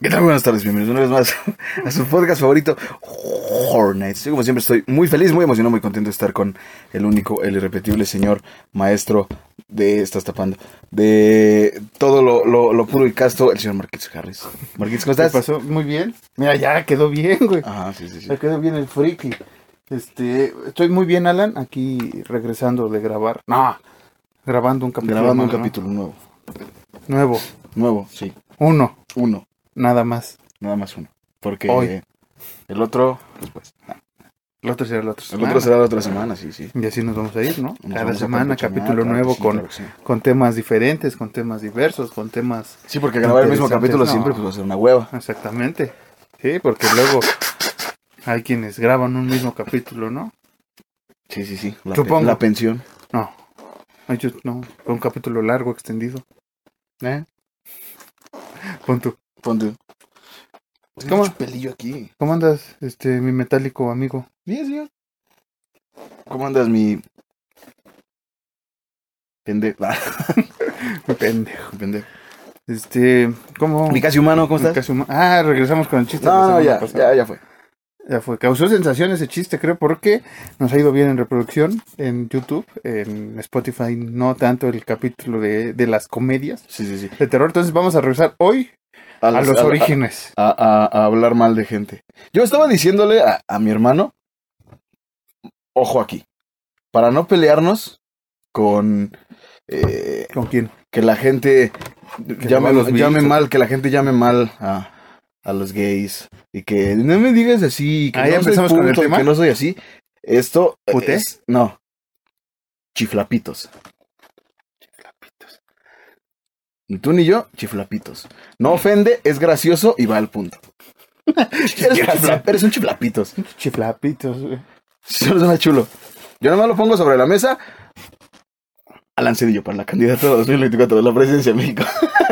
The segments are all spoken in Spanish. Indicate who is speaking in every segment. Speaker 1: ¿Qué tal? Buenas tardes, bienvenidos una vez más a su podcast favorito, Hornets. Yo como siempre estoy muy feliz, muy emocionado, muy contento de estar con el único, el irrepetible señor maestro de... Estás tapando. De todo lo, lo- lo puro y casto, el señor Marquitos Harris. Marquitos, ¿cómo
Speaker 2: ¿Qué
Speaker 1: estás?
Speaker 2: pasó? Muy bien. Mira, ya quedó bien, güey.
Speaker 1: Ajá, sí, sí, sí.
Speaker 2: Ya quedó bien el friki. Este, estoy muy bien, Alan, aquí regresando de grabar. No, grabando un capítulo.
Speaker 1: Grabando un
Speaker 2: nuevo, ¿no?
Speaker 1: capítulo nuevo.
Speaker 2: Nuevo,
Speaker 1: Nuevo, sí.
Speaker 2: uno,
Speaker 1: Uno,
Speaker 2: nada más.
Speaker 1: nada más uno. Porque
Speaker 2: Hoy.
Speaker 1: el otro... Después.
Speaker 2: El otro será la otra
Speaker 1: El
Speaker 2: semana.
Speaker 1: otro será la otra semana, sí, sí.
Speaker 2: Y así nos vamos a ir, ¿no?
Speaker 1: Nos
Speaker 2: Cada
Speaker 1: vamos a
Speaker 2: semana,
Speaker 1: Campechanear,
Speaker 2: capítulo
Speaker 1: claro que
Speaker 2: nuevo
Speaker 1: sí,
Speaker 2: con,
Speaker 1: claro que sí.
Speaker 2: con temas diferentes, con temas diversos, con temas...
Speaker 1: Sí, porque grabar el mismo
Speaker 2: Interesantes,
Speaker 1: capítulo
Speaker 2: no.
Speaker 1: siempre pues, va a ser una hueva.
Speaker 2: Exactamente. Sí, porque luego hay quienes graban un mismo capítulo, ¿no?
Speaker 1: Sí, sí, sí. La,
Speaker 2: Supongo.
Speaker 1: pe- la pensión.
Speaker 2: No. Ay, yo- no, fue un capítulo largo, extendido.
Speaker 1: ¿Eh?
Speaker 2: Pon tú.
Speaker 1: Ponte.
Speaker 2: ¿Cómo?
Speaker 1: Pues, Mucho pelillo aquí.
Speaker 2: ¿Cómo andas, este, mi metálico amigo?
Speaker 1: Bien, señor. ¿Cómo andas, mi. ah, Pendejo.
Speaker 2: Pendejo.
Speaker 1: pendejo.
Speaker 2: Este, ¿cómo?
Speaker 1: Mi casi humano, ¿cómo
Speaker 2: Mi
Speaker 1: estás?
Speaker 2: casi huma- Ah, regresamos con el chiste. de la
Speaker 1: No, no,
Speaker 2: semana
Speaker 1: ya,
Speaker 2: pasada.
Speaker 1: ya, ya fue.
Speaker 2: Ya fue. Causó sensación ese chiste, creo, porque nos ha ido bien en reproducción en YouTube, en Spotify, no tanto el capítulo de, de las comedias
Speaker 1: Sí, sí, sí.
Speaker 2: de terror. Entonces vamos a regresar hoy a,
Speaker 1: las-
Speaker 2: los orígenes.
Speaker 1: A, a- a hablar mal de gente. Yo estaba diciéndole a, a mi hermano, ojo aquí, para no pelearnos con eh,
Speaker 2: ¿Con quién?
Speaker 1: que la gente llame,
Speaker 2: le va a los
Speaker 1: llame
Speaker 2: gays, ¿o?
Speaker 1: mal, que la gente llame mal a, a los gays y que no me digas así, que,
Speaker 2: Ah,
Speaker 1: no
Speaker 2: ya
Speaker 1: soy
Speaker 2: empezamos con el
Speaker 1: puto y
Speaker 2: tema.
Speaker 1: que no soy así. Esto
Speaker 2: ¿Puté?
Speaker 1: es- no. Chiflapitos. Ni tú ni yo, chiflapitos. No ofende, es gracioso y va al punto. eres, un chifla- eres un chiflapitos.
Speaker 2: Chiflapitos, güey.
Speaker 1: Solo suena chulo. Yo nomás lo pongo sobre la mesa. Alan Cedillo para la candidatura 2024 de la presidencia de México.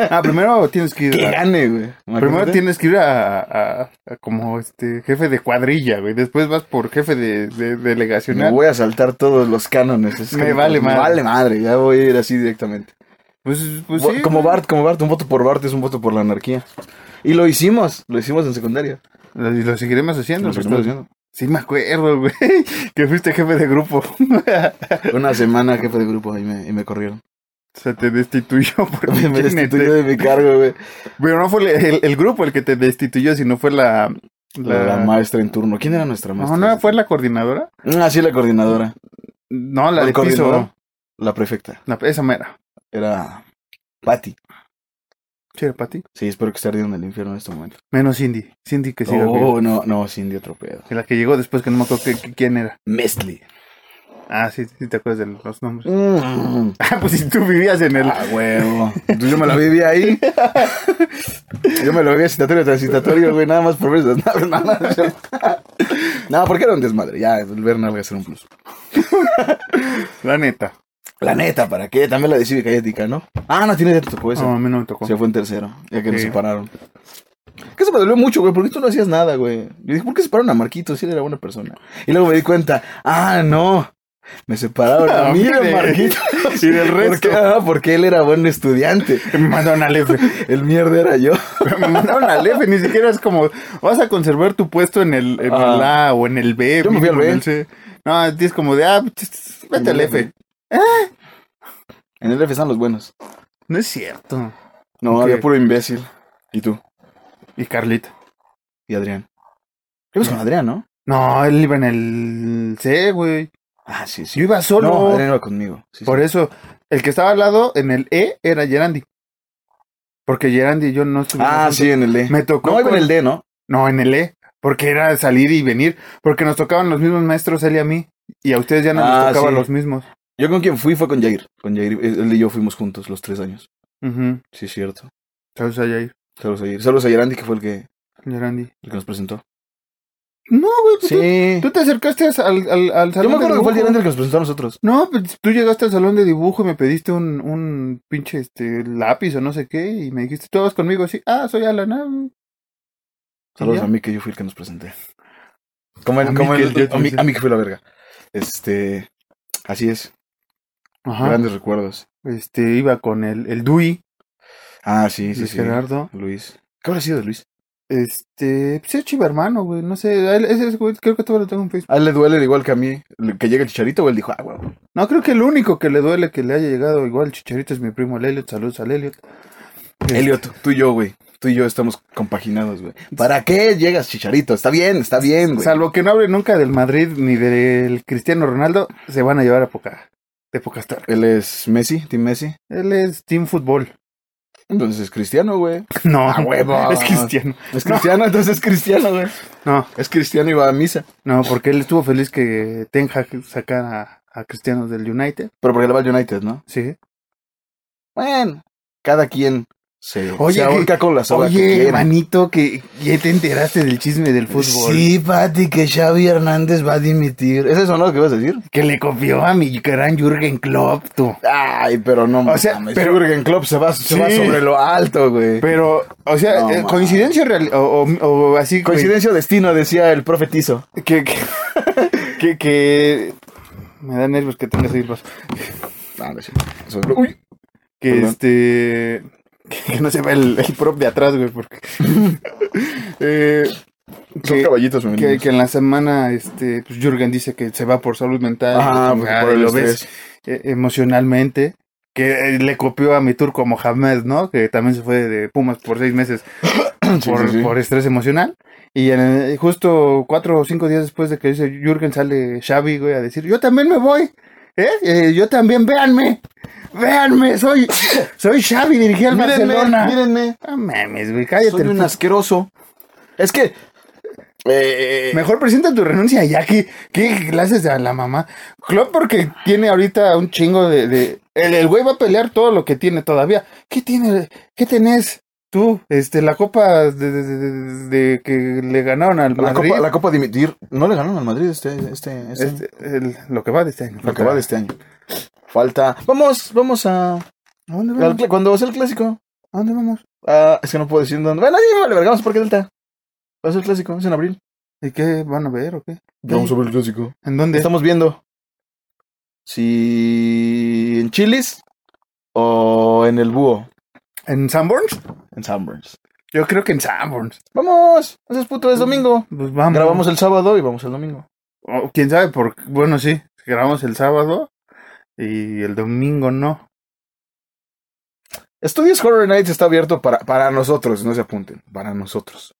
Speaker 2: Ah, primero tienes que ir
Speaker 1: Que
Speaker 2: a-
Speaker 1: gane, güey.
Speaker 2: Primero
Speaker 1: Imagínate.
Speaker 2: tienes que ir a, a- a como este jefe de cuadrilla, güey. Después vas por jefe de, de-
Speaker 1: Me
Speaker 2: delegacional.
Speaker 1: voy a saltar todos los cánones. Es
Speaker 2: Me
Speaker 1: que-
Speaker 2: vale madre.
Speaker 1: vale madre, ya voy a ir así directamente.
Speaker 2: Pues, pues
Speaker 1: Bo-
Speaker 2: sí.
Speaker 1: como
Speaker 2: güey.
Speaker 1: Bart, como Bart, un voto por Bart es un voto por la anarquía. Y lo hicimos, lo hicimos en secundaria.
Speaker 2: Lo, y lo seguiremos haciendo.
Speaker 1: Lo
Speaker 2: porque-
Speaker 1: seguimos haciendo.
Speaker 2: Sí, me acuerdo, güey. Que fuiste jefe de grupo.
Speaker 1: Una semana jefe de grupo y me, y me corrieron.
Speaker 2: Se te destituyó. Por
Speaker 1: Me, me
Speaker 2: chinete.
Speaker 1: destituyó de mi cargo, güey.
Speaker 2: Pero no fue el, el- el grupo el que te destituyó, sino fue la.
Speaker 1: La...
Speaker 2: la-
Speaker 1: maestra en turno. ¿Quién era nuestra
Speaker 2: no,
Speaker 1: maestra?
Speaker 2: no, fue la coordinadora.
Speaker 1: Ah, sí, la coordinadora.
Speaker 2: No, la
Speaker 1: ¿Cuál
Speaker 2: de
Speaker 1: coordinadora?
Speaker 2: piso.
Speaker 1: La prefecta.
Speaker 2: La- esa mera.
Speaker 1: Era Patty.
Speaker 2: Sí, era para ti.
Speaker 1: Sí, espero que esté ardiendo en el infierno en este momento.
Speaker 2: Menos Cindy. Cindy que siga.
Speaker 1: Oh, no, no, Cindy, otro pedo.
Speaker 2: viva. La que llegó después, que no me acuerdo que- que- quién era.
Speaker 1: Mestley.
Speaker 2: Ah, sí, sí te acuerdas de los nombres.
Speaker 1: Mm.
Speaker 2: Ah, pues si tú vivías en el...
Speaker 1: Ah, huevo. Yo me la viví ahí. Yo me lo viví citatorio tras citatorio, güey, nada más por ver esas nalgas, nada más, yo- No, porque era un desmadre. Ya, el ver nalgas era un plus.
Speaker 2: La neta.
Speaker 1: La neta, ¿para qué? También la de Cívica y Ética, ¿no? Ah, no, tiene te tocó
Speaker 2: No, a
Speaker 1: eso.
Speaker 2: mí no me tocó.
Speaker 1: Se fue en tercero, ya que nos
Speaker 2: Sí.
Speaker 1: separaron. Que eso me dolió mucho, güey, porque tú no hacías nada, güey. Yo dije, ¿por qué separaron a Marquito si él era buena persona? Y luego me di cuenta, ah, no. Me separaron a
Speaker 2: A
Speaker 1: mí
Speaker 2: mí
Speaker 1: de
Speaker 2: de-
Speaker 1: Marquito.
Speaker 2: y del
Speaker 1: ¿Por qué?
Speaker 2: resto.
Speaker 1: Ah, porque él era buen estudiante.
Speaker 2: Me mandaron al F.
Speaker 1: El mierda era yo.
Speaker 2: Me mandaron al F. Ni siquiera es como... Vas a conservar tu puesto en el, en
Speaker 1: Ah.
Speaker 2: el A o en el B.
Speaker 1: Yo me fui al
Speaker 2: mínimo en
Speaker 1: B.
Speaker 2: el C. No, a ti es como de... Ah, pues, vete al F.
Speaker 1: ¿Eh? En el F están los buenos.
Speaker 2: No es cierto.
Speaker 1: No,
Speaker 2: Ok.
Speaker 1: había puro imbécil. ¿Y tú?
Speaker 2: Y Carlita.
Speaker 1: ¿Y Adrián? ¿Qué pasó con Adrián, no?
Speaker 2: No, él iba en el C, güey.
Speaker 1: Ah, sí, sí.
Speaker 2: Yo iba solo.
Speaker 1: No, Adrián iba conmigo. Sí, sí.
Speaker 2: Por eso, el que estaba al lado en el E era Gerandi. Porque Gerandi y yo no estuvimos...
Speaker 1: Ah,
Speaker 2: juntos.
Speaker 1: sí, en el D.
Speaker 2: Me tocó...
Speaker 1: No, iba en
Speaker 2: con-
Speaker 1: el D, ¿no?
Speaker 2: No, en el E, porque era salir y venir, porque nos tocaban los mismos maestros, él y a mí, y a ustedes ya no
Speaker 1: Ah,
Speaker 2: nos tocaban
Speaker 1: sí.
Speaker 2: los mismos.
Speaker 1: Yo con quien fui fue con Jair. Con Jair, eh, él y yo fuimos juntos los tres años.
Speaker 2: Ujú.
Speaker 1: Sí, es cierto.
Speaker 2: Saludos a Yair,
Speaker 1: Saludos a Jair. Saludos a Yerandi, que fue el que,
Speaker 2: Yarandi.
Speaker 1: el que nos presentó.
Speaker 2: No, güey, pues
Speaker 1: Sí.
Speaker 2: tú, tú te acercaste al, al, al
Speaker 1: Yo
Speaker 2: salón
Speaker 1: me acuerdo que fue
Speaker 2: de
Speaker 1: el
Speaker 2: dibujo.
Speaker 1: Yerandi el que nos presentó a nosotros.
Speaker 2: No, pues tú llegaste al salón de dibujo y me pediste un, un pinche este, lápiz o no sé qué, y me dijiste, ¿tú vas conmigo? Sí, ah, soy Alan. ah.
Speaker 1: Saludos
Speaker 2: ya?
Speaker 1: a mí, que yo fui el que nos presenté. Como en,
Speaker 2: A
Speaker 1: como
Speaker 2: mí que
Speaker 1: en-
Speaker 2: yo te
Speaker 1: a, mí,
Speaker 2: presenté.
Speaker 1: a mí que fue la verga. Este. Así es.
Speaker 2: Ajá.
Speaker 1: Grandes recuerdos.
Speaker 2: Este, iba con el, el Dui,
Speaker 1: Ah, sí, sí,
Speaker 2: Luis
Speaker 1: sí.
Speaker 2: Gerardo.
Speaker 1: Luis. ¿Qué habrá sido de Luis?
Speaker 2: Este, pues es chiva hermano, güey. No sé, a él- ese es, güey, creo que todavía lo tengo en Facebook.
Speaker 1: A él le duele igual que a mí le- que llega el chicharito o él dijo, ah, huevo.
Speaker 2: No, creo que el único que le duele que le haya llegado igual Chicharito es mi primo el Elliot. Saludos al Elliot. Este,
Speaker 1: Elliot, tú y yo, güey. Tú y yo estamos compaginados, güey. ¿Para qué llegas, chicharito? Está bien, está bien, güey.
Speaker 2: Salvo que no hable nunca del Madrid ni del Cristiano Ronaldo, se van a llevar a poca, de poca estar.
Speaker 1: Él es Messi, Team Messi.
Speaker 2: Él es Team Fútbol.
Speaker 1: Entonces es cristiano, güey.
Speaker 2: No,
Speaker 1: ¡A huevo!
Speaker 2: Es cristiano.
Speaker 1: Es cristiano, entonces es cristiano, güey.
Speaker 2: No,
Speaker 1: Es cristiano y va a misa.
Speaker 2: no, porque él estuvo feliz que Ten Hag sacara a, a Cristiano del United.
Speaker 1: Pero porque le va al United, ¿no?
Speaker 2: Sí.
Speaker 1: Bueno, cada quien se,
Speaker 2: Oye,
Speaker 1: se ahorca con la soga que
Speaker 2: Oye,
Speaker 1: quiere.
Speaker 2: manito, que ya te enteraste del chisme del fútbol.
Speaker 1: Sí, Pati, que Xavi Hernández va a dimitir. ¿Es eso no lo que vas a decir?
Speaker 2: Que le copió a mi gran Jürgen Klopp, tú.
Speaker 1: Ay, pero no
Speaker 2: O sea,
Speaker 1: mames.
Speaker 2: pero-
Speaker 1: Jürgen Klopp se va, se
Speaker 2: Sí.
Speaker 1: va sobre lo alto, güey.
Speaker 2: Pero, o sea,
Speaker 1: No,
Speaker 2: eh,
Speaker 1: ma.
Speaker 2: coincidencia real, o, o- o así. güey,
Speaker 1: Coincidencia o destino, decía el profetizo.
Speaker 2: Que, que, que, que- Me da nervios que tengas ahí el vaso.
Speaker 1: Ah, no, sí. Eso- Uy.
Speaker 2: Que
Speaker 1: Perdón.
Speaker 2: este. Que no se vea el, el prop de atrás, güey, porque. Eh,
Speaker 1: Son
Speaker 2: que-
Speaker 1: caballitos, güey.
Speaker 2: que, que en la semana, este, pues Jürgen dice que se va por salud mental.
Speaker 1: Ah,
Speaker 2: y
Speaker 1: pues,
Speaker 2: ya
Speaker 1: por el
Speaker 2: lo ves
Speaker 1: estrés.
Speaker 2: eh, emocionalmente. Que eh, le copió a mi turco Mohamed, ¿no? Que también se fue de Pumas por seis meses
Speaker 1: Sí,
Speaker 2: por,
Speaker 1: sí, sí.
Speaker 2: por estrés emocional. Y en el- justo cuatro o cinco días después de que dice Jürgen sale Xavi, güey, a decir, yo también me voy. ¿Eh? Eh, yo también, véanme. Véanme, soy, soy Xavi, dirigí al Barcelona.
Speaker 1: Mírenme, mírenme.
Speaker 2: No mames, güey, cállate.
Speaker 1: Soy
Speaker 2: el
Speaker 1: un
Speaker 2: puto-
Speaker 1: asqueroso. Es que... eh,
Speaker 2: Mejor presenta tu renuncia ya que, que le haces a la mamá. Klopp porque tiene ahorita un chingo de... de- el, el güey va a pelear todo lo que tiene todavía. ¿Qué tiene? ¿Qué tenés tú? Este, la copa de, de- de- de que le ganaron al
Speaker 1: La
Speaker 2: Madrid.
Speaker 1: copa, la copa dimitir. No le ganaron al Madrid este, este, este año.
Speaker 2: Este, el- lo que va de este año.
Speaker 1: Lo que va de este año. Falta. Vamos, vamos a.
Speaker 2: ¿A dónde
Speaker 1: al
Speaker 2: vamos?
Speaker 1: cl- cuando va a ser el clásico.
Speaker 2: ¿A dónde vamos?
Speaker 1: Ah, es que no puedo decir dónde. Bueno, ahí vale, verga, vamos por qué Delta. Va a ser el clásico, es en abril.
Speaker 2: ¿Y qué van a ver o qué?
Speaker 1: Vamos a ver el clásico.
Speaker 2: ¿En dónde?
Speaker 1: Estamos viendo. Si en Chilis o en el Búho,
Speaker 2: ¿En Sanborns?
Speaker 1: en Sunburns.
Speaker 2: Yo creo que en Sanborns.
Speaker 1: Vamos, ese es puto, es domingo.
Speaker 2: Pues vamos.
Speaker 1: Grabamos el sábado y vamos el domingo.
Speaker 2: O, ¿Quién sabe? Por... Bueno, sí. Grabamos el sábado y el domingo no.
Speaker 1: Studios Horror Nights está abierto para, para nosotros, no se apunten, para nosotros.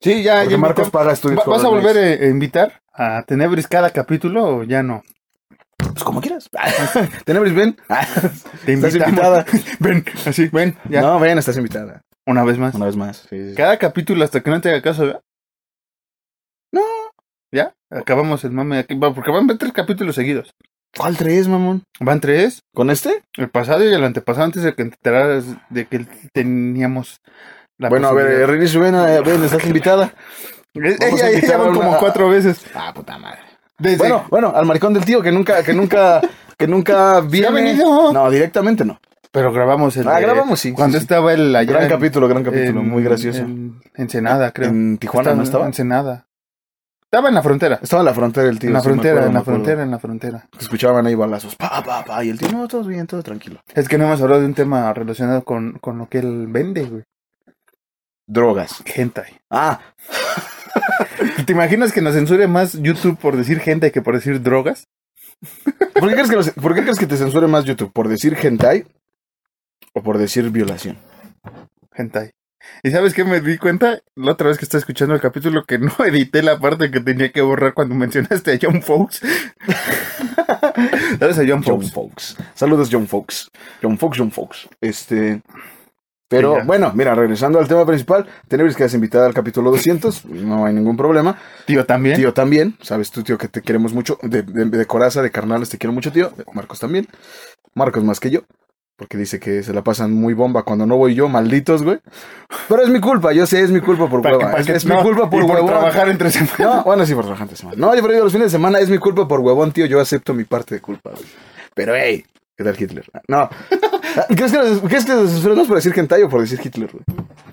Speaker 2: Sí, ya.
Speaker 1: Porque Marcos paga Studios
Speaker 2: ¿Vas a
Speaker 1: Horror
Speaker 2: volver
Speaker 1: Nights.
Speaker 2: eh, a invitar a Tenebris cada capítulo o ya no?
Speaker 1: Pues como quieras. Tenebris, ven.
Speaker 2: Te
Speaker 1: Estás
Speaker 2: invitamos.
Speaker 1: invitada.
Speaker 2: Ven, así, ven, ya.
Speaker 1: No, ven, estás invitada.
Speaker 2: Una vez más.
Speaker 1: Una vez más. sí, sí.
Speaker 2: Cada capítulo hasta que no te haga caso, ¿verdad? No. ¿Ya? Acabamos el mame de aquí. va, Porque van tres capítulos seguidos.
Speaker 1: ¿Cuál tres, mamón?
Speaker 2: Van tres.
Speaker 1: ¿Con este?
Speaker 2: El pasado y el antepasado antes de que te enteraras de que teníamos la
Speaker 1: bueno, a ver, eh, Rinis, ven, eh, ven, estás invitada.
Speaker 2: posibilidad. Eh,
Speaker 1: vamos a
Speaker 2: Ella, ella
Speaker 1: invitar
Speaker 2: van
Speaker 1: a
Speaker 2: como
Speaker 1: una-
Speaker 2: cuatro veces.
Speaker 1: Ah, puta madre.
Speaker 2: Desde-
Speaker 1: Bueno, bueno, al maricón del tío que nunca, que nunca, que nunca viene.
Speaker 2: ha venido.
Speaker 1: No, directamente no.
Speaker 2: Pero grabamos el.
Speaker 1: Ah,
Speaker 2: de-
Speaker 1: grabamos, sí,
Speaker 2: Cuando
Speaker 1: sí, sí.
Speaker 2: estaba el allá
Speaker 1: Gran
Speaker 2: en-
Speaker 1: capítulo, gran capítulo,
Speaker 2: en-
Speaker 1: muy gracioso.
Speaker 2: En Ensenada, creo.
Speaker 1: En Tijuana, ¿no estaba?
Speaker 2: En Ensenada. Estaba en la frontera.
Speaker 1: Estaba en la frontera el tío.
Speaker 2: en la
Speaker 1: sí, me
Speaker 2: frontera,
Speaker 1: acuerdo,
Speaker 2: en
Speaker 1: me
Speaker 2: la
Speaker 1: acuerdo.
Speaker 2: frontera, en la frontera.
Speaker 1: Escuchaban ahí balazos, pa, pa, pa, y el tío, no, todo bien, todo tranquilo.
Speaker 2: Es que no hemos hablado de un tema relacionado con, con lo que él vende, güey.
Speaker 1: Drogas.
Speaker 2: Hentai.
Speaker 1: Ah,
Speaker 2: ¿Te imaginas que nos censure más YouTube por decir hentai que por decir drogas?
Speaker 1: ¿por qué crees que, los- por qué crees que te censure más YouTube? ¿Por decir hentai o por decir violación?
Speaker 2: Hentai. ¿Y sabes qué me di cuenta? La otra vez que estaba escuchando el capítulo que no edité la parte que tenía que borrar cuando mencionaste a John Fox. ¿Sabes a John
Speaker 1: John
Speaker 2: Fox?
Speaker 1: Fox. Saludos, John Fox. John Fox, John Fox. Este. Pero
Speaker 2: Sí, ya.
Speaker 1: bueno, mira, regresando al tema principal, tenemos que has invitada al capítulo 200, no hay ningún problema.
Speaker 2: Tío también.
Speaker 1: Tío también, sabes tú, tío, que te queremos mucho. De, de- de coraza, de carnales, te quiero mucho, tío. Marcos también. Marcos más que yo, porque dice que se la pasan muy bomba cuando no voy yo, malditos, güey. Pero es mi culpa, yo sé, es mi culpa por
Speaker 2: Para que-
Speaker 1: hueva.
Speaker 2: para
Speaker 1: es,
Speaker 2: que-
Speaker 1: es
Speaker 2: no,
Speaker 1: mi culpa por,
Speaker 2: y por
Speaker 1: huevón.
Speaker 2: trabajar entre semana.
Speaker 1: No, bueno, sí, por trabajar antes de semana. No, yo he perdido los fines de semana, es mi culpa por huevón, tío. Yo acepto mi parte de culpa. güey. Pero, hey, ¿qué tal Hitler? Ah, No. Ah, ¿Crees que nos, crees que nos censuramos por decir hentai o por decir Hitler, güey?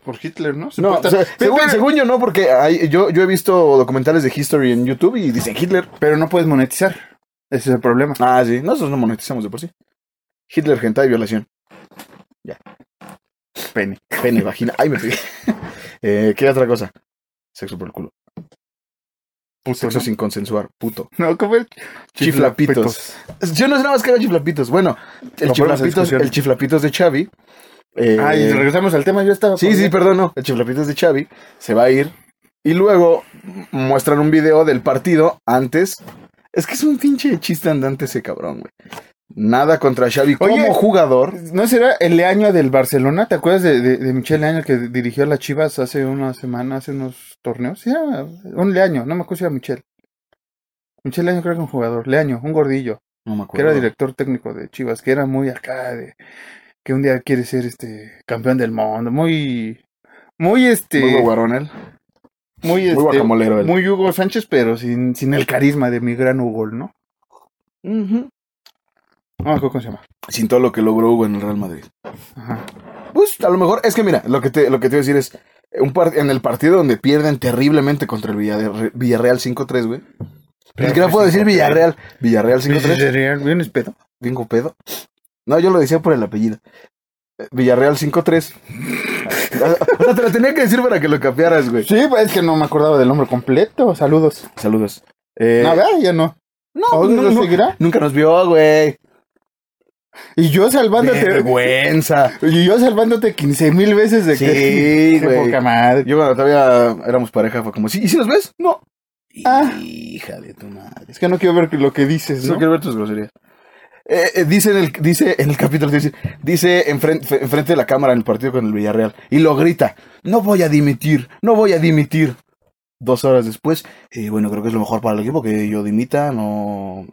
Speaker 2: Por Hitler, ¿no?
Speaker 1: No, o
Speaker 2: Supuesta-
Speaker 1: sea,
Speaker 2: Pe-
Speaker 1: según,
Speaker 2: pero,
Speaker 1: según yo no, porque hay- yo, yo he visto documentales de History en YouTube y dice Hitler.
Speaker 2: pero no puedes monetizar. Ese es el problema.
Speaker 1: Ah, sí, nosotros no monetizamos de por sí. Hitler, hentai, violación,
Speaker 2: Pene.
Speaker 1: pene, vagina. Ay, me pegué. Eh, ¿Qué otra cosa? Sexo por el culo.
Speaker 2: Puto,
Speaker 1: Sexo
Speaker 2: Pues ¿no?
Speaker 1: sin consensuar, puto.
Speaker 2: No, ¿cómo es?
Speaker 1: Chiflapitos. Yo no sé nada más que era chiflapitos. Bueno, el,
Speaker 2: Lo ponemos en
Speaker 1: chiflapitos,
Speaker 2: discusión.
Speaker 1: el chiflapitos de Xavi. eh,
Speaker 2: Ah, y regresamos al tema. Yo estaba.
Speaker 1: Sí, sí, perdón, no. El chiflapitas de Xavi se va a ir. Y luego muestran un video del partido antes. Es que es un pinche chiste andante ese cabrón, güey. Nada contra Xavi como
Speaker 2: Oye.
Speaker 1: jugador.
Speaker 2: ¿No será el Leaño del Barcelona? ¿Te acuerdas de, de, de Michel Leaño que dirigió a las Chivas hace una semana, hace unos torneos? Sí, era un Leaño, no me acuerdo si era Michel. Michel Leaño creo que era un jugador, Leaño, un gordillo,
Speaker 1: No me
Speaker 2: que era director técnico de Chivas, que era muy acá de que un día quiere ser este campeón del mundo, muy muy este
Speaker 1: Muy guaguarón él.
Speaker 2: muy
Speaker 1: Muy
Speaker 2: este,
Speaker 1: guacamolero él.
Speaker 2: muy Hugo Sánchez, pero sin, sin el carisma de mi gran Hugo, ¿no?
Speaker 1: Ujú.
Speaker 2: No me acuerdo cómo se llama.
Speaker 1: Sin todo lo que logró Hugo en el Real Madrid.
Speaker 2: Ajá.
Speaker 1: Pues a lo mejor, es que mira, lo que te, lo que te iba a decir es, un par- en el partido donde pierden terriblemente contra el Villade- Villarreal 5-3, güey. Ni siquiera puedo decir Villarreal. Villarreal 5-3.
Speaker 2: Vienes pedo.
Speaker 1: Bingo pedo. No, yo lo decía por el apellido. Eh, Villarreal 5-3. o sea, te lo tenía que decir para que lo capearas, güey.
Speaker 2: Sí, pues, es que no me acordaba del nombre completo. Saludos.
Speaker 1: Saludos. Eh,
Speaker 2: Nada, ya no.
Speaker 1: no,
Speaker 2: ¿Aún
Speaker 1: pues,
Speaker 2: no,
Speaker 1: no, no.
Speaker 2: seguirá?
Speaker 1: Nunca nos vio, güey.
Speaker 2: Y yo salvándote.
Speaker 1: Vergüenza.
Speaker 2: Y yo salvándote 15 mil veces de
Speaker 1: Sí,
Speaker 2: que. Qué
Speaker 1: güey.
Speaker 2: poca madre.
Speaker 1: Yo cuando todavía éramos pareja fue como, ¿sí? ¿y si nos ves? No.
Speaker 2: Ah.
Speaker 1: Hija de tu madre.
Speaker 2: Es que no quiero ver lo que dices,
Speaker 1: No
Speaker 2: ¿no?
Speaker 1: quiero ver tus groserías. Eh, eh, dice, en el, dice en el capítulo, dice, dice enfrente, enfrente de la cámara en el partido con el Villarreal y lo grita, no voy a dimitir, no voy a dimitir. Dos horas después, eh, bueno, creo que es lo mejor para el equipo que yo dimita, no,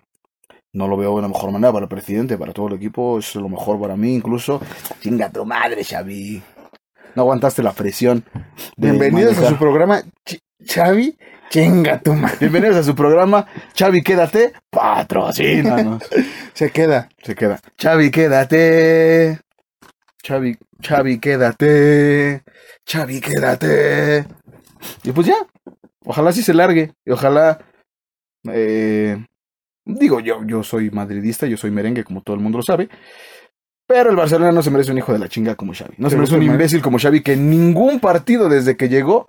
Speaker 1: no lo veo de la mejor manera para el presidente, para todo el equipo, es lo mejor para mí incluso. Chinga tu madre, Xavi. No aguantaste la presión. de
Speaker 2: Bienvenidos a
Speaker 1: manejar.
Speaker 2: su programa. Ch- Xavi, chinga tu madre.
Speaker 1: Bienvenidos a su programa, Xavi, quédate, patrocínanos.
Speaker 2: Se queda.
Speaker 1: Se queda. Chavi, quédate. Chavi, Chavi, quédate. Chavi, quédate. Y pues ya. Ojalá sí se largue. Y ojalá. eh, digo, yo, yo soy madridista, yo soy merengue, como todo el mundo lo sabe. Pero el Barcelona no se merece un hijo de la chinga como Xavi. No se
Speaker 2: Pero
Speaker 1: merece un
Speaker 2: qué mal.
Speaker 1: imbécil como Xavi que en ningún partido desde que llegó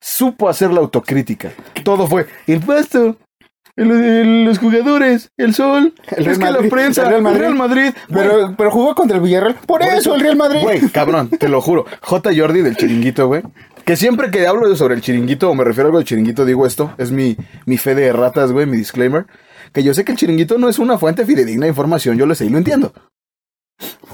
Speaker 1: supo hacer la autocrítica. Todo fue el puesto, el- el- los jugadores, el sol,
Speaker 2: El
Speaker 1: es
Speaker 2: Real
Speaker 1: que la
Speaker 2: Madrid,
Speaker 1: prensa,
Speaker 2: el Real Madrid.
Speaker 1: pero,
Speaker 2: Pero, pero jugó contra el Villarreal. Por, eso, el Real Madrid.
Speaker 1: güey, cabrón, te lo juro. J. Jordi del chiringuito, güey. Que siempre que hablo sobre el chiringuito o me refiero a algo del chiringuito, digo esto. Es mi, mi fe de ratas, güey, mi disclaimer. Que yo sé que el chiringuito no es una fuente fidedigna de información, yo lo sé y lo entiendo.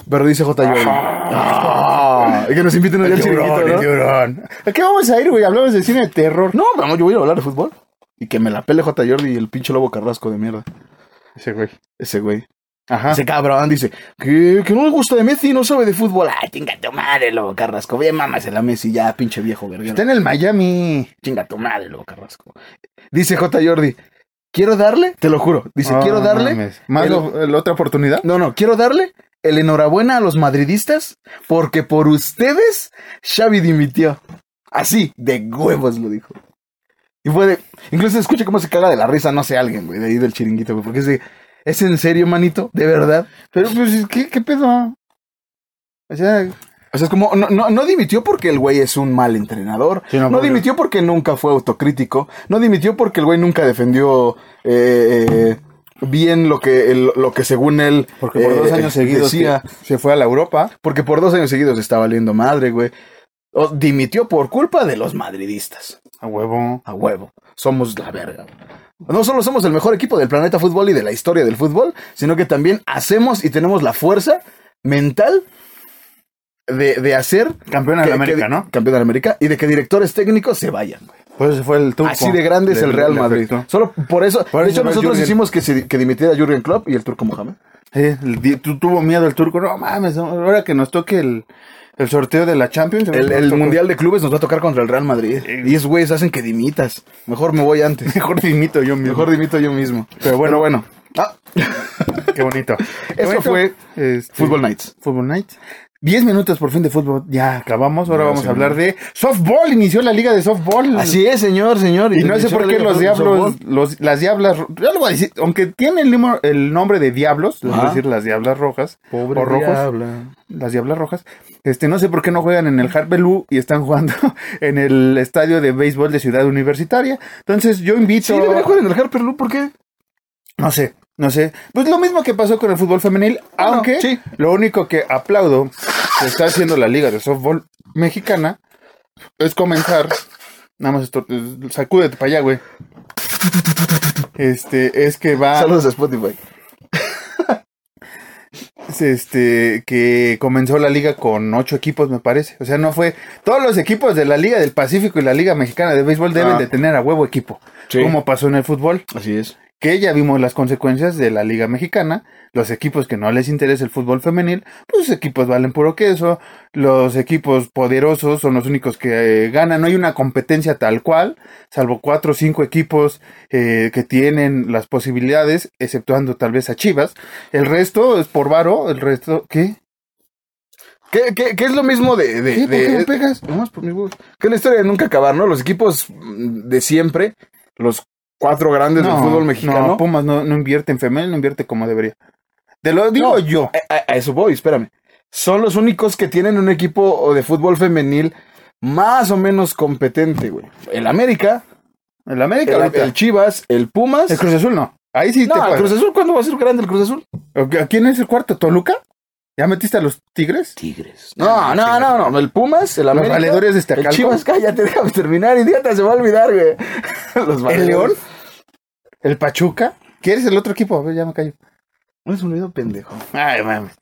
Speaker 1: Pero dice J. Jordi. Ah, y que nos inviten hoy al chiringuito,
Speaker 2: Llorón,
Speaker 1: ¿no?
Speaker 2: llorón. ¿A qué vamos a ir, güey? Hablamos de cine de terror.
Speaker 1: No, vamos, yo voy a ir a hablar de fútbol. Y que me la pele J. Jordi y el pinche lobo carrasco de mierda.
Speaker 2: Ese güey.
Speaker 1: Ese güey. Ah,
Speaker 2: Ajá.
Speaker 1: Ese cabrón dice que, que no le gusta de Messi, no sabe de fútbol. Ay, chinga tu madre, lobo Carrasco. Ve, mámasela a Messi, ya, pinche viejo verguero.
Speaker 2: Está en el Miami.
Speaker 1: Chinga tu madre, lobo Carrasco. Dice J. Jordi, quiero darle, te lo juro, dice,
Speaker 2: Oh,
Speaker 1: quiero darle.
Speaker 2: mames. ¿Más
Speaker 1: el-
Speaker 2: lo- la otra oportunidad?
Speaker 1: No, no, quiero darle el enhorabuena a los madridistas porque por ustedes Xavi dimitió. Así, de huevos lo dijo. Y fue de, incluso se escucha cómo se caga de la risa, no sé, alguien, güey, de ahí del chiringuito, güey, porque es de, ¿es en serio, manito? ¿De verdad?
Speaker 2: Pero, pues, ¿qué, qué pedo? O sea,
Speaker 1: O sea, es como, no, no, no dimitió porque el güey es un mal entrenador.
Speaker 2: Sí, no,
Speaker 1: no
Speaker 2: porque-
Speaker 1: dimitió porque nunca fue autocrítico. No dimitió porque el güey nunca defendió eh, eh, bien lo que, el- lo que según él
Speaker 2: porque por dos
Speaker 1: eh,
Speaker 2: años seguidos
Speaker 1: decía.
Speaker 2: que se fue a la Europa.
Speaker 1: Porque por dos años seguidos está valiendo madre, güey. O dimitió por culpa de los madridistas.
Speaker 2: A huevo.
Speaker 1: A huevo. Somos la verga. No solo somos el mejor equipo del planeta fútbol y de la historia del fútbol, sino que también hacemos y tenemos la fuerza mental de, de hacer
Speaker 2: Campeona de
Speaker 1: que-
Speaker 2: América,
Speaker 1: que-
Speaker 2: ¿no?
Speaker 1: Campeón de la América. Y de que directores técnicos se vayan. güey.
Speaker 2: Pues ese fue el truco.
Speaker 1: Así de grande es
Speaker 2: del-
Speaker 1: el Real
Speaker 2: del
Speaker 1: Madrid.
Speaker 2: efecto.
Speaker 1: Solo por eso.
Speaker 2: Por
Speaker 1: de
Speaker 2: eso
Speaker 1: hecho,
Speaker 2: fue
Speaker 1: nosotros
Speaker 2: Jürgen.
Speaker 1: hicimos que, se- que dimitiera Jürgen Klopp y el turco Mohamed.
Speaker 2: Sí, el di- tu- tuvo miedo el turco. No mames, ahora que nos toque el, el sorteo de la Champions.
Speaker 1: El,
Speaker 2: nos
Speaker 1: el
Speaker 2: tocó-
Speaker 1: Mundial de Clubes nos va a tocar contra el Real Madrid. Y es güeyes hacen que dimitas. Mejor me voy antes.
Speaker 2: Mejor dimito yo mismo.
Speaker 1: Mejor dimito yo mismo.
Speaker 2: Pero bueno,
Speaker 1: bueno. Ah,
Speaker 2: Qué bonito. Qué
Speaker 1: Eso
Speaker 2: bonito.
Speaker 1: fue
Speaker 2: Este,
Speaker 1: Fútbol Nights.
Speaker 2: Fútbol Night. 10 minutos por fin de fútbol. Ya acabamos.
Speaker 1: Ya,
Speaker 2: Ahora vamos a
Speaker 1: señor.
Speaker 2: hablar de softball. Inició la liga de softball.
Speaker 1: Así es, señor, señor.
Speaker 2: Y no sé
Speaker 1: Inició la
Speaker 2: por qué
Speaker 1: Liga
Speaker 2: los
Speaker 1: Pro-
Speaker 2: diablos,
Speaker 1: Softball.
Speaker 2: los, las diablas, ro- yo lo voy a decir, aunque tiene el, limo- el nombre de diablos, es
Speaker 1: Ajá.
Speaker 2: decir, las diablas rojas,
Speaker 1: Pobre
Speaker 2: o rojos.
Speaker 1: diabla.
Speaker 2: las diablas rojas, este, no sé por qué no juegan en el Harpelú y están jugando en el estadio de béisbol de Ciudad Universitaria. Entonces yo
Speaker 1: Sí,
Speaker 2: invito,
Speaker 1: debería jugar en el Harper Lou, ¿por qué?
Speaker 2: no sé, no sé, pues lo mismo que pasó con el fútbol femenil,
Speaker 1: Bueno,
Speaker 2: aunque
Speaker 1: Ah, sí.
Speaker 2: lo único que aplaudo que está haciendo la liga de softball mexicana es comenzar. Nada más esto, sacúdete para allá, güey. Este, es que va.
Speaker 1: Ah. Saludos a Spotify.
Speaker 2: Es, este que comenzó la liga con ocho equipos me parece o sea no fue todos los equipos de la liga del Pacífico y la liga mexicana de béisbol deben
Speaker 1: Ah.
Speaker 2: de tener a huevo equipo
Speaker 1: Sí.
Speaker 2: como pasó en el fútbol
Speaker 1: Así es.
Speaker 2: que ya vimos las consecuencias de la liga mexicana los equipos que no les interesa el fútbol femenil pues los equipos valen puro queso los equipos poderosos son los únicos que eh, ganan no hay una competencia tal cual salvo cuatro o cinco equipos eh, que tienen las posibilidades exceptuando tal vez a Chivas el resto es por varo el resto qué
Speaker 1: ¿Qué, qué, qué es lo mismo de... de,
Speaker 2: ¿Qué? ¿Por
Speaker 1: de-
Speaker 2: qué me pegas?
Speaker 1: Nomás por mis huevos. Que es la historia de nunca acabar, ¿no? Los equipos mm, de siempre, los cuatro grandes del fútbol mexicano.
Speaker 2: No, Pumas no, no invierte en femenil, no invierte como debería. Te lo
Speaker 1: No.
Speaker 2: digo yo.
Speaker 1: a, a- a eso voy, espérame. Son los únicos que tienen un equipo de fútbol femenil más o menos competente, güey. El América,
Speaker 2: El América
Speaker 1: el,
Speaker 2: ahorita.
Speaker 1: el Chivas, el Pumas.
Speaker 2: El Cruz Azul no. Ahí sí
Speaker 1: no,
Speaker 2: te
Speaker 1: el
Speaker 2: puedo.
Speaker 1: Cruz Azul, ¿cuándo va a ser grande el Cruz Azul?
Speaker 2: Ok, ¿Quién es el cuarto? ¿Toluca? ¿Ya metiste a los Tigres?
Speaker 1: Tigres. No, no, no, no. El Pumas, el América.
Speaker 2: valedores de
Speaker 1: El
Speaker 2: Iztacalco.
Speaker 1: Chivas, cállate, déjame terminar, idiota, se va a olvidar, güey. Los
Speaker 2: ¿El
Speaker 1: valedores.
Speaker 2: León? ¿El Pachuca? ¿Quién es el otro equipo? A ver, ya me callo.
Speaker 1: No es un olvidó, pendejo.
Speaker 2: Ay, mames.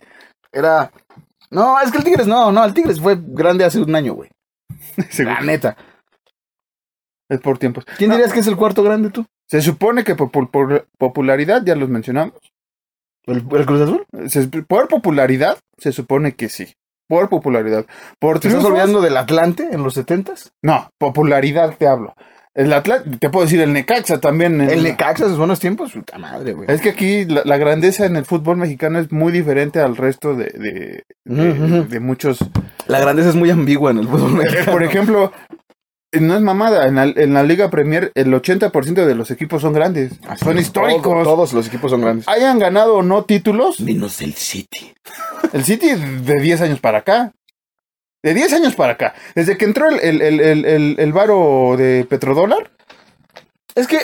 Speaker 1: Era. No, es que el Tigres, no, no, el Tigres fue grande hace un año, güey.
Speaker 2: Seguro.
Speaker 1: La neta.
Speaker 2: Es por tiempos.
Speaker 1: ¿Quién dirías que es el cuarto grande tú?
Speaker 2: Se supone que por, por- por popularidad, ya los mencionamos.
Speaker 1: ¿El, el Cruz Azul?
Speaker 2: Se- por popularidad, se supone que sí. Por popularidad. Por
Speaker 1: ¿Te estás
Speaker 2: triunfos,
Speaker 1: olvidando del Atlante en los 70s?
Speaker 2: No, popularidad te hablo. El Atla- te puedo decir el Necaxa también. en-
Speaker 1: El Necaxa, sus buenos tiempos, puta madre, güey.
Speaker 2: Es que aquí la, la grandeza en el fútbol mexicano es muy diferente al resto de, de, de-
Speaker 1: Ujú.
Speaker 2: de muchos.
Speaker 1: La grandeza es muy ambigua en el fútbol mexicano.
Speaker 2: Por ejemplo, no es mamada, en la, en la Liga Premier el 80% de los equipos son grandes,
Speaker 1: Así
Speaker 2: son
Speaker 1: es,
Speaker 2: históricos.
Speaker 1: todo- todos los equipos son grandes.
Speaker 2: Hayan ganado o no títulos,
Speaker 1: Menos el City.
Speaker 2: El City de 10 años para acá. De 10 años para acá. Desde que entró el, el, el, el, el- el varo de petrodólar. Es que.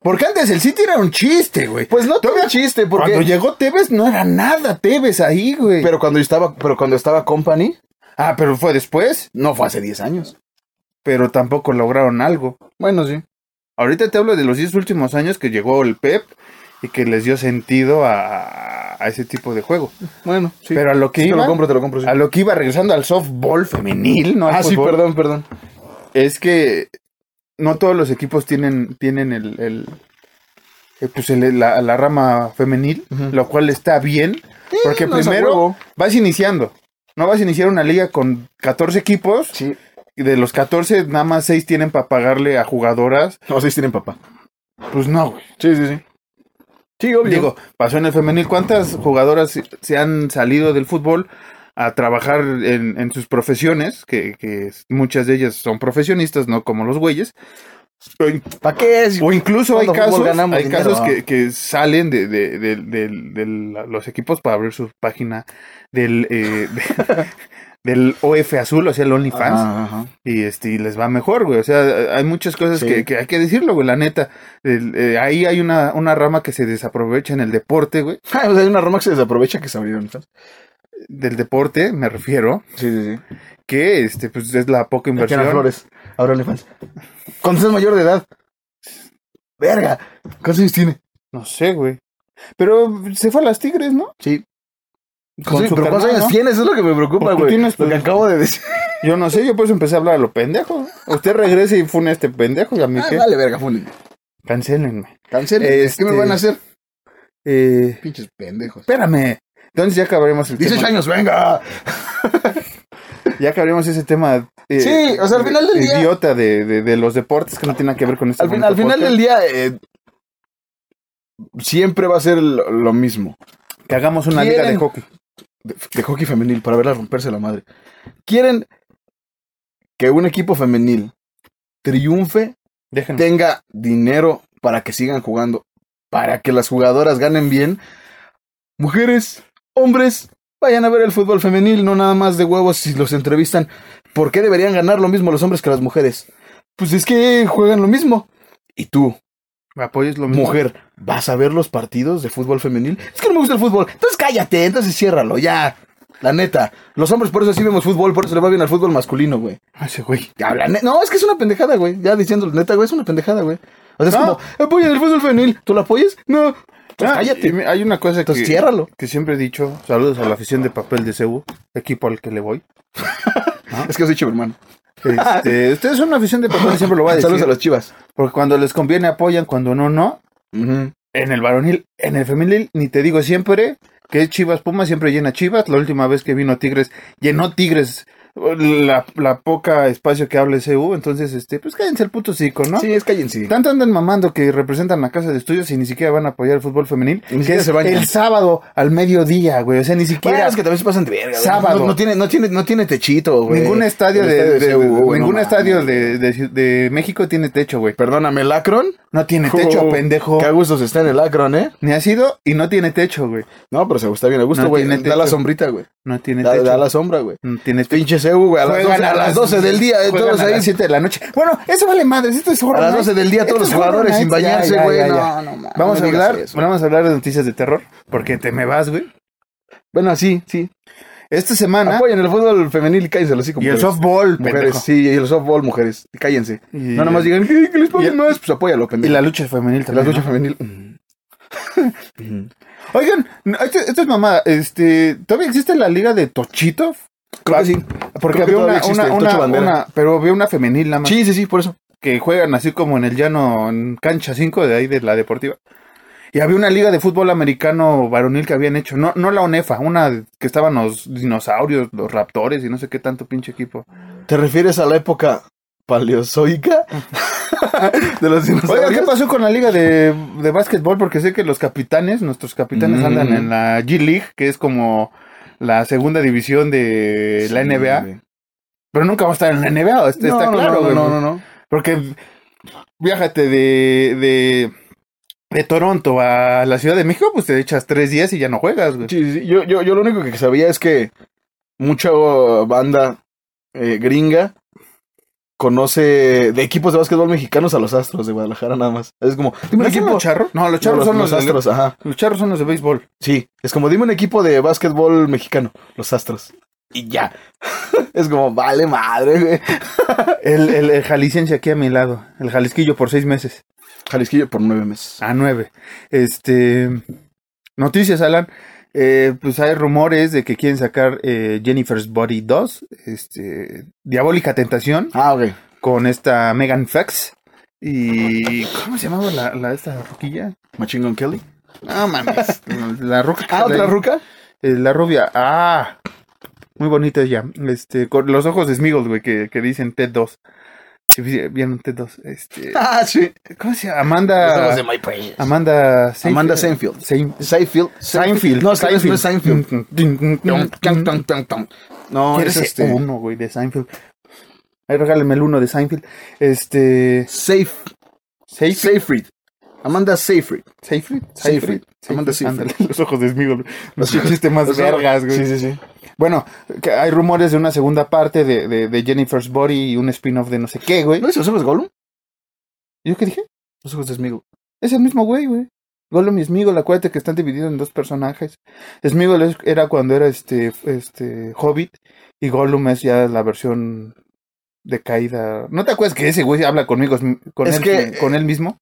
Speaker 2: Porque antes el City era un chiste, güey.
Speaker 1: Pues no tuve
Speaker 2: Todavía-
Speaker 1: chiste, porque.
Speaker 2: Cuando llegó Tevez no era nada Tevez ahí, güey.
Speaker 1: Pero cuando estaba, pero cuando estaba Company,
Speaker 2: ah, pero fue después.
Speaker 1: no fue hace 10 años.
Speaker 2: Pero tampoco lograron algo.
Speaker 1: Bueno, sí.
Speaker 2: Ahorita te hablo de los 10 últimos años que llegó el Pep y que les dio sentido a, a ese tipo de juego.
Speaker 1: Bueno, sí.
Speaker 2: Pero a lo que
Speaker 1: Sí, te
Speaker 2: iba-
Speaker 1: lo compro, te lo compro, sí.
Speaker 2: A lo que iba regresando al softball femenil, ¿no? al
Speaker 1: ah, sí,
Speaker 2: fútbol.
Speaker 1: perdón, perdón.
Speaker 2: es que no todos los equipos tienen, tienen el, el- eh, pues el- la, la rama femenil,
Speaker 1: Ujú.
Speaker 2: lo cual está bien, porque
Speaker 1: no es a
Speaker 2: primero
Speaker 1: huevo.
Speaker 2: vas iniciando. No vas a iniciar una liga con 14 equipos
Speaker 1: Sí.
Speaker 2: y de los 14 nada más 6 tienen para pagarle a jugadoras.
Speaker 1: No, sí tienen papá.
Speaker 2: Pues no, güey.
Speaker 1: Sí, sí, sí. Sí, obvio.
Speaker 2: Digo, pasó en el femenil. ¿Cuántas jugadoras se- se han salido del fútbol a trabajar en, en sus profesiones? Que, que muchas de ellas son profesionistas, no como los güeyes. Pero
Speaker 1: ¿Para qué es?
Speaker 2: O incluso hay
Speaker 1: ¿Cuándo fútbol
Speaker 2: casos,
Speaker 1: ganamos
Speaker 2: hay
Speaker 1: dinero?
Speaker 2: casos que, que salen de, de- de- de- de la- los equipos para abrir su página del, eh, de- del OF azul, o sea, el OnlyFans,
Speaker 1: Ajá, ajá.
Speaker 2: y este y les va mejor, güey. O sea, hay muchas cosas
Speaker 1: Sí.
Speaker 2: que, que hay que decirlo, güey, la neta. El- eh, ahí hay una, una rama que se desaprovecha en el deporte, güey.
Speaker 1: Ah, o sea, hay una Roma que se desaprovecha que se abrieron. Sí,
Speaker 2: Del deporte, me refiero,
Speaker 1: sí, sí.
Speaker 2: que este, pues es la poca
Speaker 1: Tatiana
Speaker 2: inversión.
Speaker 1: Flores. Ahora le fans. Cuando seas mayor de edad. Verga. ¿Cuántos años tiene?
Speaker 2: No sé, güey. Pero se fue a las Tigres, ¿no?
Speaker 1: Sí.
Speaker 2: Con su
Speaker 1: pero ¿cuántos
Speaker 2: carnal,
Speaker 1: años
Speaker 2: ¿no?
Speaker 1: tiene? Eso es lo que me preocupa,
Speaker 2: Porque
Speaker 1: güey.
Speaker 2: tienes
Speaker 1: Lo que
Speaker 2: tus-
Speaker 1: acabo de decir.
Speaker 2: Yo no sé, yo por eso empecé a hablar a lo pendejo. Usted regrese y fune a este pendejo y a mí
Speaker 1: Ah,
Speaker 2: qué.
Speaker 1: vale, verga, funen.
Speaker 2: Cancélenme.
Speaker 1: Cancel.
Speaker 2: Este-
Speaker 1: ¿Qué me van a hacer?
Speaker 2: Eh,
Speaker 1: Pinches pendejos.
Speaker 2: espérame. Entonces ya acabaremos el
Speaker 1: 18
Speaker 2: tema.
Speaker 1: años, venga.
Speaker 2: este Ya acabaremos ese tema. eh,
Speaker 1: Sí, o sea, al final del día-
Speaker 2: Idiota de, de- de los deportes que no tiene nada que ver con este
Speaker 1: Al, fin-
Speaker 2: bonito
Speaker 1: al final
Speaker 2: podcast.
Speaker 1: del día, eh, siempre va a ser lo, lo mismo.
Speaker 2: Que hagamos una liga de
Speaker 1: ¿Quieren?
Speaker 2: hockey.
Speaker 1: de, de hockey femenil para verla romperse la madre. Quieren que un equipo femenil triunfe,
Speaker 2: Déjenme.
Speaker 1: tenga dinero para que sigan jugando, para que las jugadoras ganen bien. Mujeres, hombres, vayan a ver el fútbol femenil, no nada más de huevos si los entrevistan. ¿Por qué deberían ganar lo mismo los hombres que las mujeres? Pues es que juegan lo mismo. Y tú,
Speaker 2: Me apoyes lo mismo.
Speaker 1: mujer, ¿vas a ver los partidos de fútbol femenil? Es que no me gusta el fútbol. Entonces cállate, entonces ciérralo, ya. La neta, los hombres por eso sí vemos fútbol, por eso le va bien al fútbol masculino, güey.
Speaker 2: Ay, ese güey.
Speaker 1: Ya, la ne- No, es que es una pendejada, güey. Ya diciendo neta, güey, es una pendejada, güey. O sea, es
Speaker 2: No.
Speaker 1: como, "Eh, apoya el fútbol femenil. ¿Tú la apoyas? No. Pues
Speaker 2: Ah, y
Speaker 1: cállate.
Speaker 2: me- Hay una cosa que,
Speaker 1: Entonces ciérralo.
Speaker 2: que siempre he dicho. Saludos a la afición de papel de Cebu, equipo al que le voy. Ah.
Speaker 1: Es que soy chivo, hermano. Ah,
Speaker 2: Este, ustedes son una afición de papel, siempre lo voy a decir.
Speaker 1: Saludos a los chivas.
Speaker 2: Porque cuando les conviene apoyan, cuando no, no.
Speaker 1: Ujú.
Speaker 2: En el varonil, en el femenil, ni te digo siempre que es Chivas Puma, siempre llena Chivas. La última vez que vino Tigres, llenó Tigres la, la poca espacio que hable CU. Entonces, este, pues cállense el puto cico, ¿no?
Speaker 1: Sí, es cállense.
Speaker 2: Tanto andan mamando que representan la casa de estudios y ni siquiera van a apoyar el fútbol femenil.
Speaker 1: Ni
Speaker 2: que
Speaker 1: siquiera
Speaker 2: es
Speaker 1: se bañan.
Speaker 2: el sábado al mediodía, güey. O sea, ni siquiera.
Speaker 1: Bueno, es que también se pasan de verga. güey.
Speaker 2: Sábado.
Speaker 1: No, no tiene, no, tiene, no tiene techito, güey.
Speaker 2: Ningún estadio
Speaker 1: El
Speaker 2: de, de-
Speaker 1: CU, güey, no
Speaker 2: ningún
Speaker 1: mames.
Speaker 2: estadio de, de- de México tiene techo, güey.
Speaker 1: Perdóname, ¿el Akron?
Speaker 2: No tiene techo,
Speaker 1: Oh,
Speaker 2: pendejo.
Speaker 1: Qué a gusto se está en el Akron, ¿eh?
Speaker 2: Ni ha sido y no tiene techo, güey.
Speaker 1: No, pero se gusta bien a gusto,
Speaker 2: No
Speaker 1: güey.
Speaker 2: tiene
Speaker 1: da la
Speaker 2: techo.
Speaker 1: sombrita, güey.
Speaker 2: No tiene
Speaker 1: Da,
Speaker 2: techo. Este,
Speaker 1: da la sombra, güey.
Speaker 2: No tiene techo.
Speaker 1: Pinche CU, güey. A las 12, a las 12 del día, eh,
Speaker 2: juegan
Speaker 1: todos
Speaker 2: a
Speaker 1: ahí.
Speaker 2: las 7 de la noche. Bueno, eso vale madres, esto es
Speaker 1: A
Speaker 2: Horror
Speaker 1: las
Speaker 2: Nights.
Speaker 1: 12 del día, todos
Speaker 2: Esto es
Speaker 1: los jugadores
Speaker 2: Horror
Speaker 1: sin
Speaker 2: Nights.
Speaker 1: bañarse,
Speaker 2: Ya, ya,
Speaker 1: güey.
Speaker 2: ya, ya.
Speaker 1: No, no, mames,
Speaker 2: Vamos
Speaker 1: no
Speaker 2: a
Speaker 1: digas
Speaker 2: hablar,
Speaker 1: eso.
Speaker 2: vamos a hablar de noticias de terror, porque te me vas, güey.
Speaker 1: Bueno, sí, sí.
Speaker 2: Esta semana
Speaker 1: Apoyen el fútbol femenil y cállense los
Speaker 2: y el softball,
Speaker 1: Mujeres,
Speaker 2: pendejo.
Speaker 1: sí, y el softball, mujeres. y Cállense.
Speaker 2: Y-
Speaker 1: No nomás digan, ¿qué? que les
Speaker 2: y
Speaker 1: paguen
Speaker 2: el-
Speaker 1: más? Pues apóyalo,
Speaker 2: y
Speaker 1: pendejo.
Speaker 2: la lucha femenil
Speaker 1: La
Speaker 2: también.
Speaker 1: lucha
Speaker 2: ¿no?
Speaker 1: femenil. mm.
Speaker 2: Oigan, no, esto, esto es mamada. Este, ¿todavía existe la liga de Tochito?
Speaker 1: Creo que sí. Creo
Speaker 2: Porque
Speaker 1: que
Speaker 2: había una,
Speaker 1: todavía existe,
Speaker 2: una,
Speaker 1: el Tocho
Speaker 2: una,
Speaker 1: Bandera.
Speaker 2: una- pero había una femenil nada más
Speaker 1: Sí, sí, sí, por eso.
Speaker 2: que juegan así como en el llano, en cancha 5 de ahí de la deportiva. Y había una liga de fútbol americano varonil que habían hecho, no, no la ONEFA, una que estaban los dinosaurios, los raptores y no sé qué tanto pinche equipo.
Speaker 1: ¿Te refieres a la época paleozoica? de los
Speaker 2: Oiga, ¿qué
Speaker 1: dinosaurios.
Speaker 2: pasó con la liga de, de básquetbol? Porque sé que los capitanes, nuestros capitanes
Speaker 1: Mm.
Speaker 2: andan en la G League, que es como la segunda división de Eh, la
Speaker 1: Sí,
Speaker 2: NBA.
Speaker 1: güey.
Speaker 2: Pero nunca va a estar en la NBA, está,
Speaker 1: No,
Speaker 2: está
Speaker 1: no,
Speaker 2: claro,
Speaker 1: no,
Speaker 2: güey.
Speaker 1: No, no, no.
Speaker 2: Porque viájate de, de, de Toronto a la Ciudad de México, pues te echas tres días y ya no juegas, güey.
Speaker 1: Sí, sí, Yo, yo, yo lo único que sabía es que mucha oh, banda eh, gringa conoce de equipos de básquetbol mexicanos a los Astros de Guadalajara nada más. Es como, dime
Speaker 2: ¿No
Speaker 1: un
Speaker 2: son
Speaker 1: equipo.
Speaker 2: los charros? No, los charros
Speaker 1: No,
Speaker 2: son los, de-
Speaker 1: Astros, ajá.
Speaker 2: Los charros son los de béisbol.
Speaker 1: Sí, es como dime un equipo de básquetbol mexicano, los Astros. Y ya. es como, vale madre, güey.
Speaker 2: El, el, el jalisciense aquí a mi lado. El jalisquillo por seis meses.
Speaker 1: Jalisquillo por nueve meses.
Speaker 2: A nueve. Este. Noticias, Alan. Eh, pues hay rumores de que quieren sacar eh, Jennifer's Body 2. Este. Diabólica Tentación.
Speaker 1: Ah, ok.
Speaker 2: Con esta Megan Fox. Y. ¿Cómo se llamaba la, la esta roquilla?
Speaker 1: Machine Gun Kelly.
Speaker 2: No mames. La ruca.
Speaker 1: Ah, otra ruca.
Speaker 2: Eh, la rubia. Ah. Muy bonita ella. Este, con los ojos de Smeagol, güey, que, que dicen TED 2. Si vi- vieron TED 2. Este,
Speaker 1: Ah, sí.
Speaker 2: ¿Cómo se llama?
Speaker 1: Los ojos
Speaker 2: Amanda.
Speaker 1: de My Precious.
Speaker 2: Amanda
Speaker 1: Amanda Seinfeld.
Speaker 2: Sein-
Speaker 1: Seinfeld.
Speaker 2: Seinfeld. Mm,
Speaker 1: No, es que no es- no es Seinfeld. Tum, tum,
Speaker 2: Seinfeld.
Speaker 1: tum, tum, tum. No,
Speaker 2: Quiero
Speaker 1: es
Speaker 2: ese
Speaker 1: este.
Speaker 2: uno, güey, de Seinfeld. Ahí regálenme el uno de Seinfeld. Este.
Speaker 1: Safe.
Speaker 2: Seinfeld.
Speaker 1: Seyfried. Amanda Seyfried.
Speaker 2: Seinfeld.
Speaker 1: Seinfeld. Amanda Seinfeld.
Speaker 2: Ándale, Los ojos de Smigol. Los
Speaker 1: Los ojos-
Speaker 2: chiste más
Speaker 1: los
Speaker 2: vergas,
Speaker 1: ojos-
Speaker 2: güey.
Speaker 1: Sí, sí, sí.
Speaker 2: Bueno, que hay rumores de una segunda parte de, de, de Jennifer's Body y un spin-off de no sé qué, güey.
Speaker 1: ¿No es los ojos de Gollum?
Speaker 2: ¿Yo qué dije?
Speaker 1: Los ojos de Smeagol.
Speaker 2: Es el mismo güey, güey. Gollum y Smigol, acuérdate que están divididos en dos personajes. Smigol es- era cuando era este, este Hobbit y Gollum es ya la versión decaída. ¿No te acuerdas que ese güey habla conmigo, sm- con,
Speaker 1: Es
Speaker 2: él,
Speaker 1: que-
Speaker 2: con él mismo?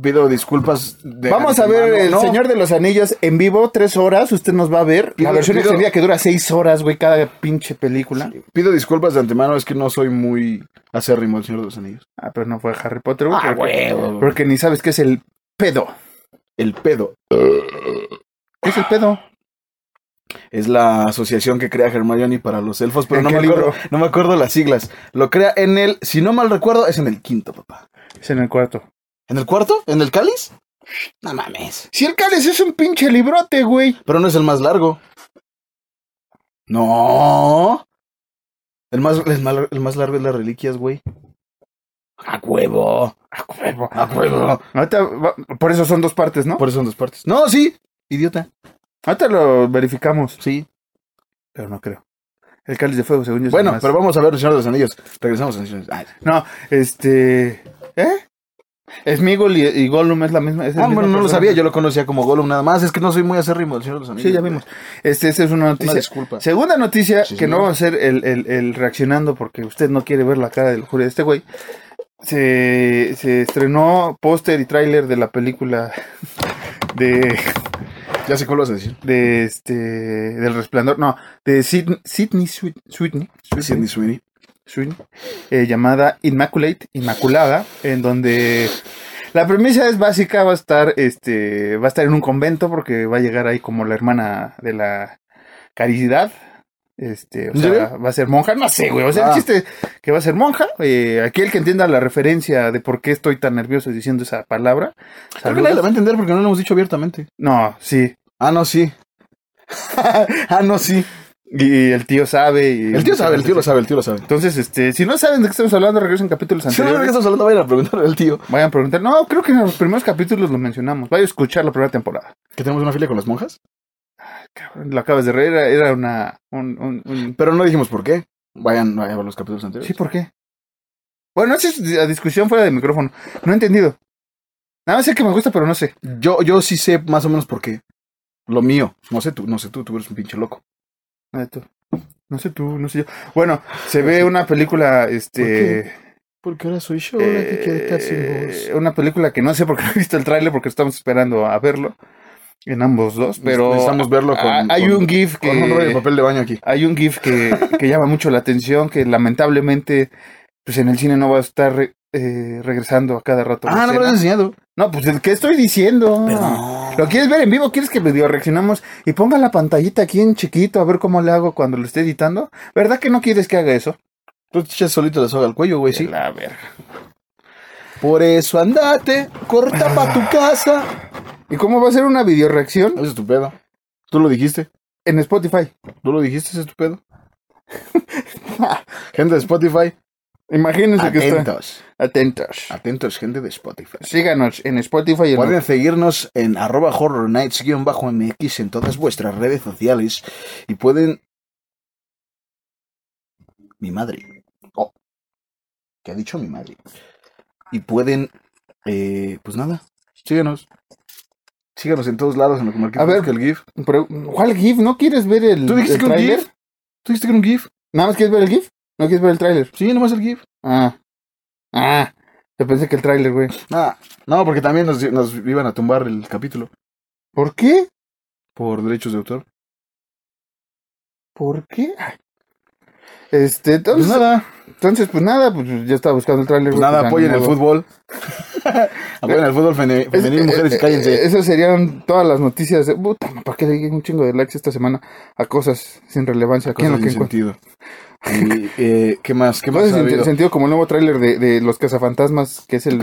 Speaker 1: Pido disculpas. de
Speaker 2: Vamos a ver
Speaker 1: antemano,
Speaker 2: El
Speaker 1: ¿no?
Speaker 2: Señor de los Anillos en vivo, tres horas. Usted nos va a ver.
Speaker 1: Pido-
Speaker 2: la versión
Speaker 1: pido-
Speaker 2: extendida que dura seis horas, güey, cada pinche película.
Speaker 1: Pido disculpas de antemano, es que no soy muy acérrimo El Señor de los Anillos.
Speaker 2: Ah, pero no fue Harry Potter, güey. porque-
Speaker 1: Ah, huevo.
Speaker 2: Porque ni sabes qué es el pedo.
Speaker 1: El pedo
Speaker 2: ¿Qué es el pedo?
Speaker 1: es la asociación que crea Hermione para los elfos, pero
Speaker 2: ¿En
Speaker 1: no
Speaker 2: qué
Speaker 1: me, acuerdo,
Speaker 2: libro?
Speaker 1: no me acuerdo las siglas. Lo crea en el, si no mal recuerdo, es en el quinto, papá.
Speaker 2: Es en el cuarto.
Speaker 1: ¿En el cuarto? ¿En el cáliz? No mames.
Speaker 2: Si el Cáliz es un pinche librote, güey.
Speaker 1: Pero no es el más largo. No. El más, el más, el más largo es las reliquias, güey. A huevo.
Speaker 2: A huevo.
Speaker 1: A huevo.
Speaker 2: Ahorita va- por eso son dos partes, ¿no?
Speaker 1: Por eso son dos partes. No, sí. Idiota.
Speaker 2: Ahorita lo verificamos,
Speaker 1: Sí.
Speaker 2: pero no creo. El cáliz de fuego, según yo. es
Speaker 1: Bueno,
Speaker 2: más-
Speaker 1: pero vamos a ver el Señor de los Anillos. Regresamos a los Anillos. Ay.
Speaker 2: No, este. ¿Eh? Smigol y, y Gollum es la misma. es
Speaker 1: Ah,
Speaker 2: el mismo
Speaker 1: bueno, no lo
Speaker 2: personaje.
Speaker 1: sabía. Yo lo conocía como Gollum nada más. Es que no soy muy acérrimo del Señor de los Anillos.
Speaker 2: Sí, ya vimos. Este, esta es una
Speaker 1: Una
Speaker 2: noticia.
Speaker 1: disculpa.
Speaker 2: Segunda noticia,
Speaker 1: Sí,
Speaker 2: que no
Speaker 1: señor.
Speaker 2: va a ser el, el- el reaccionando porque usted no quiere ver la cara del jury de este güey. Se, se estrenó póster y tráiler de la película de,
Speaker 1: Ya sé cuál vas a decir.
Speaker 2: de este del resplandor, no, de Sid- Sidney Sweeney, Sweeney,
Speaker 1: Sidney Sweeney.
Speaker 2: Sweeney, eh, llamada Immaculate, Inmaculada, en donde la premisa es básica, va a estar, este, va a estar en un convento porque va a llegar ahí como la hermana de la caridad. Este, o
Speaker 1: ¿En
Speaker 2: sea,
Speaker 1: serio?
Speaker 2: va a ser monja, no sé, güey. O sea,
Speaker 1: Ah.
Speaker 2: el chiste que va a ser monja. eh, aquel que entienda la referencia de por qué estoy tan nervioso diciendo esa palabra.
Speaker 1: Creo que nadie la
Speaker 2: saludos.
Speaker 1: va a entender porque no lo hemos dicho abiertamente.
Speaker 2: No, sí.
Speaker 1: Ah, no, sí. ah, no, sí.
Speaker 2: Y el tío sabe. y-
Speaker 1: El tío sabe, el tío lo sabe, el tío lo sabe.
Speaker 2: Entonces, este, si no saben de qué estamos hablando, regresen capítulos
Speaker 1: Si no
Speaker 2: anteriores.
Speaker 1: de qué estamos hablando, vayan a preguntarle al tío.
Speaker 2: Vayan a preguntar. No, creo que en los primeros capítulos lo mencionamos. Vaya a escuchar la primera temporada.
Speaker 1: ¿Que tenemos una fila con las monjas?
Speaker 2: Cabrón, Lo acabas de reír. Era, era una. Un, un- un-
Speaker 1: Pero no dijimos por qué. Vayan, vayan a ver los capítulos anteriores.
Speaker 2: Sí, ¿por qué? Bueno, esa es la discusión fuera de micrófono. No he entendido. Nada más sé que me gusta, pero no sé.
Speaker 1: Yo, yo sí sé más o menos por qué. Lo mío. No sé tú, no sé tú, tú eres un pinche loco.
Speaker 2: Ah, tú. No sé tú, no sé yo. Bueno, se ve una película, este.
Speaker 1: Porque ahora soy yo
Speaker 2: eh, una película que no sé por qué no he visto el tráiler porque estamos esperando a verlo. En ambos dos, pero.
Speaker 1: Necesitamos verlo Pues con-
Speaker 2: Ah, hay
Speaker 1: con-
Speaker 2: un GIF que.
Speaker 1: Con un rollo de papel de baño aquí.
Speaker 2: Hay un GIF que, que llama mucho la atención, que lamentablemente, pues en el cine no va a estar re- eh, regresando a cada rato. la
Speaker 1: Ah, no me lo
Speaker 2: escena.
Speaker 1: has enseñado.
Speaker 2: No, pues ¿de ¿qué estoy diciendo? ¿Lo quieres ver en vivo? ¿Quieres que video reaccionamos y ponga la pantallita aquí en chiquito a ver cómo le hago cuando lo esté editando? ¿Verdad que no quieres que haga eso?
Speaker 1: Tú te echas solito la soga al cuello, güey, sí.
Speaker 2: La verga.
Speaker 1: Por eso andate, corta pa' tu casa.
Speaker 2: ¿Y cómo va a ser una video reacción?
Speaker 1: Eso es tu pedo. Tú lo dijiste.
Speaker 2: En Spotify.
Speaker 1: Tú lo dijiste, ese es tu pedo. gente de Spotify.
Speaker 2: Imagínense que está.
Speaker 1: Atentos.
Speaker 2: Atentos.
Speaker 1: Atentos, gente de Spotify.
Speaker 2: Síganos en Spotify y en
Speaker 1: Pueden seguirnos en arroba horror nights-mx en todas vuestras redes sociales y pueden... Mi madre. Oh. ¿Qué ha dicho mi madre? Y pueden... eh, pues nada, síguenos. Síganos en todos lados en lo que marqué.
Speaker 2: A ver.
Speaker 1: que el GIF.
Speaker 2: Pero, ¿Cuál GIF? ¿No quieres ver el,
Speaker 1: ¿Tú dijiste
Speaker 2: el
Speaker 1: que un
Speaker 2: tráiler?
Speaker 1: GIF? ¿Tú dijiste que era un GIF?
Speaker 2: ¿Nada más quieres ver el GIF? ¿No quieres ver el tráiler?
Speaker 1: Sí, nomás el GIF.
Speaker 2: Ah. Ah. Yo pensé que el tráiler, güey.
Speaker 1: Ah, no, porque también nos, nos iban a tumbar el capítulo
Speaker 2: ¿Por qué?
Speaker 1: por derechos de autor.
Speaker 2: ¿Por qué? Ay. Este, entonces,
Speaker 1: Pues nada,
Speaker 2: entonces, pues nada, pues yo estaba buscando el tráiler.
Speaker 1: pues
Speaker 2: güey,
Speaker 1: nada,
Speaker 2: ya
Speaker 1: apoyen
Speaker 2: ni
Speaker 1: el
Speaker 2: modo.
Speaker 1: fútbol. apoyen el fútbol fene-
Speaker 2: Es-
Speaker 1: femenil,
Speaker 2: eh,
Speaker 1: mujeres, y
Speaker 2: eh,
Speaker 1: cállense.
Speaker 2: eh, Esas serían todas las noticias. De, puta, ¿para qué le di un chingo de likes esta semana a cosas sin relevancia? ¿Quién lo
Speaker 1: Cosas
Speaker 2: que
Speaker 1: sin
Speaker 2: encuentra?
Speaker 1: sentido. Y, eh, ¿Qué más? ¿Qué más? ha
Speaker 2: Cosas sin
Speaker 1: habido?
Speaker 2: sentido, como el nuevo tráiler de, de Los Cazafantasmas, que es el...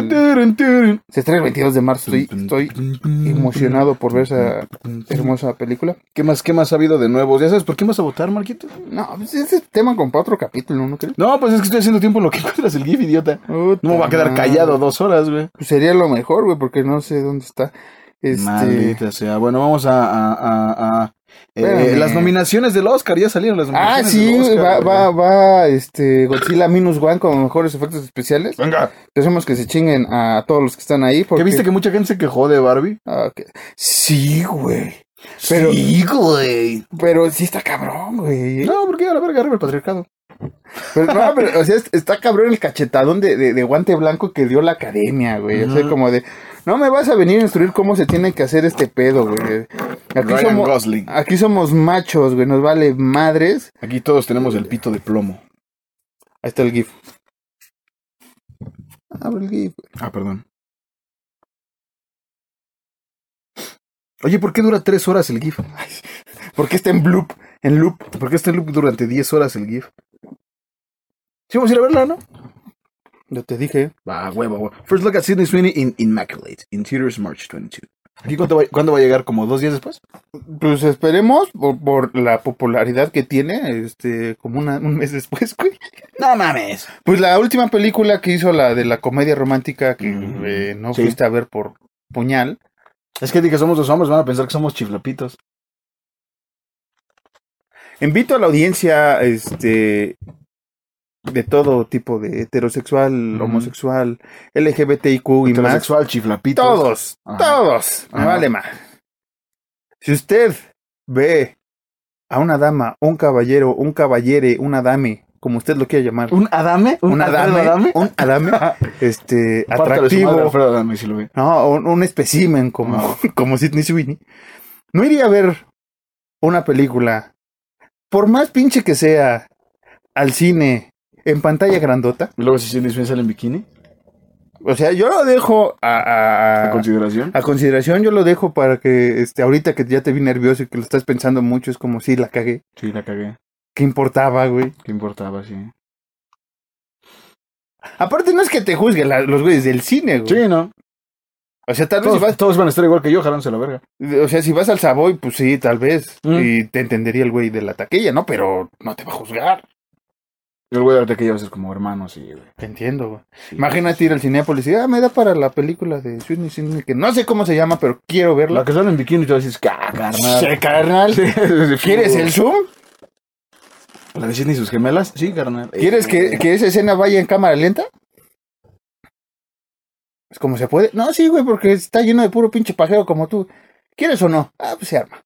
Speaker 2: Se estrena el 22 de marzo. Estoy, estoy emocionado por ver esa hermosa película.
Speaker 1: ¿Qué más? ¿Qué más ha habido de nuevo? ¿Ya sabes por quién vas a votar, Marquito?
Speaker 2: No, pues ese tema con otro capítulo, ¿no crees?
Speaker 1: No, pues es que estoy haciendo tiempo en lo que encuentras el GIF, idiota. No me va a
Speaker 2: Ah.
Speaker 1: quedar callado dos horas, güey.
Speaker 2: Pues sería lo mejor, güey, porque no sé dónde está. Este,
Speaker 1: Maldita sea. Bueno, vamos a. a- a- a- eh,
Speaker 2: Espérame.
Speaker 1: las nominaciones del Oscar, ya salieron las
Speaker 2: Ah,
Speaker 1: nominaciones.
Speaker 2: sí,
Speaker 1: del
Speaker 2: va,
Speaker 1: Oscar,
Speaker 2: va,
Speaker 1: güey.
Speaker 2: va, este, Godzilla Minus One con los mejores efectos especiales.
Speaker 1: Venga.
Speaker 2: Hacemos que se chinguen a todos los que están ahí. Porque,
Speaker 1: ¿Que viste que mucha gente se quejó de Barbie?
Speaker 2: Ah, ok. Sí, güey. Pero-
Speaker 1: Sí, güey.
Speaker 2: Pero sí está cabrón, güey.
Speaker 1: No, porque a la verga arriba el patriarcado.
Speaker 2: Pero, no, pero, o sea, es- está cabrón el cachetadón de, de- de guante blanco que dio la academia, güey. O sea,
Speaker 1: Ujú.
Speaker 2: como de, no me vas a venir a instruir cómo se tiene que hacer este pedo, güey. Aquí
Speaker 1: Ryan
Speaker 2: somos,
Speaker 1: Gosling.
Speaker 2: aquí somos machos, güey, nos vale madres.
Speaker 1: Aquí todos tenemos el pito de plomo.
Speaker 2: Ahí está el GIF. Abre el GIF.
Speaker 1: Ah, perdón. Oye, ¿por qué dura tres horas el GIF?
Speaker 2: ¿Por qué está en bloop? En loop.
Speaker 1: ¿Por qué está en loop durante 10 horas el GIF? Sí, vamos a ir a verla, ¿no?
Speaker 2: Yo te dije.
Speaker 1: Va, huevo, huevo. First look at Sidney Sweeney in Immaculate, in theaters March 22. ¿Aquí cuánto va, cuándo va a llegar? ¿Como dos días después?
Speaker 2: Pues esperemos por, por la popularidad que tiene, este, como una- un mes después, güey.
Speaker 1: No mames.
Speaker 2: Pues la última película que hizo, la de la comedia romántica que
Speaker 1: Mm,
Speaker 2: eh, no
Speaker 1: sí.
Speaker 2: fuiste a ver por puñal.
Speaker 1: Es que di que somos dos hombres, van a pensar que somos chiflapitos.
Speaker 2: Invito a la audiencia, este, de todo tipo de heterosexual,
Speaker 1: Ujú.
Speaker 2: homosexual, LGBTIQ y más.
Speaker 1: Heterosexual, chiflapitos.
Speaker 2: Todos,
Speaker 1: Ajá.
Speaker 2: todos, me
Speaker 1: Ajá.
Speaker 2: vale más. Si usted ve a una dama, un caballero, un caballere, una dame, como usted lo quiera llamar,
Speaker 1: ¿Un Adame? ¿Un,
Speaker 2: una
Speaker 1: Alfredo
Speaker 2: dame,
Speaker 1: Adame?
Speaker 2: un adame, este,
Speaker 1: Pártale su madre a
Speaker 2: atractivo,
Speaker 1: Alfredo Ah. Adame, si lo ve.
Speaker 2: no, un, un espécimen como, como Sidney Sweeney, no iría a ver una película, por más pinche que sea, al cine, en pantalla grandota.
Speaker 1: Y luego si Sidney Sweeney sale en bikini,
Speaker 2: O sea, yo lo dejo a- a-
Speaker 1: a consideración.
Speaker 2: A consideración yo lo dejo para que este ahorita que ya te vi nervioso y que lo estás pensando mucho es como si la cagué.
Speaker 1: Sí, la cagué.
Speaker 2: ¿Qué importaba, güey?
Speaker 1: ¿Qué importaba, sí?
Speaker 2: Aparte no es que te juzguen la- los güeyes del cine, güey.
Speaker 1: Sí, ¿no?
Speaker 2: O sea, tal vez si
Speaker 1: Todos,
Speaker 2: vas,
Speaker 1: todos van a estar igual que yo, jalándose la verga.
Speaker 2: o sea, si vas al Savoy, pues sí, tal vez
Speaker 1: Mm.
Speaker 2: y te entendería el güey de la taquilla, ¿no? Pero no te va a juzgar.
Speaker 1: Yo el güey ahorita que ya va a ser como hermano, sí, güey.
Speaker 2: Te entiendo, güey.
Speaker 1: Sí.
Speaker 2: Imagínate ir al Cineápolis y ah, me da para la película de Sidney Sidney que no sé cómo se llama, pero quiero
Speaker 1: La
Speaker 2: verla.
Speaker 1: que sale en bikini y te dices, ¡ah, carnal!
Speaker 2: Sí, carnal. ¿Quieres el zoom?
Speaker 1: ¿La de Sidney y sus gemelas? Sí, carnal. Este,
Speaker 2: ¿Quieres que, que esa escena vaya en cámara lenta? Es como se puede. No, sí, güey, porque está lleno de puro pinche pajeo como tú. ¿Quieres o no? Ah, pues se arma.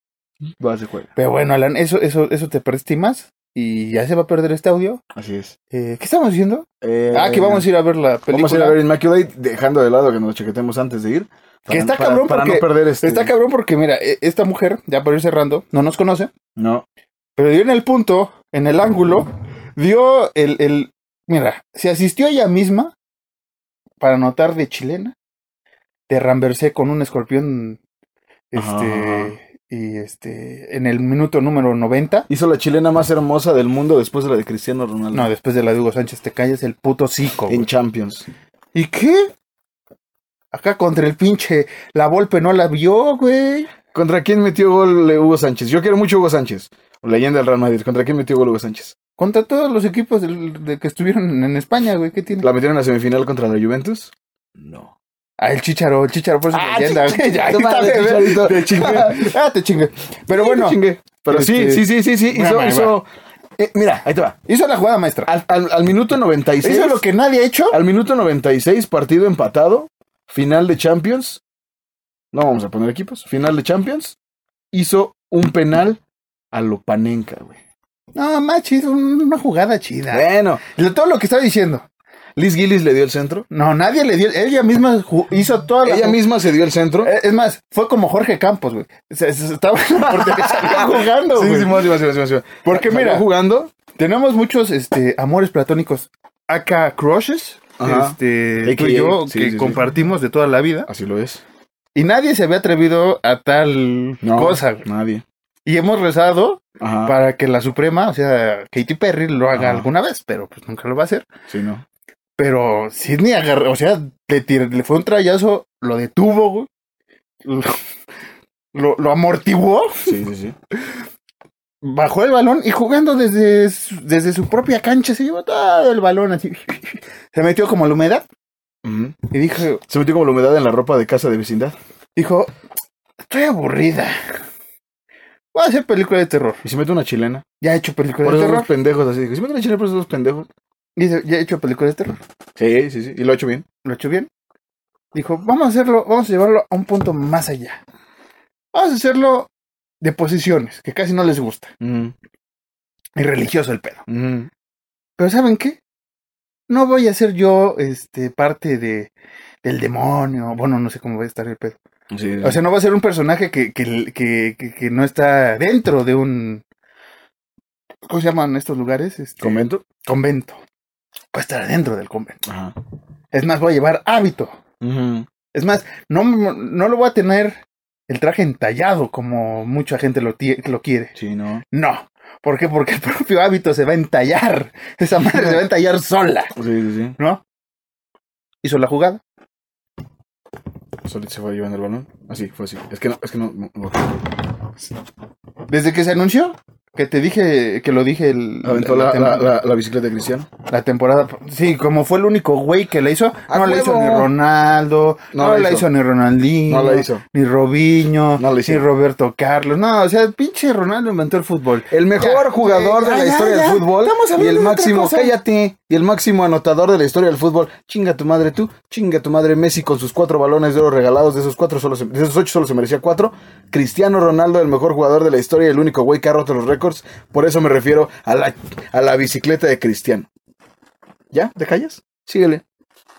Speaker 1: Va, se juega.
Speaker 2: Pero bueno, Alan, eso, eso, eso te perestimas y ya se va a perder este audio.
Speaker 1: Así es.
Speaker 2: Eh, ¿Qué estamos diciendo?
Speaker 1: Eh,
Speaker 2: Ah, que vamos a ir a ver la película.
Speaker 1: Vamos a ir a ver Immaculate, dejando de lado que nos chequetemos antes de ir.
Speaker 2: Que está cabrón
Speaker 1: para
Speaker 2: porque-
Speaker 1: no perder este.
Speaker 2: Está cabrón porque, mira, e- esta mujer, ya por ir cerrando, no nos conoce,
Speaker 1: No.
Speaker 2: pero dio en el punto, en el ángulo, dio el, el... Mira, se asistió ella misma para anotar de chilena. Te rambercé con un escorpión. Este.
Speaker 1: Ajá.
Speaker 2: Y este. En el minuto número 90.
Speaker 1: Hizo la chilena más hermosa del mundo después de la de Cristiano Ronaldo.
Speaker 2: No, después de la de Hugo Sánchez, te callas el puto cico.
Speaker 1: en Champions.
Speaker 2: ¿Y qué? Acá contra el pinche. La Volpe no la vio, güey.
Speaker 1: ¿Contra quién metió gol eh, Hugo Sánchez? Yo quiero mucho a Hugo Sánchez. Leyenda del Real Madrid. ¿Contra quién metió gol Hugo Sánchez?
Speaker 2: Contra todos los equipos del- de que estuvieron en España, güey. ¿Qué tiene?
Speaker 1: ¿La metieron en la semifinal contra la Juventus? No.
Speaker 2: Ah, el chicharo, el chicharo, por eso
Speaker 1: Ah,
Speaker 2: es leyenda.
Speaker 1: chicharo,
Speaker 2: Ya, ahí
Speaker 1: tu madre,
Speaker 2: está, bebé.
Speaker 1: Chicharito.
Speaker 2: Te chingué. Ah, te chingué. Pero bueno,
Speaker 1: Chingue. Pero sí,
Speaker 2: Este-
Speaker 1: sí, sí, sí, sí. Hizo.
Speaker 2: Bueno, ahí
Speaker 1: hizo- Eh, mira, ahí te va.
Speaker 2: hizo la jugada maestra.
Speaker 1: Al, al- al minuto 96.
Speaker 2: Hizo lo que nadie ha hecho.
Speaker 1: Al minuto 96, partido empatado, final de Champions. No vamos a poner equipos. Final de Champions. Hizo un penal a Lopanenka, güey.
Speaker 2: No, más chido, un- una jugada chida.
Speaker 1: Bueno,
Speaker 2: Lo- Todo lo que estaba diciendo.
Speaker 1: Liz Gillis le dio el centro.
Speaker 2: No, nadie le dio. Ella misma ju- hizo toda la.
Speaker 1: Ella
Speaker 2: ju-
Speaker 1: misma se dio el centro.
Speaker 2: Eh, Es más, fue como Jorge Campos, güey. Se, se- se estaba en la portería, salió jugando,
Speaker 1: Sí,
Speaker 2: güey.
Speaker 1: Simón, Simón, Simón, Simón, Simón.
Speaker 2: Porque
Speaker 1: Salió
Speaker 2: mira,
Speaker 1: jugando.
Speaker 2: tenemos muchos este, amores platónicos. Acá crushes.
Speaker 1: Ajá.
Speaker 2: Este, tú y
Speaker 1: AKA,
Speaker 2: yo,
Speaker 1: sí,
Speaker 2: que
Speaker 1: sí, sí.
Speaker 2: compartimos de toda la vida.
Speaker 1: Así lo es.
Speaker 2: Y nadie se había atrevido a tal cosa, güey.
Speaker 1: Nadie.
Speaker 2: Y hemos rezado
Speaker 1: Ajá.
Speaker 2: para que la Suprema, o sea, Katy Perry, lo haga
Speaker 1: Ajá.
Speaker 2: alguna vez, pero pues nunca lo va a hacer.
Speaker 1: Sí, no.
Speaker 2: Pero Sidney agarró, o sea, le, tir- le fue un trayazo, lo detuvo, güey. Lo, lo- lo amortiguó,
Speaker 1: Sí, sí, sí.
Speaker 2: bajó el balón y jugando desde su, desde su propia cancha se llevó todo el balón así. Se metió como la humedad
Speaker 1: Ujú.
Speaker 2: y dijo,
Speaker 1: Se metió como la humedad en la ropa de casa de vecindad.
Speaker 2: dijo, estoy aburrida. Voy a hacer película de terror.
Speaker 1: Y se metió una chilena.
Speaker 2: Ya he hecho película
Speaker 1: Por
Speaker 2: de
Speaker 1: esos
Speaker 2: terror.
Speaker 1: dos pendejos así. Dijo, Se metió una chilena por esos dos pendejos.
Speaker 2: Dice, ya he hecho película de terror.
Speaker 1: Sí, sí, sí. Y lo ha hecho bien.
Speaker 2: lo hecho bien. Dijo, vamos a hacerlo, vamos a llevarlo a un punto más allá. Vamos a hacerlo de posiciones, que casi no les gusta.
Speaker 1: Ujú.
Speaker 2: Y religioso el pedo.
Speaker 1: Ujú.
Speaker 2: Pero ¿saben qué? No voy a ser yo este, parte de, del demonio. Bueno, no sé cómo va a estar el pedo.
Speaker 1: Sí, sí,
Speaker 2: O sea, no va a ser un personaje que, que, que, que- que no está dentro de un... ¿Cómo se llaman estos lugares? Este,
Speaker 1: Comento.
Speaker 2: Convento. Va a estar dentro del convento.
Speaker 1: Ajá.
Speaker 2: Es más, voy a llevar hábito.
Speaker 1: Ujú.
Speaker 2: Es más, no, no lo voy a tener el traje entallado como mucha gente lo, tie- lo quiere.
Speaker 1: Sí, no.
Speaker 2: No. ¿Por qué? Porque el propio hábito se va a entallar. Esa madre se va a entallar sola,
Speaker 1: Sí, sí, sí.
Speaker 2: ¿no? Hizo la jugada.
Speaker 1: Solito se fue llevando el balón. Así, fue así. Es que no, es que no. no- no.
Speaker 2: Desde que se anunció, que te dije, que lo dije el-
Speaker 1: Aventó
Speaker 2: la,
Speaker 1: la, la-
Speaker 2: tem-
Speaker 1: la- la bicicleta de Cristiano.
Speaker 2: la temporada. Sí, como fue el único güey que la hizo,
Speaker 1: ¡A
Speaker 2: no la hizo ni
Speaker 1: huevo!
Speaker 2: Ronaldo,
Speaker 1: No
Speaker 2: no,
Speaker 1: la
Speaker 2: la
Speaker 1: hizo.
Speaker 2: hizo ni Ronaldinho,
Speaker 1: No la hizo.
Speaker 2: ni Robinho,
Speaker 1: No la hizo.
Speaker 2: ni Roberto Carlos. No, o sea, pinche Ronaldo inventó el fútbol.
Speaker 1: El mejor
Speaker 2: Ya,
Speaker 1: jugador
Speaker 2: ya,
Speaker 1: de la
Speaker 2: ya,
Speaker 1: historia
Speaker 2: ya.
Speaker 1: del fútbol.
Speaker 2: Estamos
Speaker 1: Y
Speaker 2: hablando
Speaker 1: el
Speaker 2: de otra
Speaker 1: máximo,
Speaker 2: cosa.
Speaker 1: cállate. Y el máximo anotador de la historia del fútbol. Chinga tu madre tú. Chinga tu madre Messi con sus cuatro balones de oro regalados. De esos cuatro solo se- de esos ocho solo se merecía cuatro. Cristiano Ronaldo, el mejor jugador de la historia y el único güey que ha roto los récords. Por eso me refiero a la, a la bicicleta de Cristiano. ¿Ya? ¿Te callas? Síguele.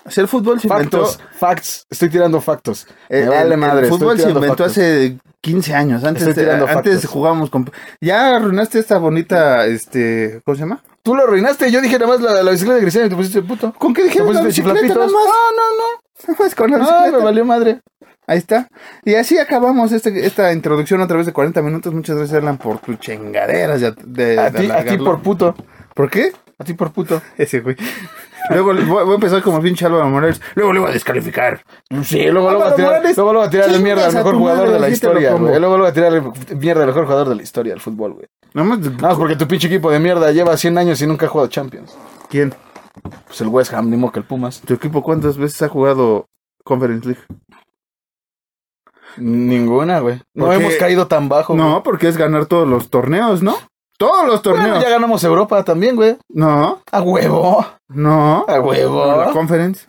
Speaker 2: O sea, el fútbol se inventó. eh,
Speaker 1: Factos, facts. Estoy tirando factos. Me
Speaker 2: El,
Speaker 1: vale
Speaker 2: el-
Speaker 1: madre.
Speaker 2: el
Speaker 1: estoy
Speaker 2: fútbol se
Speaker 1: tirando
Speaker 2: inventó
Speaker 1: factos.
Speaker 2: hace 15 años. Antes,
Speaker 1: Estoy tirando
Speaker 2: antes
Speaker 1: factos.
Speaker 2: jugábamos con. Ya arruinaste esta bonita. este ¿Cómo se llama?
Speaker 1: Tú lo arruinaste. Yo dije nada más la, la bicicleta de Cristiano y te pusiste puto.
Speaker 2: ¿Con qué
Speaker 1: Te
Speaker 2: dijeron la
Speaker 1: pusiste Ah,
Speaker 2: bicicleta
Speaker 1: chiflapitos.
Speaker 2: nada más? Nada más con la
Speaker 1: Ah,
Speaker 2: bicicleta.
Speaker 1: me valió madre.
Speaker 2: Ahí está. Y así acabamos este- esta introducción a través de 40 minutos. Muchas gracias, Alan, por tus chingaderas. De, de-
Speaker 1: A
Speaker 2: de
Speaker 1: ti, a ti
Speaker 2: alargarlo.
Speaker 1: por puto.
Speaker 2: ¿Por qué?
Speaker 1: A ti por puto.
Speaker 2: Ese güey. Luego voy, voy a empezar como pinche Álvaro Morales. Luego le voy a descalificar.
Speaker 1: Mm, Sí, luego luego
Speaker 2: Álvaro
Speaker 1: va a tirar,
Speaker 2: Morales,
Speaker 1: luego, luego va a tirar de
Speaker 2: chingas
Speaker 1: mierda al
Speaker 2: a
Speaker 1: mejor
Speaker 2: tu
Speaker 1: jugador
Speaker 2: madre,
Speaker 1: de la
Speaker 2: así te
Speaker 1: historia,
Speaker 2: lo pongo.
Speaker 1: güey. Luego luego va a tirar de mierda al mejor jugador de la historia del fútbol, güey.
Speaker 2: Nada más.
Speaker 1: Nada más porque tu pinche equipo de mierda lleva 100 años y nunca ha jugado Champions.
Speaker 2: ¿Quién?
Speaker 1: Pues el West Ham, ni modo que el Pumas.
Speaker 2: ¿Tu equipo cuántas veces ha jugado Conference League?
Speaker 1: Ninguna, güey. No
Speaker 2: Porque-
Speaker 1: hemos caído tan bajo. güey.
Speaker 2: No, porque es ganar todos los torneos, ¿no? Todos los
Speaker 1: Bueno,
Speaker 2: torneos.
Speaker 1: ya ganamos Europa también, güey.
Speaker 2: No,
Speaker 1: A huevo.
Speaker 2: no.
Speaker 1: A
Speaker 2: No, la
Speaker 1: huevo.
Speaker 2: Conference.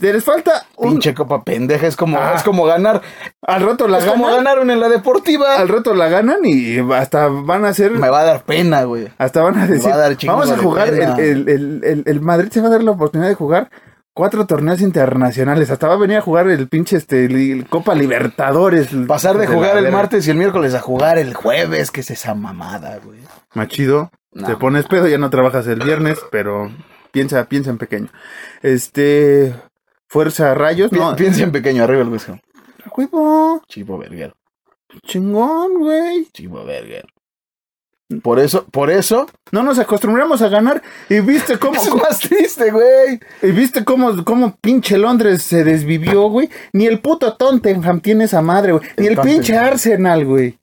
Speaker 2: Te les falta un...
Speaker 1: Pinche copa pendeja. Es como,
Speaker 2: Ah.
Speaker 1: es como ganar.
Speaker 2: Al rato la
Speaker 1: es como
Speaker 2: ganan.
Speaker 1: ganaron en la deportiva.
Speaker 2: Al rato la ganan y hasta van a ser...
Speaker 1: Me va a dar pena, güey.
Speaker 2: Hasta van a decir,
Speaker 1: va a dar chingo
Speaker 2: vamos a
Speaker 1: de
Speaker 2: jugar, el,
Speaker 1: pena".
Speaker 2: el- el- el- el Madrid se va a dar la oportunidad de jugar cuatro torneos internacionales, hasta va a venir a jugar el pinche este, li- el Copa Libertadores. el-
Speaker 1: Pasar de
Speaker 2: la
Speaker 1: jugar el
Speaker 2: verga.
Speaker 1: martes y el miércoles a jugar el jueves, que es esa mamada, güey.
Speaker 2: Más chido,
Speaker 1: No.
Speaker 2: te pones pedo, ya no trabajas el viernes, pero piensa, piensa en pequeño. Este, Fuerza Rayos,
Speaker 1: Pi-
Speaker 2: no,
Speaker 1: Piensa en pequeño, arriba el West Ham.
Speaker 2: huevo,
Speaker 1: Chivo verguero,
Speaker 2: chingón, güey.
Speaker 1: chivo verguero. Por eso, por eso.
Speaker 2: No nos acostumbramos a ganar y viste cómo...
Speaker 1: Es más triste, güey.
Speaker 2: ¿Y viste cómo, cómo pinche Londres se desvivió, güey? Ni el puto Tottenham tiene esa madre, güey. Ni
Speaker 1: El
Speaker 2: el, pinche
Speaker 1: Tottenham.
Speaker 2: Arsenal, güey.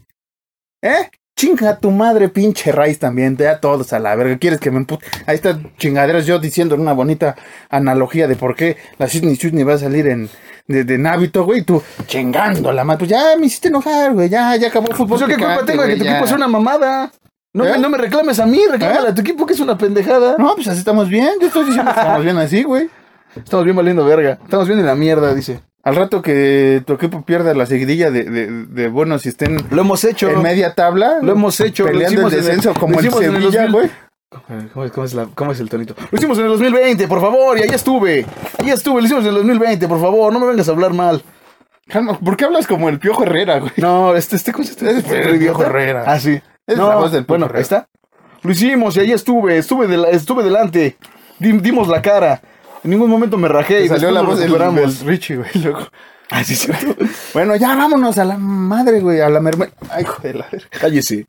Speaker 2: ¿Eh? Chinga a tu madre, pinche Rice también. Te da todos a la verga. ¿Quieres que me empute? Ahí está chingaderas yo diciendo una bonita analogía de por qué la Sidney Chutney va a salir en, de, de Nábito, güey. y Tú chingando a la madre. Pues ya me hiciste enojar, güey. Ya, ya acabó el fútbol.
Speaker 1: Pues yo qué culpa
Speaker 2: picante,
Speaker 1: tengo de que
Speaker 2: güey,
Speaker 1: tu
Speaker 2: ya.
Speaker 1: equipo es una mamada. No,
Speaker 2: ¿Eh?
Speaker 1: me, no me reclames a mí, reclámale a tu equipo que es una pendejada.
Speaker 2: No, pues así estamos bien. Yo estoy diciendo que estamos bien así, güey.
Speaker 1: Estamos bien valiendo verga. Estamos bien en la mierda, dice.
Speaker 2: Al rato que tu equipo pierda la seguidilla de, de, de buenos y estén
Speaker 1: Lo hemos hecho.
Speaker 2: en media tabla,
Speaker 1: Lo hemos hecho.
Speaker 2: peleando
Speaker 1: lo hicimos
Speaker 2: el
Speaker 1: en
Speaker 2: descenso
Speaker 1: lo
Speaker 2: como el
Speaker 1: hicimos en
Speaker 2: Sevilla,
Speaker 1: 2000.
Speaker 2: güey.
Speaker 1: Eh, ¿Cómo es, cómo es la- cómo es el tonito? Lo hicimos en el 2020, por favor, y ahí estuve. Ahí estuve, lo hicimos en el 2020, por favor, no me vengas a hablar mal.
Speaker 2: Calma, Ah, ¿Por qué hablas como el Piojo Herrera, güey?
Speaker 1: No, este, este, ¿cómo se- este,
Speaker 2: Es el viejo
Speaker 1: idiota?
Speaker 2: Herrera.
Speaker 1: Ah, sí.
Speaker 2: Es
Speaker 1: No,
Speaker 2: la voz del Piojo
Speaker 1: bueno, ahí
Speaker 2: Herrera.
Speaker 1: está. Lo hicimos y ahí estuve, estuve, de la- estuve delante. Dim- dimos la cara. En ningún momento me rajé
Speaker 2: Te
Speaker 1: y
Speaker 2: salió
Speaker 1: después
Speaker 2: la
Speaker 1: nos
Speaker 2: voz del,
Speaker 1: recuperamos.
Speaker 2: del Richie, güey, loco.
Speaker 1: Ah, sí, sí.
Speaker 2: Bueno, ya vámonos a la madre, güey, a la merma. Ay, joder, la verga.
Speaker 1: Cállese.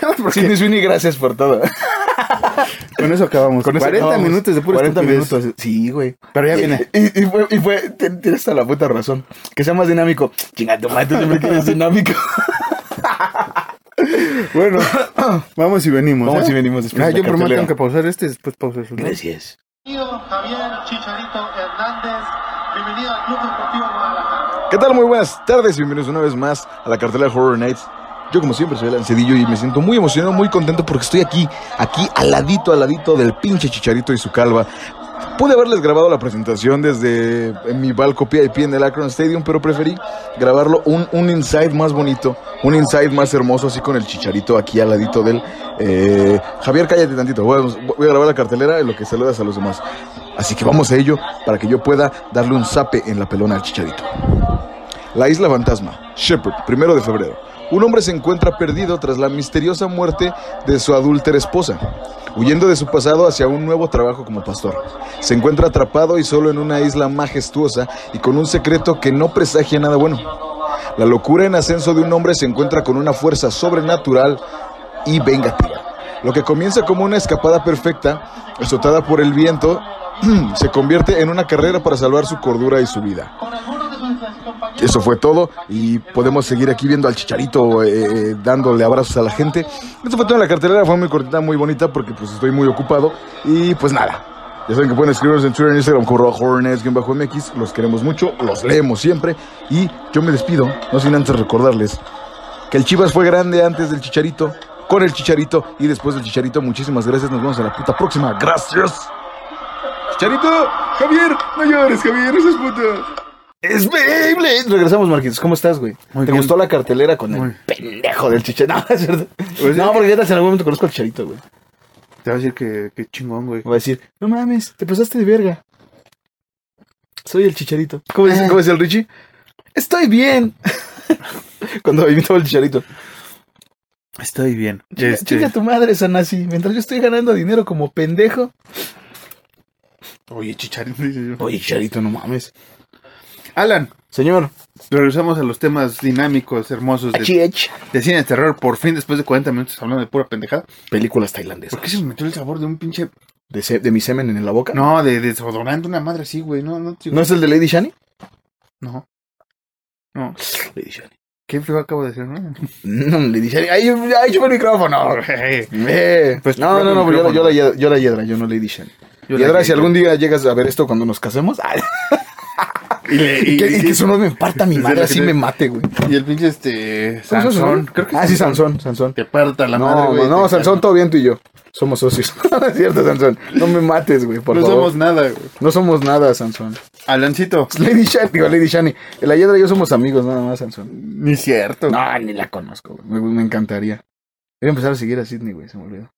Speaker 2: Nada más porque-
Speaker 1: Sí, Luis Vini, gracias por todo.
Speaker 2: Con eso acabamos.
Speaker 1: Con eso
Speaker 2: 40
Speaker 1: acabamos.
Speaker 2: minutos de pura
Speaker 1: 40
Speaker 2: estupidez.
Speaker 1: minutos. Sí, güey.
Speaker 2: Pero ya viene.
Speaker 1: Y, y- y fue, y fue- ten- tienes toda la puta razón. Que sea más dinámico. Chinga tu madre, tú siempre quieres dinámico.
Speaker 2: Bueno, vamos y venimos.
Speaker 1: Vamos
Speaker 2: ¿eh?
Speaker 1: y venimos después
Speaker 2: Ah,
Speaker 1: de la
Speaker 2: yo primero
Speaker 1: cartelera.
Speaker 2: tengo que pausar este y después pausa eso. ¿no?
Speaker 1: Gracias.
Speaker 3: Bienvenido Javier Chicharito Hernández, bienvenido al Club Deportivo Guadalajara.
Speaker 1: ¿Qué tal? Muy buenas tardes, bienvenidos una vez más a la cartelera Horror Nights. Yo como siempre soy el Cedillo y me siento muy emocionado, muy contento porque estoy aquí, aquí al ladito, al ladito del pinche Chicharito y su calva. Pude haberles grabado la presentación desde en mi balco PIP en el Akron Stadium, pero preferí grabarlo un, un inside más bonito, un inside más hermoso, así con el Chicharito aquí al ladito del... eh, Javier, cállate tantito, voy a, voy a grabar la cartelera en lo que saludas a los demás. Así que vamos a ello para que yo pueda darle un zape en la pelona al Chicharito. La isla fantasma, Shepard, primero de febrero. Un hombre se encuentra perdido tras la misteriosa muerte de su adúltera esposa, huyendo de su pasado hacia un nuevo trabajo como pastor. Se encuentra atrapado y solo en una isla majestuosa y con un secreto que no presagia nada bueno. La locura en ascenso de un hombre se encuentra con una fuerza sobrenatural y vengativa. Lo que comienza como una escapada perfecta, azotada por el viento, se convierte en una carrera para salvar su cordura y su vida.
Speaker 3: Con algunos de sus compañeros.
Speaker 1: Eso fue todo y podemos seguir aquí viendo al Chicharito eh, dándole abrazos a la gente. Eso fue todo en la cartelera, fue muy cortita, muy bonita porque pues estoy muy ocupado y pues nada. Ya saben que pueden escribirnos en Twitter, en Instagram, corro a hornets-mx. Los queremos mucho, los leemos siempre. Y yo me despido, no sin antes recordarles que el Chivas fue grande antes del Chicharito, con el Chicharito y después del Chicharito. Muchísimas gracias, nos vemos en la puta próxima. Gracias. Chicharito, Javier, no llores, Javier, esas putas. Es Beyblade. Regresamos, Marquitos. ¿Cómo estás, güey?
Speaker 2: Muy
Speaker 1: ¿Te
Speaker 2: bien.
Speaker 1: gustó la cartelera con el
Speaker 2: Muy. Pues
Speaker 1: pendejo del chicharito? No, es verdad. no, porque ya tal vez en algún momento conozco al chicharito, güey.
Speaker 2: Te va a decir que, que chingón, güey.
Speaker 1: Me Va a decir, no mames, te pasaste de verga. Soy el chicharito. ¿Cómo dice,
Speaker 2: Ah.
Speaker 1: cómo dice el Richie? Estoy bien. Cuando imitaba el chicharito.
Speaker 2: Estoy bien.
Speaker 1: Chica,
Speaker 2: Este,
Speaker 1: chica tu madre, Sanasi. Mientras yo estoy ganando dinero como pendejo.
Speaker 2: Oye, chicharito. dice yo.
Speaker 1: Oye, chicharito, no mames.
Speaker 2: Alan,
Speaker 1: Señor,
Speaker 2: regresamos a los temas dinámicos, hermosos
Speaker 1: Ah,
Speaker 2: de,
Speaker 1: Achiech.
Speaker 2: de cine de terror. Por fin, después de 40 minutos hablando de pura pendejada.
Speaker 1: Películas
Speaker 2: ¿Por
Speaker 1: tailandesas.
Speaker 2: qué se me metió el sabor de un pinche...
Speaker 1: De, se- de mi semen en la boca. No.
Speaker 2: No, de desodorante, una madre así, güey. No, no, tío.
Speaker 1: ¿No es el de Lady Shani?
Speaker 2: No. No.
Speaker 1: Lady Shani.
Speaker 2: ¿Qué feo acabo de decir? no?
Speaker 1: No, Lady Shani. Ahí, ahí chupé el micrófono.
Speaker 2: güey.
Speaker 1: Eh,
Speaker 2: Pues,
Speaker 1: no, no, no,
Speaker 2: creo que
Speaker 1: yo, yo la, yedra- yo la hiedra, yo no Lady Shani.
Speaker 2: Yo la
Speaker 1: Hiedra,
Speaker 2: que-
Speaker 1: si algún día llegas a ver esto cuando nos casemos, ay,
Speaker 2: Y, le- y-
Speaker 1: que, y que
Speaker 2: y-
Speaker 1: eso no me parta mi
Speaker 2: Sí,
Speaker 1: madre,
Speaker 2: la
Speaker 1: así
Speaker 2: que-
Speaker 1: me mate, güey.
Speaker 2: y el pinche este...
Speaker 1: ¿Cómo se llama su
Speaker 2: Sansón.
Speaker 1: nombre? ah, sí, Sansón, Sansón.
Speaker 2: Te parta la
Speaker 1: no,
Speaker 2: madre, güey.
Speaker 1: no,
Speaker 2: Te-
Speaker 1: Sansón, todo bien tú y yo. Somos socios. No es cierto, Sansón. No me mates, güey, por
Speaker 2: No
Speaker 1: favor.
Speaker 2: somos nada, güey.
Speaker 1: No somos nada, Sansón.
Speaker 2: Alancito.
Speaker 1: Lady Shani, digo, Lady Shani. La hiedra y yo somos amigos, nada más, Sansón.
Speaker 2: Ni cierto.
Speaker 1: No, ni la conozco, güey. Me, me encantaría. Voy a empezar a seguir a Sidney, güey, se me olvidó.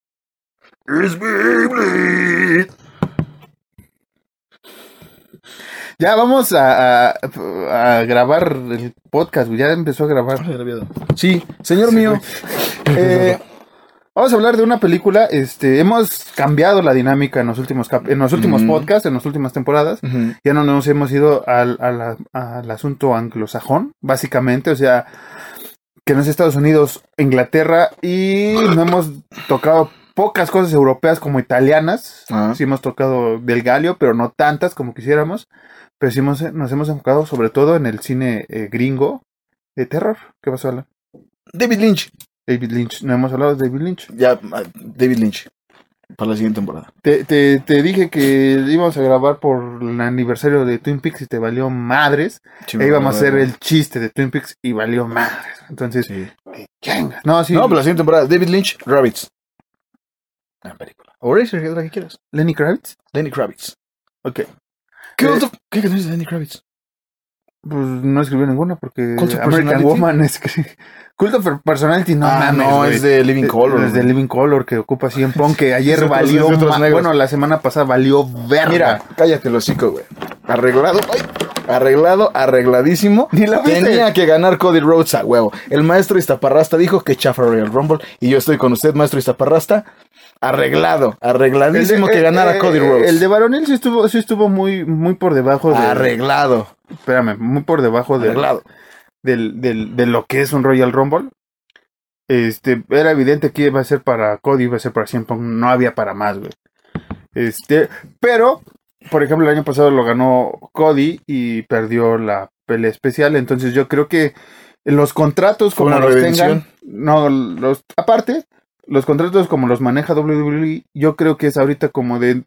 Speaker 2: Es Beyblade. Ya vamos a, a- a grabar el podcast, güey. Ya empezó a grabar.
Speaker 1: Sí, señor mío.
Speaker 2: Eh, vamos a hablar de una película. Este, hemos cambiado la dinámica en los últimos cap- en los últimos
Speaker 1: Ujú.
Speaker 2: podcasts, en las últimas temporadas.
Speaker 1: Ujú.
Speaker 2: Ya no nos hemos ido al, a la- al asunto anglosajón, básicamente. O sea, que no es Estados Unidos, Inglaterra, y no hemos tocado pocas cosas europeas como italianas.
Speaker 1: Ah.
Speaker 2: Sí hemos tocado del Galio, pero no tantas como quisiéramos. Pero sí hemos- nos hemos enfocado sobre todo en el cine eh, gringo de terror. ¿Qué pasó, Alan?
Speaker 1: David Lynch.
Speaker 2: David Lynch. No hemos hablado de David Lynch.
Speaker 1: Ya, ah, David Lynch. Para la siguiente temporada.
Speaker 2: Te, te, te dije que íbamos a grabar por el aniversario de Twin Peaks y te valió madres. E íbamos a hacer el chiste de Twin Peaks y valió madres. Entonces, eh, chinga. No, sí.
Speaker 1: No, pero la siguiente temporada. David Lynch, Rabbits. Gran película. O Racer, que es la que quieras.
Speaker 2: Lenny Kravitz.
Speaker 1: Lenny Kravitz.
Speaker 2: Ok.
Speaker 1: ¿Qué,
Speaker 2: Eh,
Speaker 1: otro, ¿qué canción es de Lenny Kravitz?
Speaker 2: Pues no escribió ninguna porque
Speaker 1: ¿Cult of
Speaker 2: American
Speaker 1: Personality?
Speaker 2: Woman es que... Cult of Personality no
Speaker 1: Ah,
Speaker 2: mames,
Speaker 1: no,
Speaker 2: güey.
Speaker 1: es de Living
Speaker 2: Eh,
Speaker 1: Color.
Speaker 2: Es de Living Color que ocupa 100 Pong que ayer
Speaker 1: Es de otros-
Speaker 2: valió.
Speaker 1: es de otros
Speaker 2: ma-
Speaker 1: negros.
Speaker 2: Bueno, la semana pasada valió verga.
Speaker 1: Mira, cállate el hocico, güey. Arreglado, ay, arreglado, arregladísimo.
Speaker 2: Ni la viste.
Speaker 1: Tenía que ganar Cody Rhodes a huevo. El maestro Iztaparrasta dijo que chafa Royal Rumble. Y yo estoy con usted, maestro Iztaparrasta. Arreglado, arregladísimo que
Speaker 2: eh,
Speaker 1: ganara
Speaker 2: eh,
Speaker 1: Cody
Speaker 2: eh,
Speaker 1: Rhodes.
Speaker 2: El de Baronil sí estuvo, sí estuvo muy, muy por debajo de.
Speaker 1: Arreglado,
Speaker 2: Espérame, muy por debajo de,
Speaker 1: arreglado.
Speaker 2: del, del- de lo que es un Royal Rumble. Este, era evidente que iba a ser para Cody, iba a ser para CM Punk, no había para más, güey. Este, pero, por ejemplo, el año pasado lo ganó Cody y perdió la pelea especial, entonces yo creo que los contratos
Speaker 1: Fue
Speaker 2: como
Speaker 1: una
Speaker 2: los
Speaker 1: redención.
Speaker 2: tengan, no, los, aparte, los contratos como los maneja WWE, yo creo que es ahorita como de,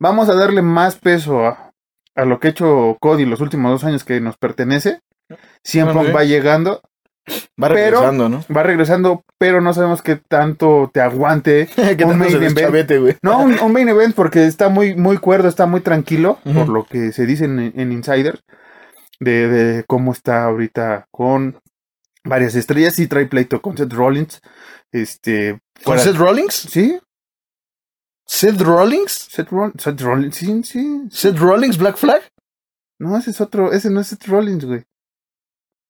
Speaker 2: vamos a darle más peso a, a lo que ha hecho Cody los últimos dos años que nos pertenece, siempre
Speaker 1: Ok.
Speaker 2: va llegando
Speaker 1: Va
Speaker 2: Pero-
Speaker 1: regresando, ¿no?
Speaker 2: va regresando, pero no sabemos qué tanto te aguante.
Speaker 1: que
Speaker 2: Un main event.
Speaker 1: güey.
Speaker 2: No, un, un main event porque está muy, muy cuerdo, está muy tranquilo,
Speaker 1: Ujú.
Speaker 2: por lo que se dice en, en Insider, de, de cómo está ahorita con varias estrellas. Sí trae pleito con Seth Rollins. Este,
Speaker 1: ¿Con
Speaker 2: fuera-
Speaker 1: Seth Rollins?
Speaker 2: ¿Sí?
Speaker 1: ¿Seth Rollins?
Speaker 2: Seth, Roll- Seth Rollins, sí, sí.
Speaker 1: ¿Seth Rollins Black Flag?
Speaker 2: No, ese es otro, ese no es Seth Rollins, güey.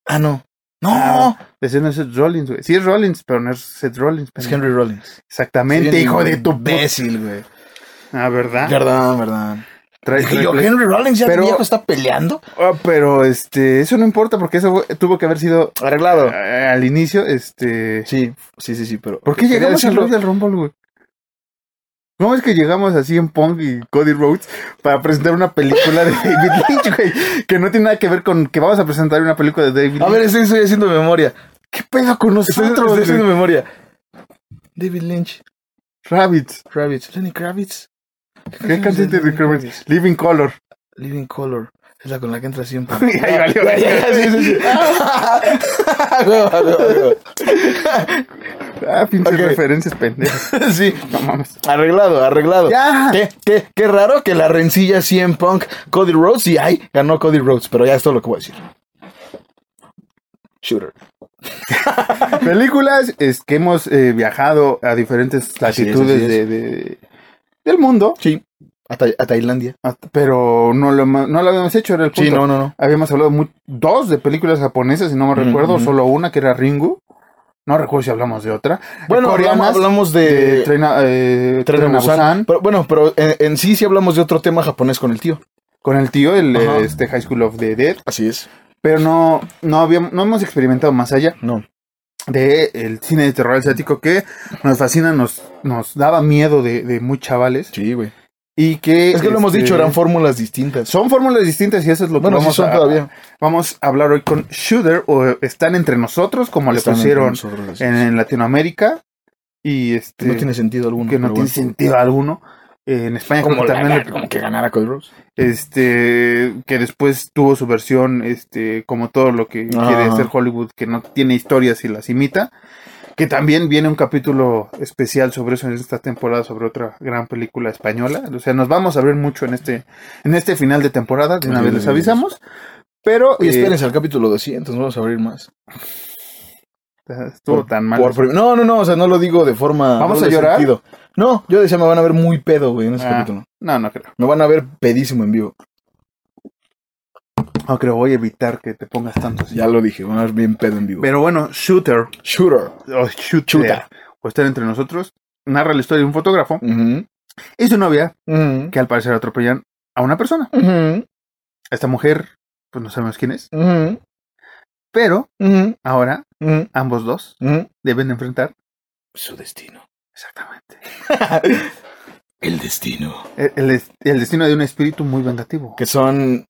Speaker 1: Ah, no. No,
Speaker 2: Ah. Ese no es Seth Rollins, güey. Sí es Rollins, pero no es Seth Rollins.
Speaker 1: es
Speaker 2: pendejo.
Speaker 1: Henry Rollins.
Speaker 2: Exactamente, hijo de tu pez.
Speaker 1: imbécil, güey.
Speaker 2: Ah, ¿verdad?
Speaker 1: Verdad, verdad.
Speaker 2: Trae-
Speaker 1: Dije
Speaker 2: trae
Speaker 1: yo,
Speaker 2: pleito.
Speaker 1: Henry Rollins ya
Speaker 2: Pero-
Speaker 1: viejo está peleando.
Speaker 2: Ah, pero este, eso no importa porque eso fue- tuvo que haber sido
Speaker 1: Arreglado.
Speaker 2: eh, al inicio, este.
Speaker 1: Ah, Sí, sí, sí, sí, pero.
Speaker 2: ¿Por qué
Speaker 1: Quería
Speaker 2: llegamos al
Speaker 1: decirlo-
Speaker 2: Royal Rumble, güey? No es que llegamos así en Pong y Cody Rhodes para presentar una película de David Lynch, güey, que no tiene nada que ver con que vamos a presentar una película de David Lynch.
Speaker 1: A ver, estoy, estoy haciendo memoria. ¿Qué pedo con nosotros? Estoy, estoy
Speaker 2: güey?
Speaker 1: haciendo memoria. David Lynch,
Speaker 2: Rabbits.
Speaker 1: Kravitz, Lenny Kravitz.
Speaker 2: ¿Qué canción tiene Kravitz? Living Color.
Speaker 1: Living Color. Es la con la que entra siempre.
Speaker 2: Y ahí valió.
Speaker 1: Ah, Ya, ya, ya, sí, sí, sí. Huevo, huevo, huevo.
Speaker 2: Ah, pinches
Speaker 1: Ok.
Speaker 2: referencias pendejas.
Speaker 1: Sí,
Speaker 2: No mames.
Speaker 1: arreglado, arreglado.
Speaker 2: Ya.
Speaker 1: Qué, qué, qué raro que la rencilla 100 Punk Cody Rhodes y ay, ganó Cody Rhodes, pero ya es todo lo que voy a decir. Shooter.
Speaker 2: Películas es que hemos eh, viajado a diferentes
Speaker 1: Así es,
Speaker 2: latitudes
Speaker 1: así es.
Speaker 2: de- de- del mundo,
Speaker 1: Sí. A, Tai- a Tailandia.
Speaker 2: hasta- pero no lo, hemos- no lo habíamos hecho, era el punto.
Speaker 1: Sí, no, no, no.
Speaker 2: Habíamos hablado mu- dos de películas japonesas, si no me
Speaker 1: Ujú,
Speaker 2: recuerdo,
Speaker 1: ujú.
Speaker 2: solo una que era Ringu. No recuerdo si hablamos de otra.
Speaker 1: Bueno, hablamos,
Speaker 2: Coreanas,
Speaker 1: hablamos de,
Speaker 2: de Tren a- eh,
Speaker 1: Tren a
Speaker 2: Tren a
Speaker 1: Busan.
Speaker 2: Busan,
Speaker 1: Pero, bueno, pero en, en sí sí hablamos de otro tema japonés con el tío.
Speaker 2: con el tío, el
Speaker 1: Ajá.
Speaker 2: eh, este High School of the Dead,
Speaker 1: Así es.
Speaker 2: pero no no habíamos no hemos experimentado más allá
Speaker 1: No.
Speaker 2: de el cine de terror asiático que nos fascina, nos nos daba miedo de, de muy chavales
Speaker 1: Sí, güey.
Speaker 2: y que
Speaker 1: Es que lo hemos
Speaker 2: este,
Speaker 1: dicho, eran fórmulas distintas.
Speaker 2: son fórmulas distintas y eso es lo que
Speaker 1: Bueno, sí
Speaker 2: vamos
Speaker 1: son
Speaker 2: a,
Speaker 1: todavía.
Speaker 2: vamos a hablar hoy con Shooter o eh, están entre nosotros como
Speaker 1: Están
Speaker 2: le
Speaker 1: entre
Speaker 2: pusieron
Speaker 1: nosotros las-
Speaker 2: en, en Latinoamérica y este
Speaker 1: No tiene sentido alguno.
Speaker 2: que no
Speaker 1: pero
Speaker 2: tiene
Speaker 1: bueno.
Speaker 2: sentido alguno eh, en España
Speaker 1: Como,
Speaker 2: como
Speaker 1: la-
Speaker 2: también le-
Speaker 1: como que ganara Cody Rhodes.
Speaker 2: este que después tuvo su versión este como todo lo que
Speaker 1: Ajá.
Speaker 2: quiere hacer Hollywood que no tiene historias y las imita que también viene un capítulo especial sobre eso en esta temporada sobre otra gran película española o sea nos vamos a ver mucho en este en este final de temporada de una
Speaker 1: Sí,
Speaker 2: vez
Speaker 1: sí,
Speaker 2: les
Speaker 1: sí.
Speaker 2: avisamos pero
Speaker 1: Y
Speaker 2: eh,
Speaker 1: espérense al capítulo 200, no vamos a abrir más.
Speaker 2: estuvo
Speaker 1: Por-
Speaker 2: tan mal
Speaker 1: Por prim- no, no, no, o sea, no lo digo de forma.
Speaker 2: ¿Vamos
Speaker 1: doble
Speaker 2: a llorar?
Speaker 1: sentido. No, yo decía, me van a ver muy pedo, güey, en ese
Speaker 2: Ah.
Speaker 1: capítulo.
Speaker 2: no no creo
Speaker 1: Me van a ver pedísimo en vivo.
Speaker 2: no creo voy a evitar que te pongas tanto así.
Speaker 1: Ya lo dije, van a ver bien pedo en vivo.
Speaker 2: pero bueno shooter
Speaker 1: Shooter.
Speaker 2: o shooter
Speaker 1: Shooter.
Speaker 2: Oh, eh, o estar entre nosotros narra la historia de un fotógrafo
Speaker 1: Ujú.
Speaker 2: y su novia
Speaker 1: Ujú.
Speaker 2: que al parecer atropellan a una persona.
Speaker 1: Ujú.
Speaker 2: A esta mujer, pues no sabemos quién es,
Speaker 1: Ujú.
Speaker 2: pero
Speaker 1: Ujú.
Speaker 2: ahora
Speaker 1: Ujú.
Speaker 2: ambos dos
Speaker 1: Ujú.
Speaker 2: deben de enfrentar.
Speaker 1: Su destino.
Speaker 2: Exactamente.
Speaker 1: El destino.
Speaker 2: El, el des- el destino de un espíritu muy vengativo.
Speaker 1: Que son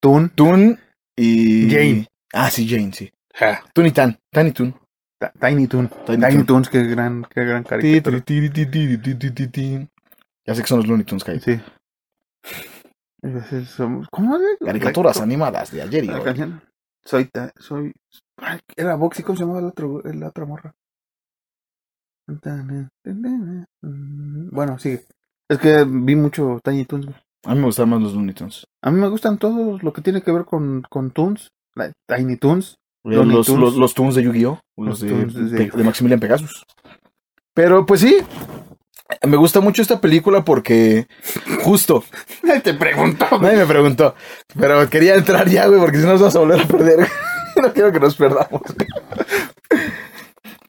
Speaker 2: Tun.
Speaker 1: Tun y.
Speaker 2: Jane.
Speaker 1: Ah, sí, Jane, sí. Tun y Tan. Tan y Tun.
Speaker 2: Ta- Tiny Toon.
Speaker 1: Tiny
Speaker 2: Tiny,
Speaker 1: Toon.
Speaker 2: Toons, qué gran, qué gran
Speaker 1: Ti,
Speaker 2: caricatura.
Speaker 1: ti, ti, ti, ti, ti, ti, ti, ti. Ya sé que son los Looney Tunes, cállate.
Speaker 2: Sí. Es decir, somos- ¿Cómo es?
Speaker 1: Caricaturas animadas de ayer y
Speaker 2: La
Speaker 1: hoy.
Speaker 2: canción. Soy. ta- soy ay, era Boxy, ¿cómo se llamaba la otra, la otra morra? Bueno, sigue. Es que vi mucho Tiny Toons. güey.
Speaker 1: A mí me gustan más los Looney Tunes.
Speaker 2: A mí me gustan todos lo que tiene que ver con, con Toons. la- Tiny Toons.
Speaker 1: Los,
Speaker 2: Looney
Speaker 1: los,
Speaker 2: Tunes.
Speaker 1: los, los Tunes de Yu-Gi-Oh! o Los
Speaker 2: Los
Speaker 1: de,
Speaker 2: Tunes de-
Speaker 1: de- de Maximilian Pegasus. Pero pues sí, me gusta mucho esta película porque justo,
Speaker 2: Te pregunto.
Speaker 1: nadie me preguntó, pero quería entrar ya, güey, porque si no nos vamos a volver a perder. no quiero que nos perdamos.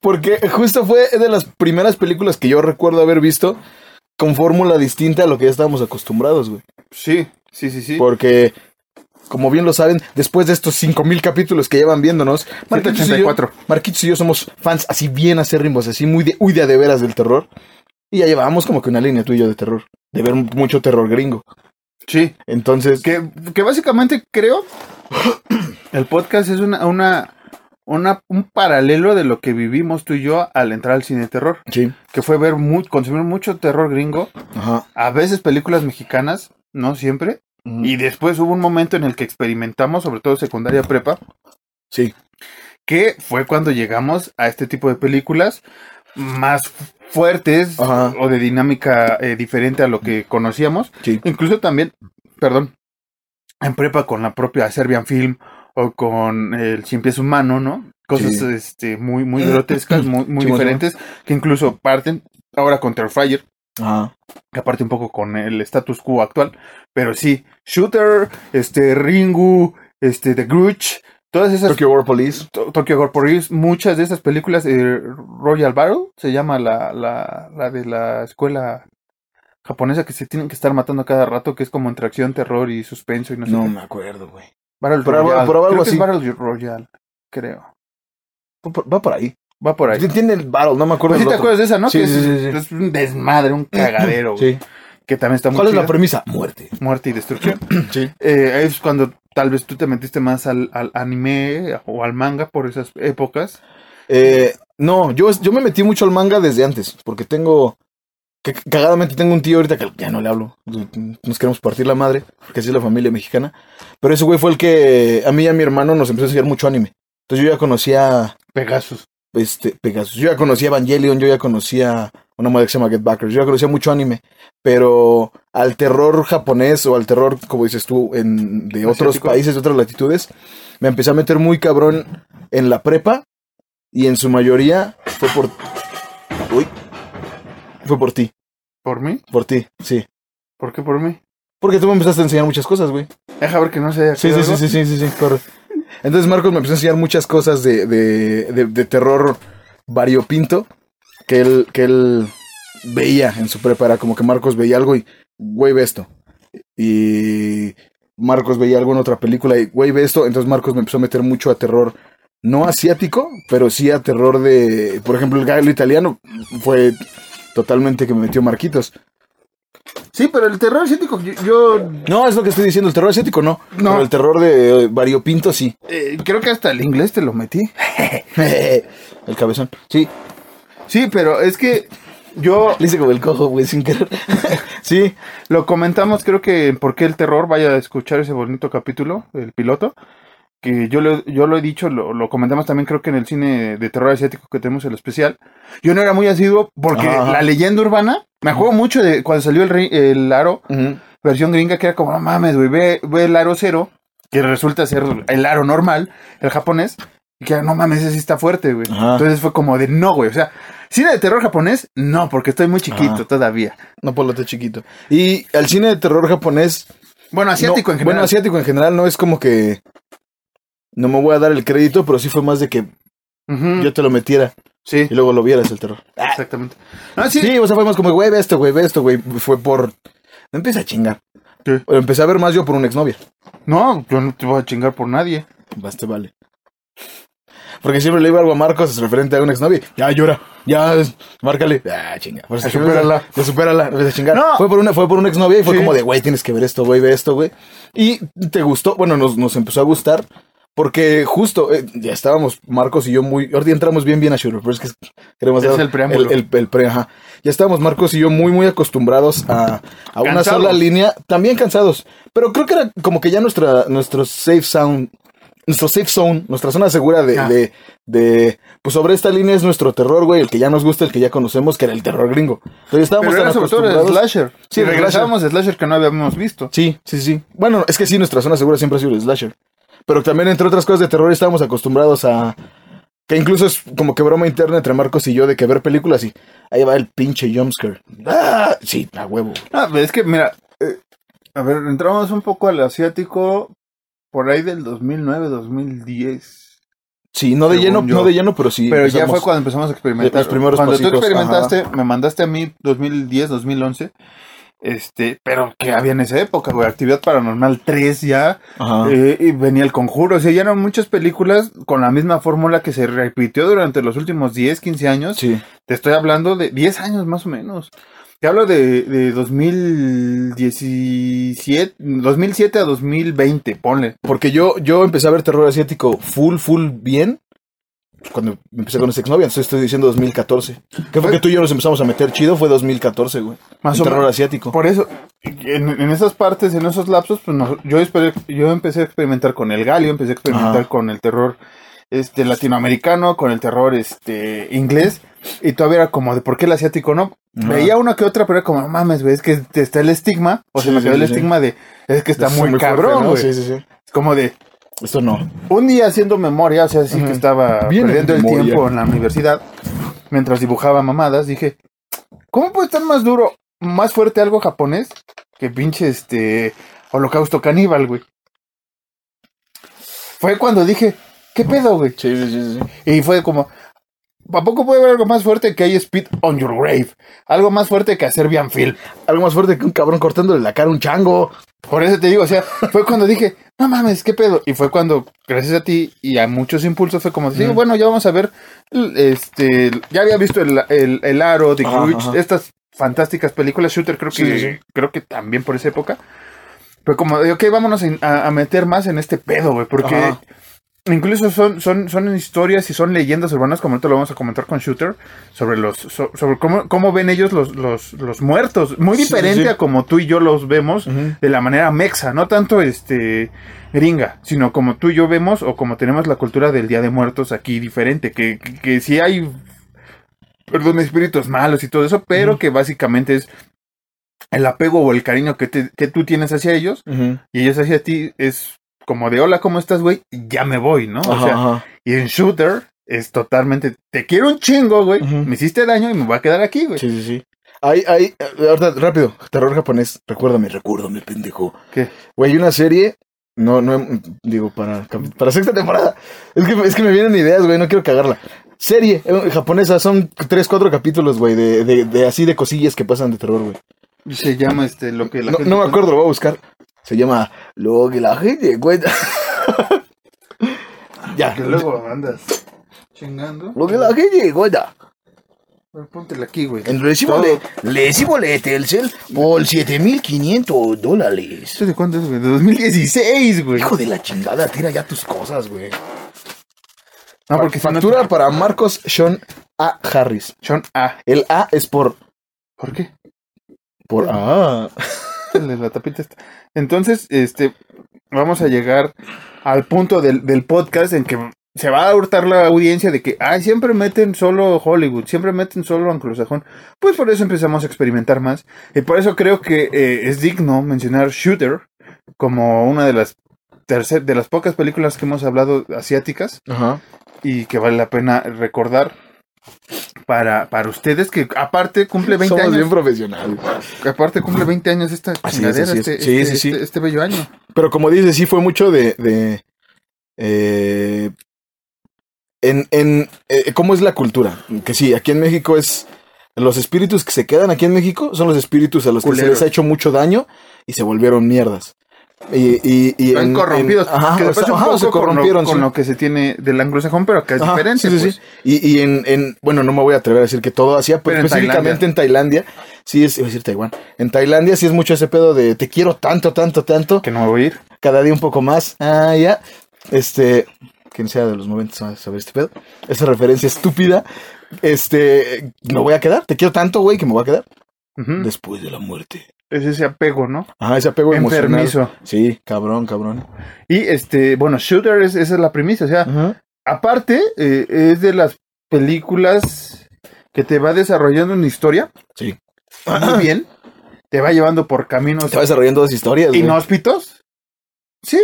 Speaker 1: porque justo fue de las primeras películas que yo recuerdo haber visto con fórmula distinta a lo que ya estábamos acostumbrados, güey.
Speaker 2: Sí, sí, sí, sí.
Speaker 1: Porque, como bien lo saben, después de estos 5000 capítulos que llevan viéndonos, Marquitos y, yo,
Speaker 2: 184.
Speaker 1: Marquitos y yo somos fans así bien acérrimos, así muy de, uy, de, a de veras del terror. Y ya llevábamos como que una línea tú y yo de terror, de ver mucho terror gringo.
Speaker 2: Sí.
Speaker 1: Entonces,
Speaker 2: Que, que básicamente creo el podcast es una, una, una, un paralelo de lo que vivimos tú y yo al entrar al cine de terror.
Speaker 1: sí,
Speaker 2: Que fue ver, mu- consumir mucho terror gringo.
Speaker 1: ajá.
Speaker 2: A veces películas mexicanas, no siempre. Y después hubo un momento en el que experimentamos, sobre todo secundaria prepa,
Speaker 1: Sí,
Speaker 2: que fue cuando llegamos a este tipo de películas más fuertes
Speaker 1: Ajá.
Speaker 2: o de dinámica eh, diferente a lo que conocíamos.
Speaker 1: sí.
Speaker 2: Incluso también, perdón, en prepa con la propia Serbian Film o con el Cien Pies Humano, ¿no? Cosas
Speaker 1: Sí.
Speaker 2: este, muy, muy grotescas, muy, muy
Speaker 1: Sí, bueno.
Speaker 2: diferentes, que incluso parten ahora con Terrifier,
Speaker 1: Ajá.
Speaker 2: que aparte un poco con el status quo actual, pero sí, Shooter, este, Ringu, este, The Grudge, todas esas
Speaker 1: Tokyo War Police.
Speaker 2: To- Tokyo Gore Police, muchas de esas películas, eh, Royal Battle, se llama la, la, la de la escuela japonesa que se tienen que estar matando cada rato, que es como entre acción, terror y suspenso y no,
Speaker 1: No
Speaker 2: sé qué.
Speaker 1: me acuerdo, güey.
Speaker 2: Battle
Speaker 1: Pero algo-
Speaker 2: Royale,
Speaker 1: pero algo
Speaker 2: creo que es
Speaker 1: así.
Speaker 2: Battle Royale, creo.
Speaker 1: Va por- Va por ahí.
Speaker 2: Va por ahí.
Speaker 1: Sí, Tiene el battle, no me acuerdo.
Speaker 2: Pues
Speaker 1: del
Speaker 2: sí te
Speaker 1: otro.
Speaker 2: acuerdas de esa, ¿no?
Speaker 1: Sí,
Speaker 2: que
Speaker 1: sí,
Speaker 2: es,
Speaker 1: sí. sí.
Speaker 2: es un desmadre, un cagadero, güey.
Speaker 1: Sí.
Speaker 2: Que también está muy
Speaker 1: ¿Cuál es la
Speaker 2: chida.
Speaker 1: premisa? Muerte.
Speaker 2: Muerte y destrucción.
Speaker 1: Sí.
Speaker 2: Eh, es cuando tal vez tú te metiste más al, al anime o al manga por esas épocas.
Speaker 1: Eh, no, yo, yo me metí mucho al manga desde antes, porque tengo. que- Cagadamente tengo un tío ahorita que ya no le hablo. Nos queremos partir la madre, porque así es la familia mexicana. Pero ese güey fue el que a mí y a mi hermano nos empezó a enseñar mucho anime. Entonces yo ya conocía
Speaker 2: Pegasus.
Speaker 1: este, Pegasus, yo ya conocía Evangelion, yo ya conocía una madre que se llama Get Backers, yo ya conocía mucho anime. Pero al terror japonés o al terror, como dices tú, en, de otros
Speaker 2: Asiático.
Speaker 1: países, de otras latitudes, me empecé a meter muy cabrón en la prepa y en su mayoría fue por... Uy. Fue por ti,
Speaker 2: ¿Por mí?
Speaker 1: por ti, sí.
Speaker 2: ¿Por qué por mí?
Speaker 1: Porque tú me empezaste a enseñar muchas cosas, güey.
Speaker 2: Deja ver que no se haya
Speaker 1: Sí, sí,
Speaker 2: quedado
Speaker 1: sí, sí, sí, sí, sí, corre. Entonces Marcos me empezó a enseñar muchas cosas de, de, de- de terror variopinto que él, que él veía en su prepa. Era como que Marcos veía algo y, güey, ve esto. Y Marcos veía algo en otra película y, güey, ve esto. Entonces Marcos me empezó a meter mucho a terror, no asiático, pero sí a terror de, por ejemplo, el gallo italiano fue totalmente que me metió Marquitos.
Speaker 2: algo. Sí, pero el terror asiático, yo, yo,
Speaker 1: No, es lo que estoy diciendo, el terror asiático no.
Speaker 2: No.
Speaker 1: Pero el terror de eh, variopinto sí.
Speaker 2: eh, creo que hasta el inglés te lo metí.
Speaker 1: el cabezón. Sí,
Speaker 2: Sí, pero es que yo
Speaker 1: le hice como el cojo, güey, sin querer. sí,
Speaker 2: Lo comentamos, creo que en por qué el terror, vaya a escuchar ese bonito capítulo, el piloto, que yo lo, yo lo he dicho, lo, lo comentamos también creo que en el cine de terror asiático que tenemos el especial. Yo no era muy asiduo porque
Speaker 1: Ajá.
Speaker 2: la leyenda urbana, me acuerdo mucho de cuando salió el, ri- el aro, versión gringa, que era como, no mames, güey, ve, ve el aro cero, que resulta ser el aro normal, el japonés, y que era, no mames, ese sí está fuerte, güey.
Speaker 1: Ajá.
Speaker 2: Entonces fue como de, no, güey, o sea, cine de terror japonés, no, porque estoy muy chiquito
Speaker 1: Ajá.
Speaker 2: todavía.
Speaker 1: no polote chiquito. Y al cine de terror japonés.
Speaker 2: Bueno, asiático
Speaker 1: no-
Speaker 2: en general.
Speaker 1: Bueno, asiático en general no es como que. No me voy a dar el crédito, pero sí fue más de que
Speaker 2: Mm. Ujú.
Speaker 1: yo te lo metiera
Speaker 2: Sí,
Speaker 1: y luego lo vieras el terror.
Speaker 2: exactamente. No, sí.
Speaker 1: Sí, o sea, fue más como, güey, ve esto, güey, ve esto, güey. Fue por. No empieza a chingar.
Speaker 2: Sí.
Speaker 1: Lo empecé a ver más yo por una exnovia.
Speaker 2: No, yo no te voy a chingar por nadie.
Speaker 1: Basta, vale. Porque siempre le iba algo a Marcos referente a un exnovio. Ya llora, ya es- márcale. Ah, chinga. Por eso
Speaker 2: Ya supérala.
Speaker 1: Ya supérala, no empieces a chingar.
Speaker 2: No.
Speaker 1: Fue por una, fue por una exnovia y fue
Speaker 2: Sí.
Speaker 1: como de, güey, tienes que ver esto, güey, ve esto, güey. Y te gustó, bueno, nos, nos empezó a gustar. Porque justo, eh, ya estábamos, Marcos y yo muy, ahorita entramos bien bien a Shooter, pero es que queremos
Speaker 2: Es
Speaker 1: dar
Speaker 2: el preámbulo.
Speaker 1: El, el pre, ajá. Ya estábamos Marcos y yo muy, muy acostumbrados a, a una
Speaker 2: Cansados.
Speaker 1: sola línea, también cansados, pero creo que era como que ya nuestra, nuestro safe sound, nuestro safe zone, nuestra zona segura de,
Speaker 2: Ah.
Speaker 1: de, de- pues sobre esta línea es nuestro terror, güey, el que ya nos gusta, el que ya conocemos, que era el terror gringo. Entonces estábamos
Speaker 2: Pero
Speaker 1: tan
Speaker 2: era sobre todo el
Speaker 1: acostumbrados-
Speaker 2: slasher.
Speaker 1: Sí,
Speaker 2: Sí,
Speaker 1: el
Speaker 2: regresábamos de slasher que no habíamos visto.
Speaker 1: Sí, sí, sí. Bueno, es que sí, nuestra zona segura siempre ha sido el slasher. Pero también, entre otras cosas de terror, estábamos acostumbrados a. Que incluso es como que broma interna entre Marcos y yo de que ver películas y ahí va el pinche jumpscare. ¡Ah! Sí, a huevo.
Speaker 2: Ah, pero es que, mira, eh, a ver, entramos un poco al asiático por ahí del 2009, 2010.
Speaker 1: Sí, no de
Speaker 2: Según
Speaker 1: lleno,
Speaker 2: yo.
Speaker 1: no de lleno, pero sí.
Speaker 2: Pero ya
Speaker 1: empezamos-
Speaker 2: fue cuando empezamos a experimentar.
Speaker 1: Los primeros
Speaker 2: cuando tú
Speaker 1: pasitos,
Speaker 2: experimentaste, me mandaste a mí 2010, 2011. Este, pero que había en esa época, güey. Actividad Paranormal 3 ya.
Speaker 1: Ajá.
Speaker 2: Eh, y venía el conjuro. O sea, ya eran muchas películas con la misma fórmula que se repitió durante los últimos 10, 15 años.
Speaker 1: Sí.
Speaker 2: Te estoy hablando de 10 años más o menos. Te hablo de, de 2017, 2007 a 2020, ponle.
Speaker 1: Porque yo, yo empecé a ver terror asiático full, full bien. Cuando empecé con esa exnovia, entonces estoy diciendo 2014. ¿Qué fue que tú y yo nos empezamos a meter chido? Fue 2014, güey.
Speaker 2: Más
Speaker 1: El
Speaker 2: o
Speaker 1: terror
Speaker 2: menos.
Speaker 1: asiático.
Speaker 2: Por eso, en, en esas partes, en esos lapsos, pues no- yo, esperé- yo empecé a experimentar con el galio, empecé a experimentar
Speaker 1: Ajá.
Speaker 2: con el terror este latinoamericano, con el terror este inglés, y todavía era como de por qué el asiático no.
Speaker 1: Ajá.
Speaker 2: Veía una que otra, pero era como, no mames, güey, es que te- está el estigma, o
Speaker 1: Sí,
Speaker 2: se me quedó
Speaker 1: sí,
Speaker 2: el
Speaker 1: sí.
Speaker 2: estigma de, es que está muy,
Speaker 1: fuerte,
Speaker 2: cabrón,
Speaker 1: ¿no?
Speaker 2: güey.
Speaker 1: Sí, sí, sí.
Speaker 2: Es como de,
Speaker 1: Esto no.
Speaker 2: un día haciendo memoria, o sea, sí
Speaker 1: Ujú.
Speaker 2: que estaba
Speaker 1: Bien
Speaker 2: perdiendo
Speaker 1: en
Speaker 2: el
Speaker 1: memoria.
Speaker 2: tiempo en la universidad, mientras dibujaba mamadas, dije, ¿cómo puede estar más duro, más fuerte algo japonés que pinche este holocausto caníbal, güey? Fue cuando dije, ¿qué pedo, güey?
Speaker 1: Sí, sí, sí, sí.
Speaker 2: Y fue como, ¿a poco puede haber algo más fuerte que hay speed on your grave? Algo más fuerte que hacer Bianfield.
Speaker 1: Algo más fuerte que un cabrón cortándole la cara a un chango.
Speaker 2: Por eso te digo, o sea, fue cuando dije, no mames, qué pedo. Y fue cuando, gracias a ti y a muchos impulsos, fue como decir, bueno, ya vamos a ver. l- Este, ya había visto el, el, el Aro, The
Speaker 1: Ajá,
Speaker 2: Grudge,
Speaker 1: ajá.
Speaker 2: estas fantásticas películas shooter, creo
Speaker 1: Sí,
Speaker 2: que,
Speaker 1: sí, sí.
Speaker 2: creo que también por esa época. Pero como de, ok, vámonos en- a, a meter más en este pedo, güey, porque
Speaker 1: Ajá.
Speaker 2: incluso son, son, son historias y son leyendas urbanas, como ahorita lo vamos a comentar con Shooter, sobre los so- sobre cómo, cómo ven ellos los, los, los muertos. Muy
Speaker 1: Sí,
Speaker 2: diferente
Speaker 1: sí.
Speaker 2: a como tú y yo los vemos
Speaker 1: Ujú.
Speaker 2: de la manera mexa, no tanto este gringa, sino como tú y yo vemos o como tenemos la cultura del Día de Muertos aquí diferente, que, que, que sí hay, perdón, espíritus malos y todo eso, pero que básicamente es el apego o el cariño que, te- que tú tienes hacia ellos
Speaker 1: Ujú.
Speaker 2: y ellos hacia ti es como de hola, ¿cómo estás, güey? Ya me voy, ¿no? O
Speaker 1: Ajá,
Speaker 2: sea,
Speaker 1: ajá.
Speaker 2: y en shooter es totalmente, te quiero un chingo, güey,
Speaker 1: Ujú.
Speaker 2: me hiciste daño y me voy a quedar aquí, güey.
Speaker 1: Sí, sí, sí. Hay, hay, eh, ahorita, rápido, terror japonés, recuérdame, recuérdame, pendejo.
Speaker 2: ¿Qué?
Speaker 1: Güey, hay una serie, no, no, mm, digo, para, cap- para sexta temporada. Es que, es que me vienen ideas, güey, no quiero cagarla. Serie eh, japonesa, son tres, cuatro capítulos, güey, de, de, de así de cosillas que pasan de terror, güey.
Speaker 2: Se llama este lo que la
Speaker 1: No,
Speaker 2: gente
Speaker 1: no me acuerdo, lo voy a buscar. Se llama Lo que la gente cuenta. ya,
Speaker 2: Que luego andas chingando.
Speaker 1: lo que la gente cuenta.
Speaker 2: Pues Póntela aquí, güey.
Speaker 1: El recibo
Speaker 2: Todo.
Speaker 1: de, le recibo de Telcel por 7500 dólares.
Speaker 2: ¿Esto de cuándo es, güey? De 2016, güey.
Speaker 1: Hijo de la chingada, tira ya tus cosas, güey.
Speaker 2: No, porque si no-
Speaker 1: Factura para Marcos Sean A. Harris.
Speaker 2: Sean A.
Speaker 1: El A es por.
Speaker 2: ¿Por qué?
Speaker 1: Por A.
Speaker 2: Dale la tapita esta. Entonces, este, vamos a llegar al punto del, del podcast en que se va a hurtar la audiencia de que, ay, siempre meten solo Hollywood, siempre meten solo anglosajón. Pues por eso empezamos a experimentar más. Y por eso creo que eh, es digno mencionar Shooter como una de las tercer, de las pocas películas que hemos hablado asiáticas.
Speaker 1: Ajá.
Speaker 2: y que vale la pena recordar para, para ustedes que aparte cumple 20
Speaker 1: Somos
Speaker 2: años.
Speaker 1: bien profesionales.
Speaker 2: Aparte cumple 20 años esta
Speaker 1: Así
Speaker 2: chingadera,
Speaker 1: es, así es.
Speaker 2: este,
Speaker 1: Sí,
Speaker 2: este-
Speaker 1: sí, sí.
Speaker 2: este- este bello año.
Speaker 1: Pero como dices, sí fue mucho de. de eh, en. en eh, ¿Cómo es la cultura? Que sí, aquí en México es. Los espíritus que se quedan aquí en México son los espíritus a los que se
Speaker 2: Culeros.
Speaker 1: les ha hecho mucho daño y se volvieron mierdas. Y, y, y
Speaker 2: Están
Speaker 1: en- en-
Speaker 2: corrompidos.
Speaker 1: ajá,
Speaker 2: que
Speaker 1: o
Speaker 2: después
Speaker 1: sea,
Speaker 2: un
Speaker 1: ajá,
Speaker 2: poco
Speaker 1: se corrompieron.
Speaker 2: con, lo, con
Speaker 1: sí.
Speaker 2: lo que se tiene del anglosajón, pero que es
Speaker 1: Ajá,
Speaker 2: diferente.
Speaker 1: sí, sí,
Speaker 2: pues.
Speaker 1: sí. Y, y en, en- bueno, no me voy a atrever a decir que todo Asia, pero,
Speaker 2: Pero en
Speaker 1: específicamente en Tailandia. sí es, iba a decir Taiwán, en Tailandia sí es mucho ese pedo de te quiero tanto, tanto, tanto,
Speaker 2: Que no me voy a ir.
Speaker 1: cada día un poco más, ah, ya, este, quien sea de los momentos va a saber este pedo, esa referencia estúpida, este, me voy a quedar, te quiero tanto, güey, que me voy a quedar
Speaker 2: Ujú.
Speaker 1: después de la muerte.
Speaker 2: Es ese apego, ¿no?
Speaker 1: Ajá, ese apego emocional.
Speaker 2: Enfermizo.
Speaker 1: Sí, cabrón, cabrón.
Speaker 2: Y este, bueno, Shooter, es, esa es la premisa. O sea,
Speaker 1: Ajá.
Speaker 2: aparte, eh, es de las películas que te va desarrollando una historia
Speaker 1: Sí.
Speaker 2: muy bien. Te va llevando por caminos
Speaker 1: Se va desarrollando dos historias, güey.
Speaker 2: ¿Inhóspitos? Sí.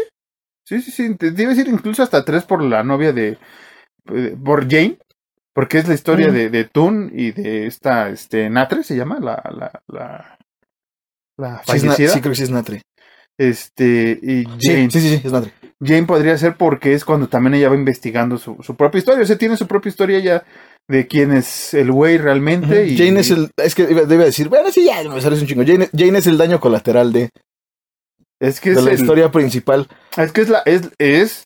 Speaker 2: Sí, sí, sí. Te debe ser incluso hasta tres por la novia de. eh, por Jane. Porque es la historia
Speaker 1: Mm.
Speaker 2: de, de Toon y de esta. Este, Natre se llama, la. La. La, la
Speaker 1: Sí, es na-
Speaker 2: fallecida.
Speaker 1: sí, creo que sí es Natri.
Speaker 2: Este. Y
Speaker 1: Sí,
Speaker 2: Jane.
Speaker 1: sí, sí, sí, es Natri.
Speaker 2: Jane podría ser porque es cuando también ella va investigando su, su propia historia. O sea, tiene su propia historia ya de quién es el güey realmente. y,
Speaker 1: Jane es el. Es que iba- debe decir, bueno, sí, ya, me sales un chingo. Jane, Jane es el daño colateral de,
Speaker 2: Es que
Speaker 1: de
Speaker 2: es
Speaker 1: la
Speaker 2: el-
Speaker 1: historia principal.
Speaker 2: Es que es la, es, es,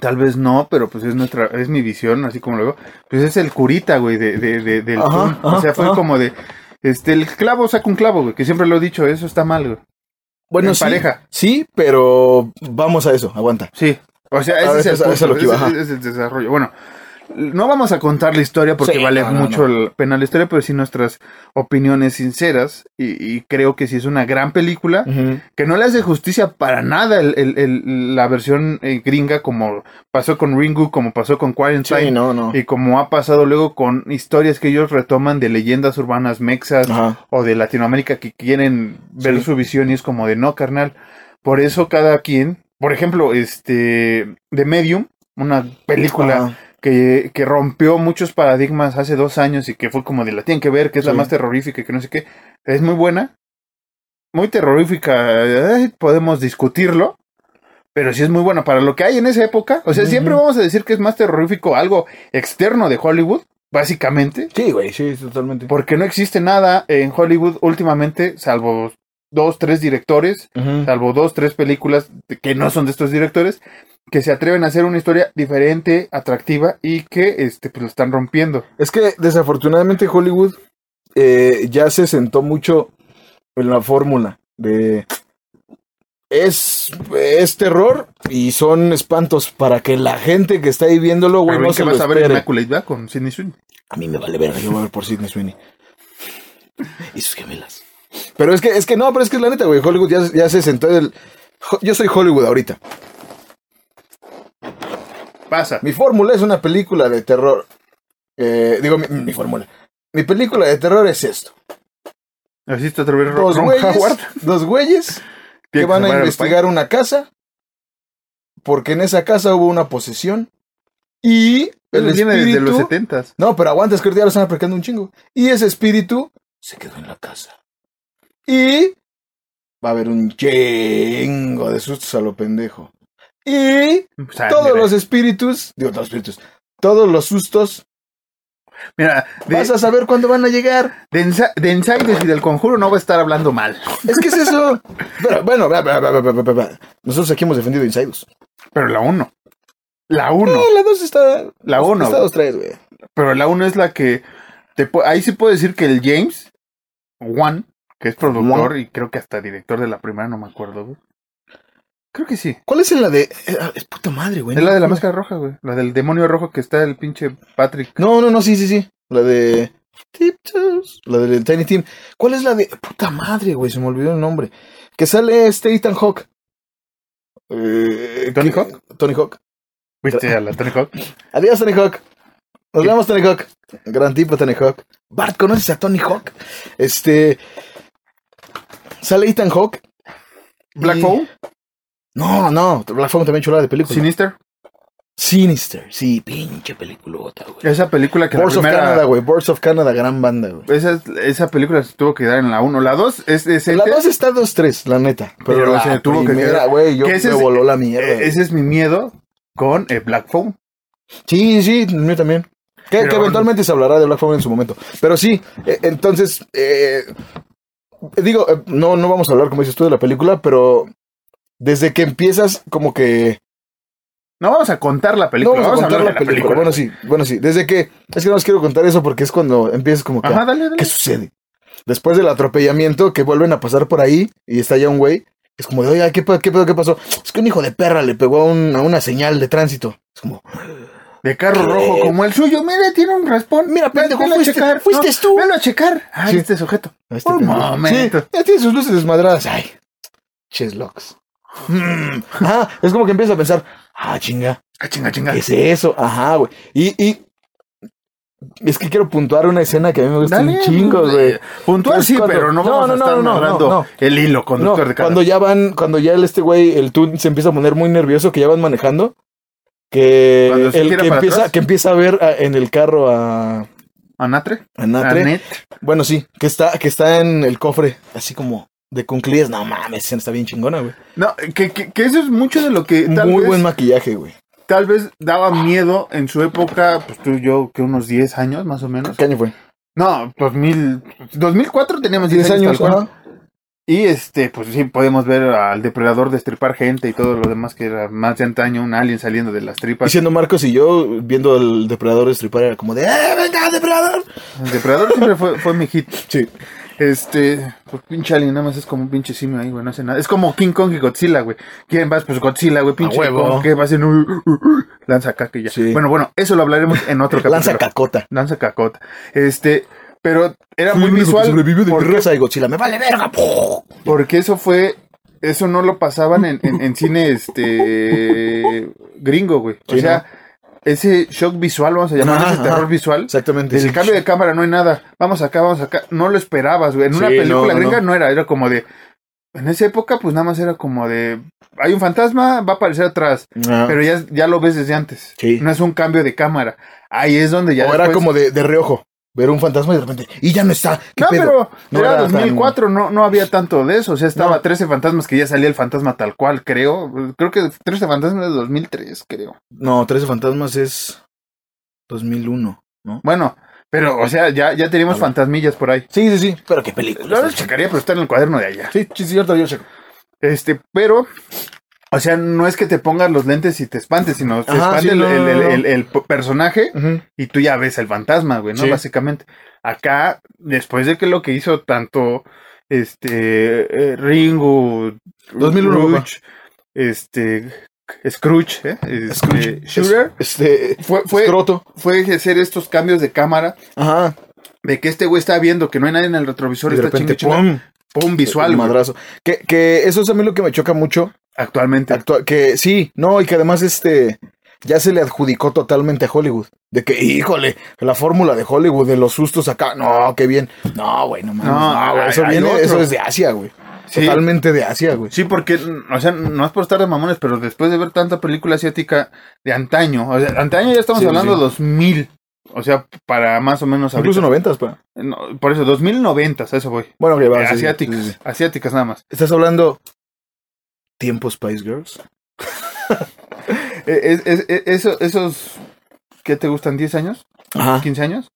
Speaker 2: tal vez no, pero pues es nuestra, es mi visión, así como lo veo, pues es el curita, güey, de, de, de- del
Speaker 1: Ajá,
Speaker 2: Kun.
Speaker 1: ajá,
Speaker 2: o sea, fue
Speaker 1: ajá.
Speaker 2: como de, este, el clavo saca un clavo, güey, que siempre lo he dicho, eso está mal, güey.
Speaker 1: Bueno,
Speaker 2: En
Speaker 1: sí.
Speaker 2: pareja.
Speaker 1: Sí, pero vamos a eso, aguanta.
Speaker 2: Sí. O sea,
Speaker 1: A
Speaker 2: ese
Speaker 1: ver,
Speaker 2: es el,
Speaker 1: eso-
Speaker 2: punto,
Speaker 1: eso es lo que iba,
Speaker 2: ese-
Speaker 1: ajá.
Speaker 2: ese es el desarrollo. Bueno, no vamos a contar la historia porque
Speaker 1: Sí,
Speaker 2: vale
Speaker 1: no, no,
Speaker 2: mucho la pena la historia, pero sí nuestras opiniones sinceras y, y creo que sí es una gran película. que no le hace justicia para nada el- el- el- la versión eh, gringa como pasó con Ringu, como pasó con Quarantine
Speaker 1: Sí, no, no.
Speaker 2: y como ha pasado luego con historias que ellos retoman de leyendas urbanas mexas
Speaker 1: Ajá.
Speaker 2: o de Latinoamérica que quieren ver
Speaker 1: Sí.
Speaker 2: su visión y es como de no, carnal. Por eso cada quien, por ejemplo, este The Medium, una película
Speaker 1: Ajá.
Speaker 2: que, que rompió muchos paradigmas hace dos años y que fue como de la tienen que ver, que es la
Speaker 1: Sí.
Speaker 2: más terrorífica y que no sé qué, es muy buena, muy terrorífica, eh, podemos discutirlo, pero sí es muy buena para lo que hay en esa época. O sea, siempre
Speaker 1: Ujú.
Speaker 2: vamos a decir que es más terrorífico algo externo de Hollywood, básicamente,
Speaker 1: Sí, güey, sí, totalmente.
Speaker 2: porque no existe nada en Hollywood últimamente, salvo dos, tres directores, salvo dos, tres películas de- que no son de estos directores, que se atreven a hacer una historia diferente, atractiva y que este, pues, lo están rompiendo.
Speaker 1: Es que desafortunadamente Hollywood eh, ya se sentó mucho en la fórmula de es, es terror y son espantos para que la gente que está ahí viéndolo, güey,
Speaker 2: También
Speaker 1: no
Speaker 2: que
Speaker 1: se lo
Speaker 2: vas a ver
Speaker 1: espere.
Speaker 2: Immaculate Black con Sidney Sweeney.
Speaker 1: A mí me vale ver, yo voy a ver por Sidney Sweeney.
Speaker 4: Y sus gemelas.
Speaker 1: Pero es que, es que no, pero es que es la neta, güey, Hollywood ya, ya se sentó en el... Jo- Yo soy Hollywood ahorita.
Speaker 2: Pasa.
Speaker 1: Mi fórmula es una película de terror. Eh, digo, mi, mi fórmula. Mi película de terror es esto.
Speaker 2: Así está otra vez Ron
Speaker 1: Dos
Speaker 2: Howard.
Speaker 1: güeyes, dos güeyes que
Speaker 2: Tiene
Speaker 1: van a
Speaker 2: salvar al
Speaker 1: investigar una casa porque en esa casa hubo una posesión y
Speaker 2: país.
Speaker 1: el
Speaker 2: Eso viene desde los
Speaker 1: espíritu...
Speaker 2: 70
Speaker 1: No, pero aguanta, es que ahorita ya lo están aplicando un chingo. Y ese espíritu se quedó en la casa. Y va a haber un chingo de sustos a lo pendejo. Y
Speaker 2: Pues,
Speaker 1: todos los espíritus, digo, todos los espíritus, todos los sustos,
Speaker 2: Mira, de,
Speaker 1: vas a saber cuándo van a llegar.
Speaker 2: de, Insi- de Insiders y del Conjuro no va a estar hablando mal.
Speaker 1: Es que es eso. Pero bueno, bla, bla, bla, bla, bla, bla, bla. nosotros aquí hemos defendido Insiders.
Speaker 2: Pero la 1. La 1.
Speaker 1: No, la dos está.
Speaker 2: La uno,
Speaker 1: Está
Speaker 2: güey.
Speaker 1: dos, tres, güey.
Speaker 2: Pero la 1 es la que. te pu- ahí sí puedo decir que el James, Juan, que es productor y creo que hasta director de la primera, no me acuerdo, güey. Creo que sí.
Speaker 1: ¿Cuál es la de.? eh, ah, Es puta madre, güey.
Speaker 2: Es la de la máscara roja, güey. La del demonio rojo que está el pinche Patrick.
Speaker 1: No, no, no, sí, sí, sí. La de. Tiptoes. La del Tiny Team. ¿Cuál es la de. Puta madre, güey. Se me olvidó el nombre. Que sale este Ethan Hawk. Eh,
Speaker 2: ¿Tony
Speaker 1: que-
Speaker 2: Hawk?
Speaker 1: Tony Hawk.
Speaker 2: ¿Viste a la Tony Hawk?
Speaker 1: Adiós, Tony Hawk. Nos vemos, Tony Hawk. Gran tipo, Tony Hawk. Bart, ¿conoces a Tony Hawk? Este. Sale Ethan Hawk.
Speaker 2: Black
Speaker 1: Y-
Speaker 2: Phone,
Speaker 1: No, no. Black Phone también chulada de película.
Speaker 2: Sinister.
Speaker 1: Sinister. Sí, pinche peliculota, güey.
Speaker 2: Esa película que la
Speaker 1: Boards of
Speaker 2: primera-
Speaker 1: Canada, güey. Boards of Canada, gran banda, güey.
Speaker 2: Esa, esa película se tuvo que dar en la 1. La 2 es
Speaker 1: La
Speaker 2: decente.
Speaker 1: 2 está 2-3, la neta. Pero,
Speaker 2: Pero
Speaker 1: la
Speaker 2: se tuvo que
Speaker 1: primera,
Speaker 2: quedar.
Speaker 1: güey, yo
Speaker 2: Que
Speaker 1: me
Speaker 2: ese es-
Speaker 1: voló la mierda.
Speaker 2: Eh, Ese es mi miedo con eh, Black Phone.
Speaker 1: Sí, sí, el mío también. Que,
Speaker 2: Pero
Speaker 1: que
Speaker 2: bueno.
Speaker 1: eventualmente se hablará de Black Phone en su momento. Pero sí, eh, entonces, eh, digo, eh, no, no vamos a hablar, como dices tú, de la película, pero desde que empiezas, como que...
Speaker 2: No vamos a contar la película,
Speaker 1: no
Speaker 2: vamos, a, hablar de la película.
Speaker 1: Bueno, sí, bueno, sí. Desde que... Es que no os quiero contar eso porque es cuando empiezas como que...
Speaker 2: Ajá, dale,
Speaker 1: ¿Qué
Speaker 2: dale.
Speaker 1: sucede? Después del atropellamiento que vuelven a pasar por ahí y está ya un güey, es como de, oiga, ¿qué pedo, qué pedo, qué pasó? Es que un hijo de perra le pegó a, un- a una señal de tránsito. Es como,
Speaker 2: De carro rojo como el suyo. Mire, tiene un raspón.
Speaker 1: Mira, pendejo,
Speaker 2: velo a
Speaker 1: fuiste-
Speaker 2: checar.
Speaker 1: fuiste
Speaker 2: No,
Speaker 1: tú.
Speaker 2: Velo a checar. Ah,
Speaker 1: Sí.
Speaker 2: este sujeto.
Speaker 1: "A este
Speaker 2: Un
Speaker 1: pendejo".
Speaker 2: momento.
Speaker 1: Sí, ya tiene sus luces desmadradas. Ay, ches locos. Mm, ah, es como que empieza a pensar, ah, chinga,
Speaker 2: Ah, chinga, chinga.
Speaker 1: ¿qué es eso? Ajá, güey. Y, y es que quiero puntuar una escena que a mí me gusta
Speaker 2: Dale,
Speaker 1: un chingo, güey.
Speaker 2: Puntual
Speaker 1: Es
Speaker 2: sí,
Speaker 1: cuando-
Speaker 2: pero no
Speaker 1: No,
Speaker 2: vamos
Speaker 1: no,
Speaker 2: a
Speaker 1: no,
Speaker 2: estar
Speaker 1: no, no,
Speaker 2: narrando
Speaker 1: no.
Speaker 2: el hilo
Speaker 1: No,
Speaker 2: conductor de cada
Speaker 1: cuando ya van, cuando ya el este güey, el Tun se empieza a poner muy nervioso, que ya van manejando, que
Speaker 2: Cuando se
Speaker 1: el
Speaker 2: tira
Speaker 1: que
Speaker 2: para
Speaker 1: empieza,
Speaker 2: atrás.
Speaker 1: que empieza a ver a- en el carro a,
Speaker 2: ¿Anatre?
Speaker 1: a Natre.
Speaker 2: ¿Anet?
Speaker 1: Bueno, sí, que está, que está en el cofre, así como de cunclillas. No mames, esa está bien chingona, güey.
Speaker 2: No, que, que, que eso es mucho de lo que tal
Speaker 1: Muy
Speaker 2: vez,
Speaker 1: buen maquillaje, güey.
Speaker 2: tal vez daba miedo en su época, pues tú y yo, que unos 10 años más o menos.
Speaker 1: ¿Qué año fue?
Speaker 2: No, 2000, 2004 teníamos 10
Speaker 1: 10
Speaker 2: años,
Speaker 1: años,
Speaker 2: tal cual.
Speaker 1: ajá.
Speaker 2: Y este, pues sí, podemos ver al depredador destripar gente y todo lo demás que era más de antaño, un alien saliendo de las
Speaker 1: Y
Speaker 2: tripas.
Speaker 1: siendo Marcos y yo, viendo al depredador destripar, era como de, ¡eh, venga, depredador!
Speaker 2: El depredador siempre fue, fue mi hit.
Speaker 1: Sí.
Speaker 2: Este, pues pinche alien, nada más es como un pinche simio ahí, güey, no hace nada. Es como King Kong y Godzilla, güey. ¿Quién vas? Pues Godzilla, güey, pinche
Speaker 1: huevo.
Speaker 2: Kong, que va a ser un... Lanza caca y ya.
Speaker 1: Sí.
Speaker 2: Bueno, bueno, eso lo hablaremos en otro capítulo.
Speaker 1: Lanza cacota.
Speaker 2: Lanza cacota. Este, pero era
Speaker 1: Fui
Speaker 2: muy
Speaker 1: el único que
Speaker 2: visual.
Speaker 1: sobrevivió de mi
Speaker 2: porque-
Speaker 1: raza de Godzilla. ¡Me vale verga! ¡puj!
Speaker 2: Porque eso fue. Eso no lo pasaban en, en- en cine este gringo, güey. O
Speaker 1: Sí,
Speaker 2: sea, ese shock visual, vamos a llamarlo,
Speaker 1: Ajá,
Speaker 2: ese terror
Speaker 1: ajá.
Speaker 2: visual.
Speaker 1: Exactamente. sí.
Speaker 2: Desde el cambio de cámara no hay nada. Vamos acá, vamos acá. No lo esperabas, güey. En una
Speaker 1: Sí,
Speaker 2: película
Speaker 1: no,
Speaker 2: gringa
Speaker 1: no.
Speaker 2: no. era, era como de. En esa época, pues nada más era como de. Hay un fantasma, va a aparecer atrás.
Speaker 1: Ah.
Speaker 2: Pero ya, ya lo ves desde antes.
Speaker 1: Sí.
Speaker 2: No es un cambio de cámara. Ahí es donde ya.
Speaker 1: o era
Speaker 2: después-
Speaker 1: como de, de reojo. Ver un fantasma y de repente, y ya no está. ¿Qué
Speaker 2: No,
Speaker 1: pedo?
Speaker 2: pero
Speaker 1: No
Speaker 2: era,
Speaker 1: era tan-
Speaker 2: 2004, no, no había tanto de eso. O sea, estaba
Speaker 1: No.
Speaker 2: 13 fantasmas que ya salía el fantasma tal cual, creo. Creo que 13 fantasmas de 2003, creo.
Speaker 1: No, 13 fantasmas es 2001, ¿no?
Speaker 2: Bueno, Pero, o sea, ya, ya tenemos fantasmillas por ahí.
Speaker 1: Sí, sí, sí.
Speaker 5: Pero qué
Speaker 1: Pues,
Speaker 5: película.
Speaker 2: No lo checaría, pero está en el cuaderno de allá.
Speaker 1: Sí, sí, sí, ahorita yo checo.
Speaker 2: Este, pero, o sea, no es que te pongas los lentes y te espantes, sino te
Speaker 1: Ajá,
Speaker 2: espanta
Speaker 1: sí,
Speaker 2: el,
Speaker 1: no, no,
Speaker 2: el- el-
Speaker 1: no.
Speaker 2: el- el p- personaje
Speaker 1: Ujú.
Speaker 2: y tú ya ves el fantasma, güey, ¿no?
Speaker 1: Sí.
Speaker 2: Básicamente. Acá, después de que lo que hizo tanto este eh, Ringo,
Speaker 1: 2001,
Speaker 2: Scrooge, este Scrooge, ¿eh? Este,
Speaker 1: Scrooge.
Speaker 2: Shooter,
Speaker 5: Este.
Speaker 2: fue, fue,
Speaker 1: Escroto.
Speaker 2: fue hacer estos cambios de cámara
Speaker 1: Ajá.
Speaker 2: de que este güey está viendo que no hay nadie en el retrovisor,
Speaker 1: Y de
Speaker 2: está
Speaker 1: repente,
Speaker 2: chingue, chingue,
Speaker 1: ¡pum!
Speaker 2: pum, visual,
Speaker 1: Un
Speaker 2: güey,
Speaker 1: eh, madrazo. Que, que eso es a mí lo que me choca mucho.
Speaker 2: actualmente.
Speaker 1: Actua- que sí, no, y que además este ya se le adjudicó totalmente a Hollywood. De que, híjole, la fórmula de Hollywood, de los sustos acá, no, qué bien. No, güey, no mames.
Speaker 2: No,
Speaker 1: No, güey, eso,
Speaker 2: hay- hay
Speaker 1: viene-
Speaker 2: otro.
Speaker 1: eso es de Asia, güey.
Speaker 2: Sí.
Speaker 1: Totalmente de Asia, güey.
Speaker 2: Sí, porque, mm, o sea, no es por estar de mamones, pero después de ver tanta película asiática de antaño, o sea, antaño ya estamos
Speaker 1: Sí,
Speaker 2: hablando
Speaker 1: sí.
Speaker 2: 2000, o sea, para más o menos
Speaker 1: Incluso
Speaker 2: ahorita. Eh,
Speaker 1: noventas, pero.
Speaker 2: No, por eso, 2090, a eso voy.
Speaker 1: Bueno, que va,
Speaker 2: Eh,
Speaker 1: Ah, sí, sí,
Speaker 2: asiáticas,
Speaker 1: sí, sí.
Speaker 2: asiáticas nada más.
Speaker 1: Estás hablando. Tiempo Spice Girls.
Speaker 2: Eh, es- es- es- eso- esos, ¿qué te gustan? ¿10 años?
Speaker 1: Ajá.
Speaker 2: ¿15 años?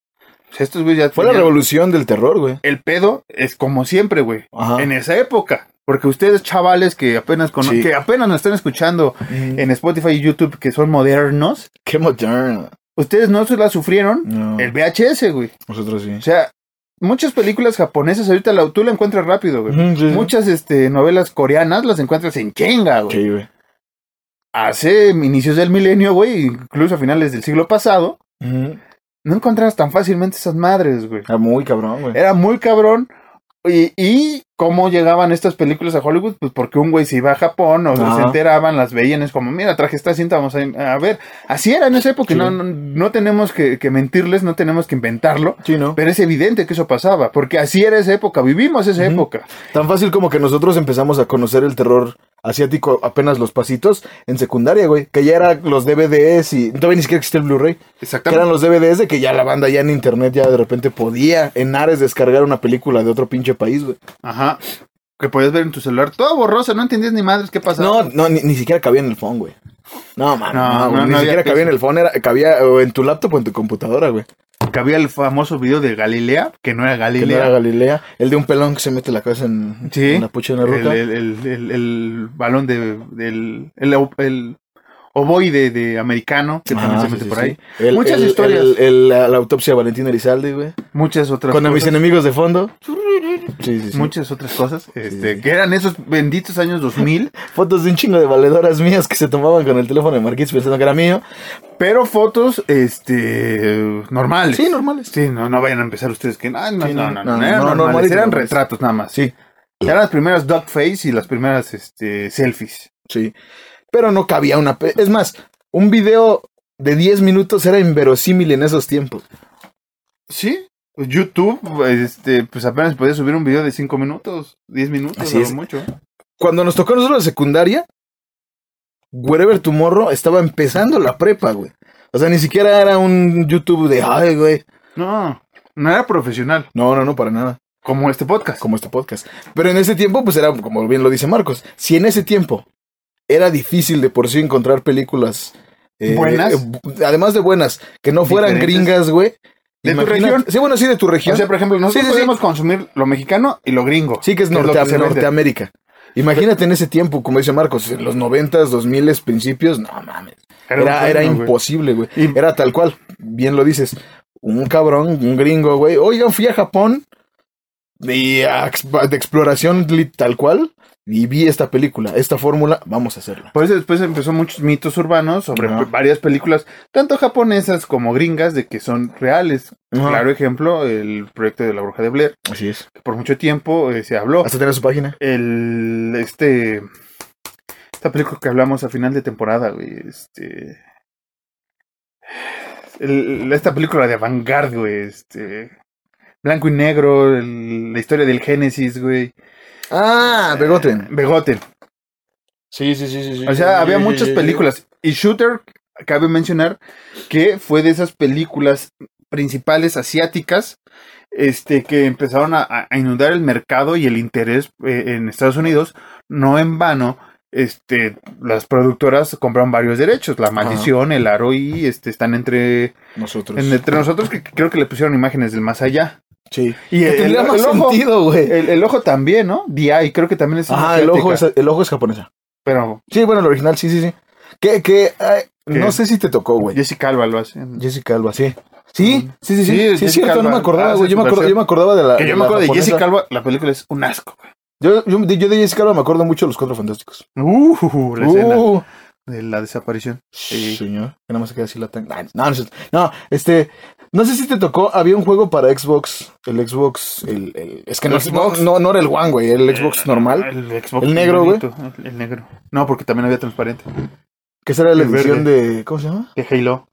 Speaker 2: O sea, estos güeyes ya
Speaker 1: Fue la
Speaker 2: tenían-
Speaker 1: revolución del terror, güey.
Speaker 2: El pedo es como siempre, güey.
Speaker 1: Ajá.
Speaker 2: En esa época. Porque ustedes, chavales, que apenas, cono-
Speaker 1: Ah. Sí.
Speaker 2: que apenas nos están escuchando en Spotify y YouTube, que son modernos,
Speaker 1: Qué moderno.
Speaker 2: ustedes no se la sufrieron
Speaker 1: No,
Speaker 2: El VHS, güey.
Speaker 1: Nosotros sí.
Speaker 2: O sea, muchas películas japonesas ahorita la, tú la encuentras rápido, güey.
Speaker 1: Ujú, sí, sí.
Speaker 2: Muchas este, novelas coreanas las encuentras en chinga, güey.
Speaker 1: Sí, güey.
Speaker 2: Hace inicios del milenio, güey, incluso a finales del siglo pasado,
Speaker 1: Ujú.
Speaker 2: no encontrabas tan fácilmente esas madres, güey.
Speaker 1: Ah, Muy cabrón, güey.
Speaker 2: Era muy cabrón. Y, y cómo llegaban estas películas a Hollywood, pues porque un güey se iba a Japón o
Speaker 1: Ajá.
Speaker 2: se enteraban, las veían, es como, mira, traje esta cinta, vamos a, ir a ver. Así era en esa época,
Speaker 1: Sí.
Speaker 2: no, no, no tenemos que- que mentirles, no tenemos que inventarlo.
Speaker 1: Sí, ¿no?
Speaker 2: Pero es evidente que eso pasaba, porque así era esa época, vivimos esa
Speaker 1: Ujú.
Speaker 2: época.
Speaker 1: Tan fácil como que nosotros empezamos a conocer el terror asiático apenas los pasitos en secundaria, güey. Que ya eran los DVDs y todavía ni siquiera existía el Blu-ray. Que eran los DVDs de que ya la banda ya en internet ya de repente podía en Ares descargar una película de otro pinche país, güey.
Speaker 2: Ajá. Que podías ver en tu celular, todo borroso, no entendías ni madres qué pasaba.
Speaker 1: No, no, ni, ni siquiera cabía en el phone, güey. No, man,
Speaker 2: No,
Speaker 1: no, güey,
Speaker 2: no,
Speaker 1: ni
Speaker 2: no
Speaker 1: siquiera
Speaker 2: había
Speaker 1: cabía en el phone, era, cabía o en tu laptop o en tu computadora, güey.
Speaker 2: Que había el famoso video de Galilea, que no era
Speaker 1: Que no era
Speaker 2: Galilea.
Speaker 1: Galilea, el de un pelón que se mete la cabeza en,
Speaker 2: Sí.
Speaker 1: en la pucha de una ruta.
Speaker 2: el, el- el- el- el balón de, del el, o- el ovoide de americano, que
Speaker 1: Ah,
Speaker 2: también se mete por ahí. Muchas historias.
Speaker 1: el- el- la, la autopsia de Valentín Elizalde, güey.
Speaker 2: Muchas otras
Speaker 1: Con a mis
Speaker 2: cosas.
Speaker 1: enemigos de fondo. Sí, sí, sí.
Speaker 2: Muchas otras cosas. Este,
Speaker 1: sí.
Speaker 2: Que eran esos benditos años 2000.
Speaker 1: Fotos de un chingo de valedoras mías que se tomaban con el teléfono de Marquis pensando que era mío.
Speaker 2: Pero fotos, este, normales.
Speaker 1: Sí, normales.
Speaker 2: Sí, no, no vayan a empezar ustedes que, ay, no,
Speaker 1: Sí,
Speaker 2: no,
Speaker 1: no,
Speaker 2: no, no,
Speaker 1: no,
Speaker 2: eran
Speaker 1: no,
Speaker 2: normales,
Speaker 1: normales,
Speaker 2: eran
Speaker 1: normales.
Speaker 2: retratos nada más.
Speaker 1: Sí.
Speaker 2: Eran las primeras duckface y las primeras, este, selfies.
Speaker 1: Sí. Pero no cabía una. pe- Es más, un video de 10 minutos era inverosímil en esos tiempos.
Speaker 2: Sí. YouTube, este, pues apenas podía subir un video de 5 minutos, 10 minutos,
Speaker 1: Así
Speaker 2: a lo
Speaker 1: es.
Speaker 2: mucho.
Speaker 1: Cuando nos tocó a nosotros la secundaria, Wherever Tomorrow estaba empezando la prepa, güey. O sea, ni siquiera era un YouTube de, ay, güey.
Speaker 2: No, no era profesional,
Speaker 1: No, no, no, para nada.
Speaker 2: como este podcast.
Speaker 1: como este podcast. Pero en ese tiempo, pues era, como bien lo dice Marcos, si en ese tiempo era difícil de por sí encontrar películas eh,
Speaker 2: Buenas.
Speaker 1: eh, bu- además de buenas, que no fueran
Speaker 2: Diferentes.
Speaker 1: gringas, güey.
Speaker 2: De tu
Speaker 1: Imagina-
Speaker 2: región.
Speaker 1: Sí, bueno, sí, de tu región.
Speaker 2: O sea, por ejemplo, nosotros
Speaker 1: Sí, sí, sí.
Speaker 2: podíamos consumir lo mexicano y lo gringo.
Speaker 1: sí, que es,
Speaker 2: lo
Speaker 1: norte-
Speaker 2: se vende.
Speaker 1: Norteamérica. Imagínate en ese tiempo, como dice Marcos, en los noventas, dos miles, principios, no mames.
Speaker 2: Era un
Speaker 1: Era, era
Speaker 2: fenómeno, güey.
Speaker 1: imposible, güey.
Speaker 2: Y-
Speaker 1: Era tal cual, bien lo dices. Un cabrón, un gringo, güey. Oigan, fui a Japón y a ex- de exploración li- tal cual y vi esta película, esta fórmula, vamos a hacerla.
Speaker 2: Por eso después empezó muchos mitos urbanos sobre
Speaker 1: Ajá.
Speaker 2: pe- varias películas, tanto japonesas como gringas, de que son reales.
Speaker 1: Ajá.
Speaker 2: Claro ejemplo, el proyecto de la bruja de Blair,
Speaker 1: Así es.
Speaker 2: que por mucho tiempo eh, se habló.
Speaker 1: Hasta tener su página.
Speaker 2: El, este, esta película que hablamos a final de temporada, güey, este... el- esta película de Vanguard, güey, este... Blanco y negro, el- la historia del Génesis, güey.
Speaker 1: Ah, Begoten.
Speaker 2: Begoten.
Speaker 1: Sí, sí, sí, sí.
Speaker 2: O sea, había muchas películas. Y Shooter, cabe mencionar, que fue de esas películas principales asiáticas este, que empezaron a, a inundar el mercado y el interés eh, en Estados Unidos, no en vano. este, las productoras compraron varios derechos. La maldición, el aro y este, están entre,
Speaker 6: Nosotros.
Speaker 2: en- entre nosotros que que creo que le pusieron imágenes del más allá.
Speaker 1: Sí.
Speaker 2: Y
Speaker 1: Que
Speaker 2: el,
Speaker 1: tendría
Speaker 2: el-
Speaker 1: más
Speaker 2: el ojo,
Speaker 1: sentido, güey.
Speaker 2: el, el ojo también, ¿no? DI, creo que también es.
Speaker 1: Ajá, el
Speaker 2: asiática,
Speaker 1: ojo, es, el ojo es japonesa.
Speaker 2: Pero
Speaker 1: Sí, bueno, el original, sí, sí, sí. Que, que, ay, no
Speaker 2: ¿Qué?
Speaker 1: sé si te tocó, güey.
Speaker 2: Jessica Alba lo hace.
Speaker 1: Jessica Alba, sí. Sí, sí, sí, sí.
Speaker 2: Sí,
Speaker 1: Sí,
Speaker 2: Jessica
Speaker 1: es cierto, no
Speaker 2: Alba.
Speaker 1: me acordaba,
Speaker 2: Ah,
Speaker 1: güey.
Speaker 2: sí,
Speaker 1: Yo, me
Speaker 2: su
Speaker 1: acuerdo- yo
Speaker 2: versión.
Speaker 1: me acordaba de la.
Speaker 2: Que yo
Speaker 1: de
Speaker 2: me
Speaker 1: Ah, la
Speaker 2: acuerdo de
Speaker 1: japonesa.
Speaker 2: Jessica Alba, la película es un asco. güey.
Speaker 1: Yo, yo, de- yo de Jessica Alba me acuerdo mucho de los Cuatro Fantásticos.
Speaker 2: Uh, la escena
Speaker 1: Uh,
Speaker 2: de la desaparición.
Speaker 1: sí. Señor, que nada más se queda así la tanga. No, no, no, es cierto. No, este. No sé si te tocó, había un juego para Xbox. El Xbox. El, el- es que no,
Speaker 2: ¿El Xbox? Eh,
Speaker 1: no, no era el One, güey. El Xbox normal.
Speaker 2: El, Xbox
Speaker 1: El negro, güey.
Speaker 2: bonito, El, el negro. No, porque también había transparente.
Speaker 1: Que esa era la
Speaker 2: el
Speaker 1: edición de. ¿Cómo se llama?
Speaker 2: De Halo.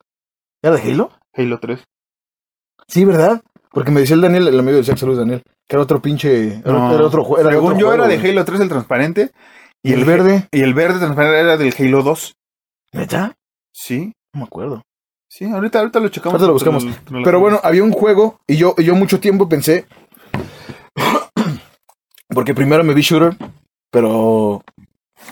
Speaker 1: ¿Era de Halo?
Speaker 2: Halo 3.
Speaker 1: Sí, ¿verdad? Porque me decía el Daniel, el amigo del Sex Salud, Daniel, que era otro pinche. Era,
Speaker 2: No.
Speaker 1: era otro jue- era otro juego.
Speaker 2: Según yo era
Speaker 1: güey.
Speaker 2: de Halo 3 el transparente.
Speaker 1: ¿Y el
Speaker 2: he-
Speaker 1: verde?
Speaker 2: Y el verde transparente era del Halo 2.
Speaker 1: ¿Neta?
Speaker 2: Sí.
Speaker 1: No me acuerdo.
Speaker 2: Sí, ahorita, ahorita lo checamos.
Speaker 1: Ahorita lo buscamos. Pero bueno, había un juego y yo, y yo mucho tiempo pensé. porque primero me vi shooter, pero.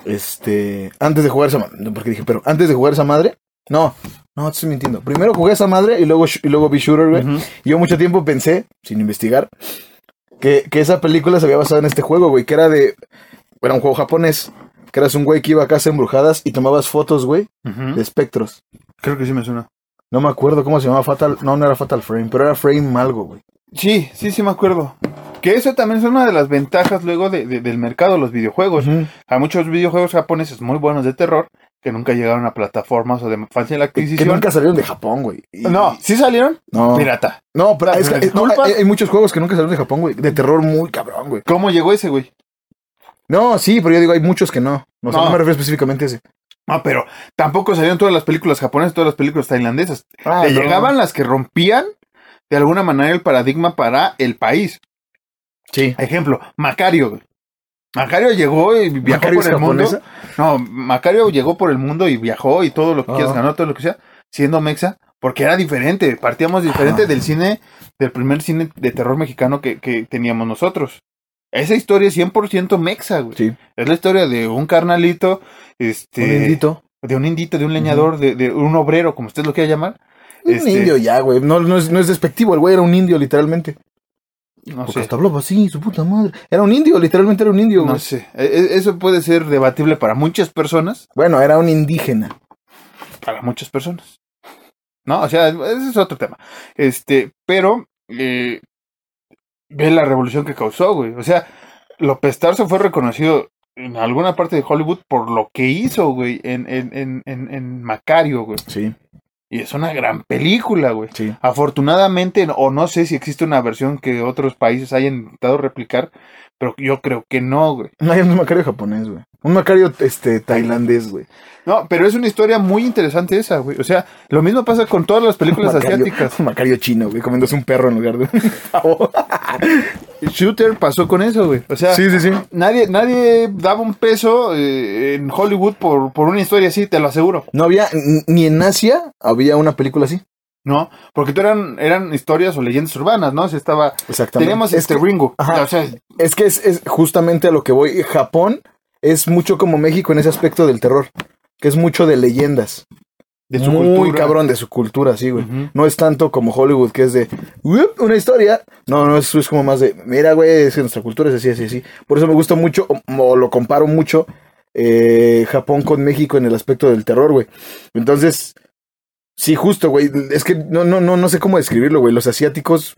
Speaker 1: Este. Antes de jugar esa madre. No, porque dije, pero antes de jugar esa madre. No, no, te estoy mintiendo. Primero jugué esa madre y luego, sh- y luego vi shooter, güey.
Speaker 2: Ujú.
Speaker 1: Yo mucho tiempo pensé, sin investigar, que, que esa película se había basado en este juego, güey, que era de... Era un juego japonés, que eras un güey que iba a casa embrujadas y tomabas fotos, güey,
Speaker 2: Ujú.
Speaker 1: de espectros.
Speaker 2: Creo que sí me suena.
Speaker 1: No me acuerdo cómo se llamaba Fatal... No, no era Fatal Frame, pero era Frame algo, güey.
Speaker 2: Sí, sí, sí me acuerdo. Que eso también es una de las ventajas luego de- de- del mercado, los videojuegos. Hay muchos videojuegos japoneses muy buenos de terror que nunca llegaron a plataformas o de fácil
Speaker 1: Que,
Speaker 2: adquisición.
Speaker 1: que nunca salieron de Japón, güey. Y-
Speaker 2: No, sí salieron
Speaker 1: No,
Speaker 2: pirata.
Speaker 1: no pero es que- es- no,
Speaker 2: Disculpa.
Speaker 1: hay, hay muchos juegos que nunca salieron de Japón, güey. De terror muy cabrón, güey.
Speaker 2: ¿Cómo llegó ese güey?
Speaker 1: No, sí, pero yo digo, hay muchos que no. O sea, no,
Speaker 2: No.
Speaker 1: me refiero específicamente a ese.
Speaker 2: No, pero tampoco salieron todas las películas japonesas, todas las películas tailandesas.
Speaker 1: Ah,
Speaker 2: Te
Speaker 1: no.
Speaker 2: llegaban las que rompían de alguna manera el paradigma para el país.
Speaker 1: Sí.
Speaker 2: Ejemplo, Macario. güey. Macario llegó y viajó
Speaker 1: ¿Macario
Speaker 2: por
Speaker 1: es
Speaker 2: el mundo.
Speaker 1: japonesa?
Speaker 2: No, Macario llegó por el mundo y viajó y todo lo que
Speaker 1: Ah.
Speaker 2: quieras ganó, todo lo que sea, siendo mexa, porque era diferente, partíamos diferente
Speaker 1: Ah.
Speaker 2: del cine, del primer cine de terror mexicano que, que teníamos nosotros. Esa historia es 100% mexa, güey.
Speaker 1: Sí.
Speaker 2: Es la historia de un carnalito, este,
Speaker 1: Un indito.
Speaker 2: de un indito, de un leñador, de, de un obrero, como usted lo quiera llamar.
Speaker 1: Un
Speaker 2: Este,
Speaker 1: indio ya, güey. No, no, es, no es despectivo, el güey era un indio, literalmente.
Speaker 2: No
Speaker 1: Porque
Speaker 2: sé.
Speaker 1: hasta hablaba así, su puta madre. Era un indio, literalmente era un indio, güey.
Speaker 2: No sé. E- e- Eso puede ser debatible para muchas personas.
Speaker 1: Bueno, era un indígena.
Speaker 2: para muchas personas. No, o sea, ese es otro tema. Este, pero eh, ve la revolución que causó, güey. O sea, López Tarso fue reconocido en alguna parte de Hollywood por lo que hizo, güey, en, en, en, en, en Macario, güey.
Speaker 1: Sí,
Speaker 2: Y es una gran película, güey.
Speaker 1: sí.
Speaker 2: Afortunadamente, o no sé si existe una versión que otros países hayan intentado replicar, pero yo creo que no, güey.
Speaker 1: No, era un macario japonés, güey. Un macario este, tailandés, güey.
Speaker 2: No, pero es una historia muy interesante esa, güey. O sea, lo mismo pasa con todas las películas
Speaker 1: Macario-
Speaker 2: asiáticas.
Speaker 1: Un macario chino, güey, comiéndose un perro en lugar de un pavo.
Speaker 2: Shooter pasó con eso, güey. O sea,
Speaker 1: sí, sí.
Speaker 2: nadie, nadie daba un peso eh, en Hollywood por, por una historia así, te lo aseguro.
Speaker 1: No había, n- ni en Asia había una película así.
Speaker 2: No, porque tú eran, eran historias o leyendas urbanas, ¿no? Se estaba.
Speaker 1: Exactamente.
Speaker 2: Teníamos
Speaker 1: es
Speaker 2: este
Speaker 1: que,
Speaker 2: Ringo.
Speaker 1: ajá.
Speaker 2: O sea,
Speaker 1: es, que es, es justamente a lo que voy. Japón es mucho como México en ese aspecto del terror. Que es mucho de leyendas.
Speaker 2: de su
Speaker 1: Muy
Speaker 2: cultura.
Speaker 1: cabrón de su cultura, sí, güey.
Speaker 2: Ujú.
Speaker 1: No es tanto como Hollywood, que es de "Uep, una historia. No, no, eso es como más de, mira, güey, es que nuestra cultura es así, así, así. Por eso me gusta mucho, o, o lo comparo mucho, eh, Japón con México en el aspecto del terror, güey. Entonces, sí, justo, güey. Es que no, no, no, no sé cómo describirlo, güey. Los asiáticos,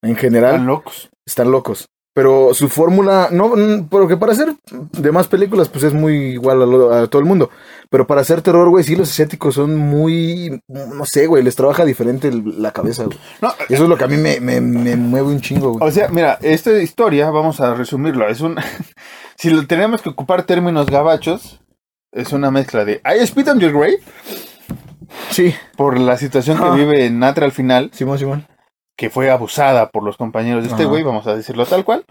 Speaker 1: en general,
Speaker 2: Están locos.
Speaker 1: están locos. Pero su fórmula, no, mm, porque para hacer demás películas, pues es muy igual a, lo- a todo el mundo. Pero para hacer terror, güey, sí, los asiáticos son muy, no sé, güey, les trabaja diferente el- la cabeza, güey.
Speaker 2: No,
Speaker 1: Y Eso es lo que a mí me, me, me mueve un chingo, güey.
Speaker 2: o sea, mira, esta historia, vamos a resumirlo. Es un. si lo tenemos que ocupar términos gabachos, es una mezcla de I spit on your grave
Speaker 1: Sí,
Speaker 2: por la situación que
Speaker 1: Ah.
Speaker 2: vive Natra al final.
Speaker 1: Simón, Simón.
Speaker 2: que fue abusada por los compañeros de este
Speaker 1: Ajá.
Speaker 2: güey, vamos a decirlo tal cual.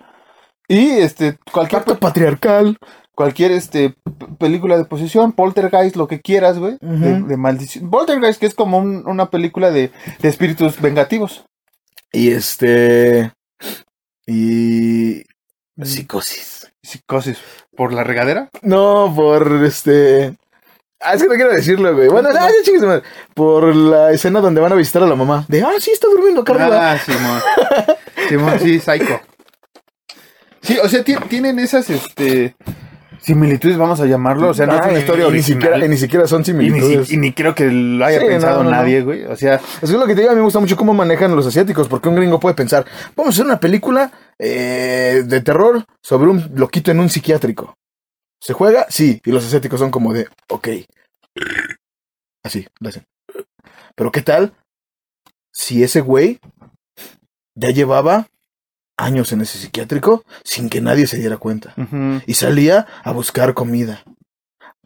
Speaker 2: Y este cualquier
Speaker 1: Pacto patriarcal.
Speaker 2: cualquier este p- película de posesión, Poltergeist, lo que quieras, güey,
Speaker 1: Ujú.
Speaker 2: de, de maldición. Poltergeist que es como un- una película de, de espíritus vengativos.
Speaker 1: Y este. Y.
Speaker 7: Psicosis.
Speaker 2: Psicosis. ¿Por la regadera?
Speaker 1: No, por este. Ah, es que no quiero decirlo, güey. Bueno, ah, ya chingues, madre. Por la escena donde van a visitar a la mamá. De, ah, sí, está durmiendo acá arriba.
Speaker 2: Ah, Simón. Simón, sí, psycho. Sí, o sea, ti- tienen esas, este... Similitudes, vamos a llamarlo. O sea, no es
Speaker 1: Ah,
Speaker 2: una historia
Speaker 1: y ni
Speaker 2: original.
Speaker 1: siquiera, y ni siquiera son
Speaker 2: Y ni,
Speaker 1: similitudes.
Speaker 2: si- y ni creo que lo haya
Speaker 1: Sí, no,
Speaker 2: pensado
Speaker 1: no, no.
Speaker 2: nadie, güey. O sea,
Speaker 1: Es que lo que te digo, a mí me gusta mucho cómo manejan los asiáticos, porque un gringo puede pensar, vamos a hacer una película eh, de terror sobre un loquito en un psiquiátrico. ¿Se juega? Sí, y los asiáticos son como de, ok. Así, lo hacen. Pero ¿qué tal si ese güey ya llevaba años en ese psiquiátrico sin que nadie se diera cuenta? y salía a buscar comida.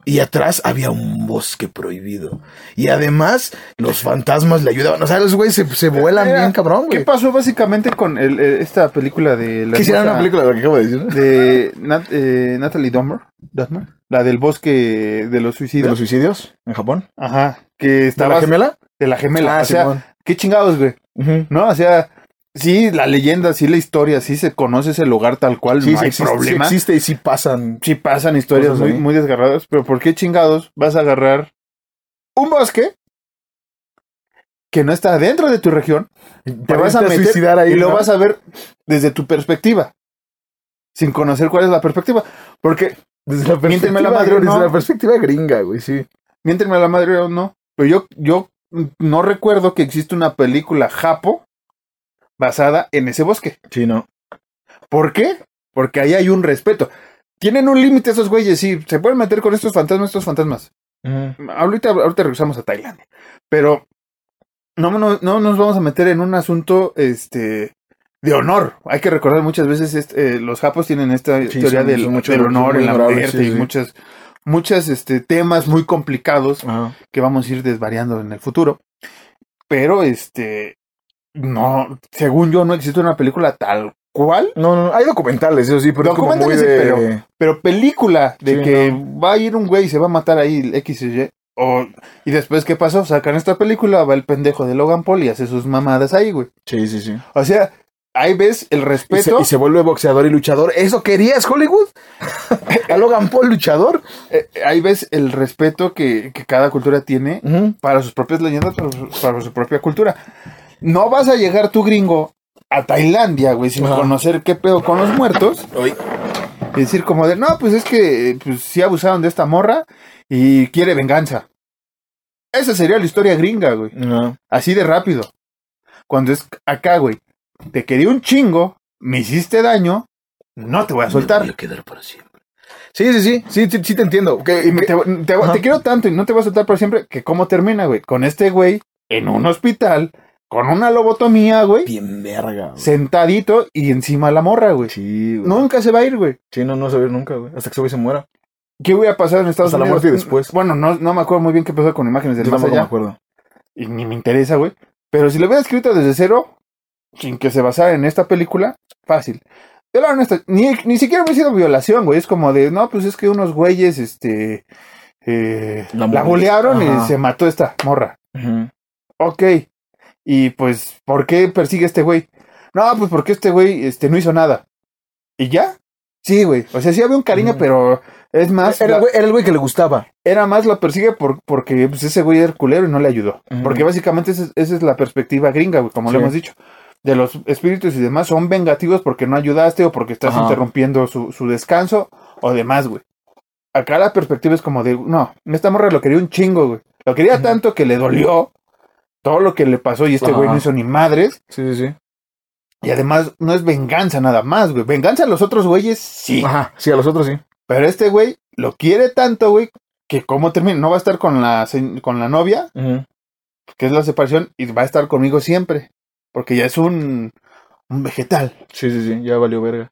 Speaker 1: Y atrás había un bosque prohibido. Y además, los fantasmas le ayudaban. O sea, los güeyes se, se vuelan
Speaker 2: Mira,
Speaker 1: bien, cabrón,
Speaker 2: ¿qué
Speaker 1: güey.
Speaker 2: pasó básicamente con el- eh, esta película de la
Speaker 1: Quisiera
Speaker 2: hermosa-
Speaker 1: una película de lo que acabo de decir. ¿no?
Speaker 2: de Nat- eh, Natalie Dormer, Dormer, la del bosque de los
Speaker 1: ¿De
Speaker 2: suicidas.
Speaker 1: los suicidios en Japón?
Speaker 2: Ajá, que
Speaker 1: ¿De
Speaker 2: estaba
Speaker 1: la gemela?
Speaker 2: de la gemela.
Speaker 1: Ah,
Speaker 2: o sea,
Speaker 1: Simón.
Speaker 2: qué chingados, güey.
Speaker 1: Ujú.
Speaker 2: No, o sea, sí, la leyenda, sí, la historia, sí se conoce ese lugar tal cual,
Speaker 1: Sí,
Speaker 2: no
Speaker 1: sí,
Speaker 2: hay
Speaker 1: existe, sí
Speaker 2: problema. Sí,
Speaker 1: existe y sí pasan.
Speaker 2: pasan historias
Speaker 1: Cosas
Speaker 2: muy,
Speaker 1: ahí.
Speaker 2: muy desgarradas, pero ¿por qué chingados vas a agarrar un bosque que no está dentro de tu región?
Speaker 1: Para
Speaker 2: vas a
Speaker 1: irte
Speaker 2: meter
Speaker 1: suicidar ahí.
Speaker 2: y lo
Speaker 1: ¿no?
Speaker 2: vas a ver desde tu perspectiva, sin conocer cuál es la perspectiva. Porque
Speaker 1: Desde la perspectiva,
Speaker 2: Miénteme la madre,
Speaker 1: desde
Speaker 2: ¿no?
Speaker 1: la perspectiva gringa, güey, sí.
Speaker 2: mientras la madre o no, pero yo, yo no recuerdo que existe una película japo basada en ese bosque.
Speaker 1: Sí, no.
Speaker 2: ¿Por qué? Porque ahí hay un respeto. Tienen un límite esos güeyes, sí, se pueden meter con estos fantasmas, estos fantasmas. Ahorita, ahorita regresamos a Tailandia. Pero no, no, no nos vamos a meter en un asunto este de honor. Hay que recordar muchas veces este, eh, los japos tienen esta
Speaker 1: Sí,
Speaker 2: teoría
Speaker 1: son-
Speaker 2: del,
Speaker 1: son mucho-
Speaker 2: del
Speaker 1: son
Speaker 2: honor,
Speaker 1: muy
Speaker 2: el
Speaker 1: honorables,
Speaker 2: muerte
Speaker 1: sí,
Speaker 2: y
Speaker 1: sí.
Speaker 2: muchas muchas este temas muy complicados
Speaker 1: Ajá.
Speaker 2: que vamos a ir desvariando en el futuro. Pero este no, según yo no existe una película tal cual,
Speaker 1: No, no, no, hay documentales, eso sí, pero es como muy
Speaker 2: Documentales,
Speaker 1: de...
Speaker 2: sí, pero película de
Speaker 1: Sí,
Speaker 2: que va a ir un güey y se va a matar ahí X y Y. O, y después, ¿qué pasó? Sacan esta película, va el pendejo de Logan Paul y hace sus mamadas ahí, güey.
Speaker 1: Sí, sí, sí.
Speaker 2: O sea, ahí ves el
Speaker 1: Y se,
Speaker 2: respeto.
Speaker 1: y se vuelve boxeador y luchador. ¿Eso querías, Hollywood? ¿A Logan Paul luchador?
Speaker 2: eh, ahí ves el respeto que, que cada cultura tiene para sus propias leyendas, para su, para su propia cultura. No vas a llegar tú, gringo, a Tailandia, güey, sin
Speaker 1: Ajá.
Speaker 2: conocer qué pedo con los muertos.
Speaker 1: Ay.
Speaker 2: Y decir como de, no, pues es que eh, pues, sí abusaron de esta morra y quiere venganza. Esa sería la historia gringa, güey. Así de rápido. Cuando es acá, güey, te quería un chingo, me hiciste daño, no te voy a soltar.
Speaker 1: Sí, sí, sí, sí, sí, sí te entiendo. Que-
Speaker 2: Y me- te,
Speaker 1: que-
Speaker 2: te-
Speaker 1: Ajá.
Speaker 2: te quiero tanto y no te vas a soltar para siempre que cómo termina, güey. Con este güey en un hospital, con una lobotomía, güey,
Speaker 1: Bien verga, güey.
Speaker 2: sentadito y encima la morra, güey.
Speaker 1: Sí, güey.
Speaker 2: Nunca se va a ir, güey.
Speaker 1: Sí, no, no se ve nunca, güey. Hasta que ese güey se muera.
Speaker 2: ¿Qué hubiera pasado en Estados
Speaker 1: Hasta la
Speaker 2: Unidos?
Speaker 1: muerte y después.
Speaker 2: Bueno, no, no me acuerdo muy bien qué pasó con imágenes del
Speaker 1: Yo
Speaker 2: más
Speaker 1: tampoco me
Speaker 2: allá.
Speaker 1: acuerdo.
Speaker 2: Y ni me interesa, güey. Pero si lo hubiera escrito desde cero, sin que se basara en esta película, fácil. Yo la honesta, ni, ni siquiera hubiera sido violación, güey. Es como de, no, pues es que unos güeyes, este... eh,
Speaker 1: La mole-
Speaker 2: la, bolearon
Speaker 1: Ajá.
Speaker 2: y se mató esta morra. Ok. Y pues, ¿por qué persigue este güey? No, pues porque este güey este, no hizo nada. ¿Y ya? Sí, güey. O sea, sí había un cariño,
Speaker 1: Ujú.
Speaker 2: pero es más.
Speaker 1: Era,
Speaker 2: la-
Speaker 1: el güey, era el güey que le gustaba.
Speaker 2: era más la persigue por, porque pues, ese güey era culero y no le ayudó.
Speaker 1: Ujú.
Speaker 2: Porque básicamente esa es, esa es la perspectiva gringa, güey, como
Speaker 1: Sí.
Speaker 2: lo hemos dicho. De los espíritus y demás son vengativos porque no ayudaste o porque estás
Speaker 1: Ajá.
Speaker 2: interrumpiendo su, su descanso o demás, güey. Acá la perspectiva es como de, no, esta morra lo quería un chingo, güey. Lo quería
Speaker 1: Ujú.
Speaker 2: tanto que le dolió todo lo que le pasó y este güey
Speaker 1: Ajá.
Speaker 2: no hizo ni madres.
Speaker 1: Sí, sí, sí.
Speaker 2: Y además no es venganza nada más, güey. Venganza a los otros güeyes, sí.
Speaker 1: Ajá, sí, a los otros sí.
Speaker 2: Pero este güey lo quiere tanto, güey, que cómo termina. No va a estar con la, se- con la novia, que es la separación, y va a estar conmigo siempre. Porque ya es un, un vegetal.
Speaker 1: Sí, sí, sí, ya valió verga.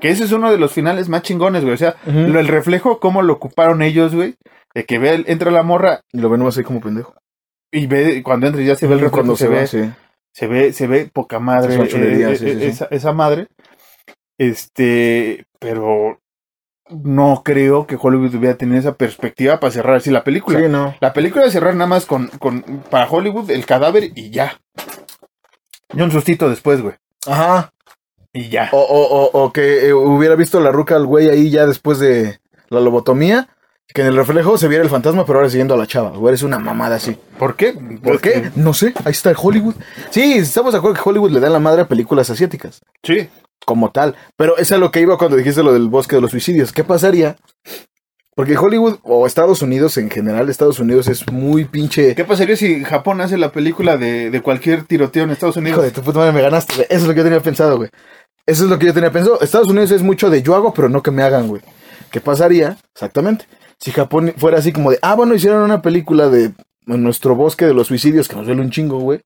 Speaker 2: Que ese es uno de los finales más chingones, güey. O sea,
Speaker 1: Mm.
Speaker 2: lo- el reflejo, cómo lo ocuparon ellos, güey. De que ve, el- entra la morra
Speaker 1: Y lo ven más ahí como pendejo.
Speaker 2: y ve, cuando entra ya se ve el reflejo,
Speaker 1: Mm, Cuando
Speaker 2: se, ve,
Speaker 1: va, sí.
Speaker 2: se ve, se ve poca madre.
Speaker 1: Es una chulería,
Speaker 2: eh,
Speaker 1: sí, sí, sí.
Speaker 2: Esa, esa madre. Este, pero no creo que Hollywood hubiera tenido esa perspectiva para cerrar así la película.
Speaker 1: Sí, no.
Speaker 2: La película de cerrar nada más con, con para Hollywood el cadáver y ya. Y un sustito después, güey.
Speaker 1: Ajá.
Speaker 2: Y ya.
Speaker 1: O, o- o- o que eh, hubiera visto la ruca al güey ahí ya después de la lobotomía. Que en el reflejo se viera el fantasma, pero ahora siguiendo a la chava. Güey, es una mamada así.
Speaker 2: ¿Por qué?
Speaker 1: ¿Por qué? No sé. Ahí está el Hollywood. Sí, estamos de acuerdo que Hollywood le da la madre a películas asiáticas.
Speaker 2: Sí.
Speaker 1: como tal. Pero eso es lo que iba cuando dijiste lo del bosque de los suicidios. ¿Qué pasaría? Porque Hollywood o Estados Unidos en general, Estados Unidos es muy pinche.
Speaker 2: ¿Qué pasaría si Japón hace la película de, de cualquier tiroteo en Estados
Speaker 1: Hijo
Speaker 2: Unidos?
Speaker 1: de tu puta madre, me ganaste, güey. Eso es lo que yo tenía pensado, güey. Eso es lo que yo tenía pensado. Estados Unidos es mucho de yo hago, pero no que me hagan, güey. ¿Qué pasaría? Exactamente. Si Japón fuera así como de, ah, bueno, hicieron una película de nuestro bosque de los suicidios, que nos duele un chingo, güey.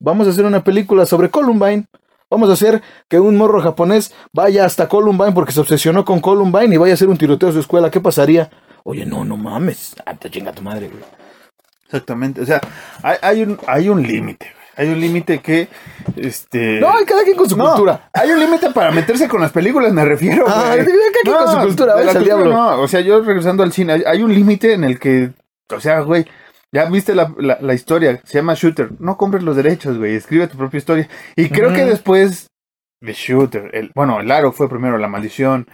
Speaker 1: Vamos a hacer una película sobre Columbine. Vamos a hacer que un morro japonés vaya hasta Columbine porque se obsesionó con Columbine y vaya a hacer un tiroteo a su escuela. ¿Qué pasaría? Oye, no, no mames. Ah, te chinga tu madre, güey.
Speaker 2: Exactamente. O sea, hay, hay un, hay un límite. güey. Hay un límite que, este...
Speaker 1: No, hay cada quien con su
Speaker 2: No,
Speaker 1: cultura.
Speaker 2: Hay un límite para meterse con las películas, me refiero.
Speaker 1: Ah,
Speaker 2: güey.
Speaker 1: yo diría que aquí con su cultura,
Speaker 2: de la
Speaker 1: váyanse al
Speaker 2: cultura
Speaker 1: diablo.
Speaker 2: No, o sea, yo regresando al cine, hay- hay un límite en el que, o sea, güey, ya viste la, la- la historia, se llama Shooter. No compres los derechos, güey, escribe tu propia historia. Y creo que
Speaker 1: Ujú.
Speaker 2: después de Shooter, el, bueno, el aro fue primero, la maldición,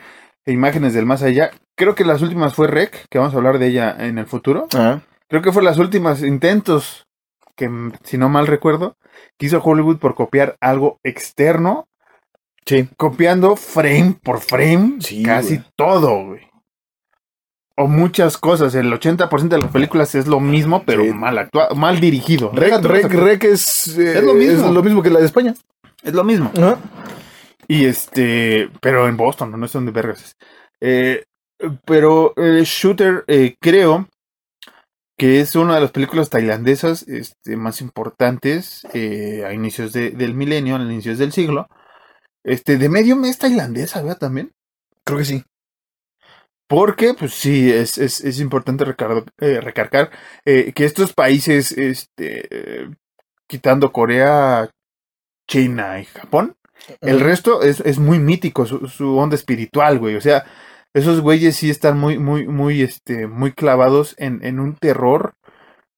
Speaker 2: e imágenes del más allá. Creo que las últimas fue Rec, que vamos a hablar de ella en el futuro.
Speaker 1: Ah.
Speaker 2: Creo que fue las últimas intentos que, mm, si no mal recuerdo, que hizo Hollywood por copiar algo externo
Speaker 1: Sí.
Speaker 2: copiando frame por frame
Speaker 1: Sí,
Speaker 2: casi
Speaker 1: güey.
Speaker 2: todo, güey. O muchas cosas. El 80% de las películas es lo mismo, pero
Speaker 1: Sí.
Speaker 2: mal actuado, mal dirigido.
Speaker 1: Rec, rec, rec es, eh,
Speaker 2: Es lo mismo.
Speaker 1: es lo mismo que la de España.
Speaker 2: Es lo mismo. Y este, pero en Boston, no, no es donde vergas. es. Eh, pero eh, Shooter, eh, creo que es una de las películas tailandesas este, más importantes eh, a inicios de- del milenio, a inicios del siglo. Este, de medio mes tailandesa, ¿verdad? También.
Speaker 1: Creo que sí.
Speaker 2: Porque, pues sí, es, es, es importante recardo- eh, recargar eh, que estos países, este, eh, quitando Corea, China y Japón, el
Speaker 1: Ujú.
Speaker 2: resto es, es muy mítico, su, su onda espiritual, güey. O sea, esos güeyes sí están muy, muy, muy, este, muy clavados en, en un terror,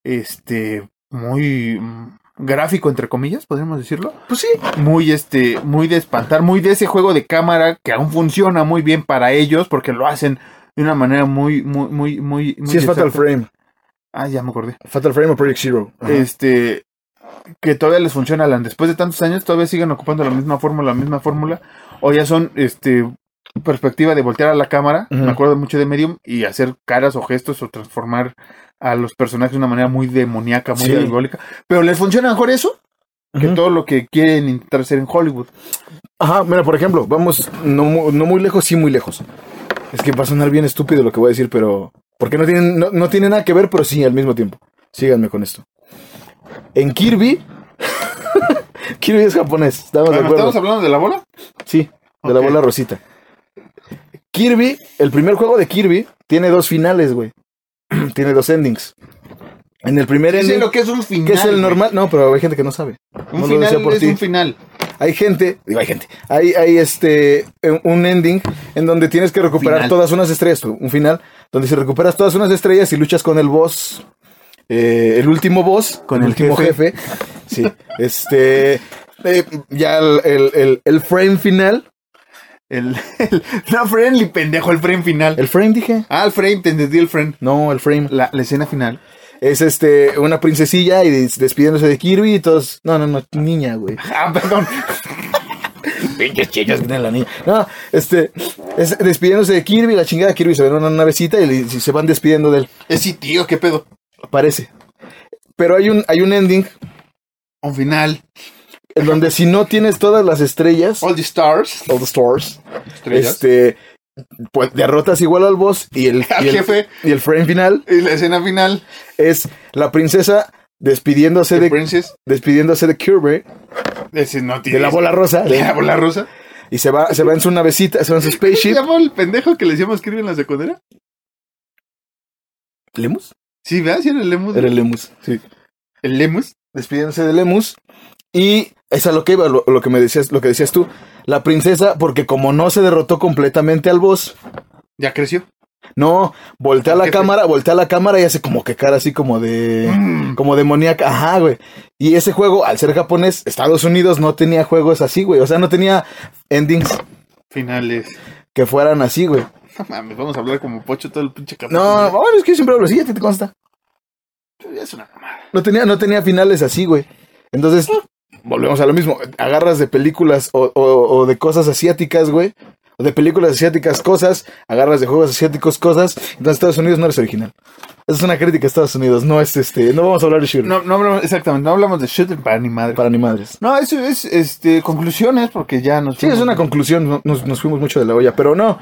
Speaker 2: este, muy mm, gráfico, entre comillas, podríamos decirlo
Speaker 1: Pues sí.
Speaker 2: muy este muy de espantar muy de ese juego de cámara que aún funciona muy bien para ellos porque lo hacen de una manera muy muy muy muy, muy
Speaker 1: Sí, es Fatal
Speaker 2: exacta.
Speaker 1: Frame.
Speaker 2: ah ya me acordé
Speaker 1: Fatal Frame o Project Zero. Ajá.
Speaker 2: este que todavía les funciona Alan después de tantos años todavía siguen ocupando la misma fórmula la misma fórmula o ya son este perspectiva de voltear a la cámara
Speaker 1: Ujú.
Speaker 2: me acuerdo mucho de Medium y hacer caras o gestos o transformar a los personajes de una manera muy demoníaca muy
Speaker 1: Sí.
Speaker 2: diabólica pero les funciona mejor eso que
Speaker 1: Ujú.
Speaker 2: todo lo que quieren intentar hacer en Hollywood
Speaker 1: Ajá, mira, por ejemplo, vamos no, mu- no muy lejos, sí muy lejos. Es que va a sonar bien estúpido lo que voy a decir, pero... Porque no, tienen, no, no tiene nada que ver, pero sí al mismo tiempo. Síganme con esto. En Kirby... Kirby es japonés, estamos de
Speaker 2: Bueno,
Speaker 1: acuerdo.
Speaker 2: ¿Estamos hablando de la bola?
Speaker 1: Sí, de la
Speaker 2: Ok.
Speaker 1: bola rosita. Kirby, el primer juego de Kirby, tiene dos finales, güey. tiene dos endings. En el primer
Speaker 2: Dice
Speaker 1: ending...
Speaker 2: lo que es un final.
Speaker 1: ¿Qué es el
Speaker 2: güey.
Speaker 1: normal? No, pero hay gente que no sabe.
Speaker 2: Un
Speaker 1: no lo
Speaker 2: final
Speaker 1: decía por
Speaker 2: es
Speaker 1: ti.
Speaker 2: un final.
Speaker 1: Hay gente, digo, hay gente. Hay, hay este, eh, un ending en donde tienes que recuperar
Speaker 2: Final.
Speaker 1: todas unas estrellas, un final, donde si recuperas todas unas estrellas y luchas con el boss, eh, el último boss,
Speaker 2: Con
Speaker 1: el
Speaker 2: el
Speaker 1: último jefe.
Speaker 2: jefe.
Speaker 1: Sí, este, eh, ya el, el- el- el frame final,
Speaker 2: El, el- no, friendly, pendejo, el frame final.
Speaker 1: el frame dije.
Speaker 2: ah, el frame, te entendí el frame.
Speaker 1: No, el frame.
Speaker 2: La, la escena final.
Speaker 1: Es este, una princesilla y des- despidiéndose de Kirby y todos. No, no, no, niña, güey.
Speaker 2: Ah, perdón.
Speaker 1: Pinches chillas que tiene la niña. No, este, es despidiéndose de Kirby, la chingada Kirby se ve en una navecita y le- se van despidiendo de él,
Speaker 2: Es sí, tío, qué pedo.
Speaker 1: parece. Pero hay un, hay un ending
Speaker 2: Un final.
Speaker 1: en donde si no tienes todas las estrellas,
Speaker 2: All the stars.
Speaker 1: all the stars,
Speaker 2: Estrellas.
Speaker 1: este, pues derrotas igual al boss y el,
Speaker 2: Al
Speaker 1: y el-
Speaker 2: jefe.
Speaker 1: y el frame final
Speaker 2: Y la escena final.
Speaker 1: es la princesa despidiéndose
Speaker 2: The
Speaker 1: de,
Speaker 2: princess.
Speaker 1: despidiéndose de Kirby,
Speaker 2: Ese no tiene.
Speaker 1: de la bola rosa,
Speaker 2: De la bola rosa.
Speaker 1: y se va, se va en su navecita, se va en su
Speaker 2: ¿Qué se
Speaker 1: spaceship.
Speaker 2: llamó el pendejo que le decíamos escribir en la secundaria?
Speaker 1: ¿Lemus?
Speaker 2: Sí, ¿verdad? Sí, era el Lemus.
Speaker 1: Era Lemus, sí.
Speaker 2: El Lemus.
Speaker 1: despidiéndose de Lemus. Y es a lo que iba, lo, lo que me decías, lo que decías tú. La princesa, porque como no se derrotó completamente al boss,
Speaker 2: Ya creció.
Speaker 1: No, voltea la cámara, voltea la cámara y hace como que cara así como de. como demoníaca. Ajá, güey. Y ese juego, al ser japonés, Estados Unidos no tenía juegos así, güey. O sea, no tenía endings
Speaker 2: Finales.
Speaker 1: que fueran así, güey.
Speaker 2: No mames, vamos a hablar como pocho todo el pinche capítulo.
Speaker 1: No, bueno, es que yo siempre hablo así, ya te consta.
Speaker 2: es una mamada.
Speaker 1: No tenía, no tenía finales así, güey. Entonces, volvemos a lo mismo. Agarras de películas o, o- o de cosas asiáticas, güey. O de películas asiáticas cosas. Agarras de juegos asiáticos cosas. Entonces, Estados Unidos no eres original. Esa es una crítica a Estados Unidos. No es este. No vamos a hablar de Shooter.
Speaker 2: No, no hablamos, exactamente, no hablamos de shooter para ni madre.
Speaker 1: Para ni madres.
Speaker 2: No, eso es, este, conclusiones, porque ya no
Speaker 1: Sí, es una conclusión. no- Nos, nos fuimos mucho de la olla, pero no.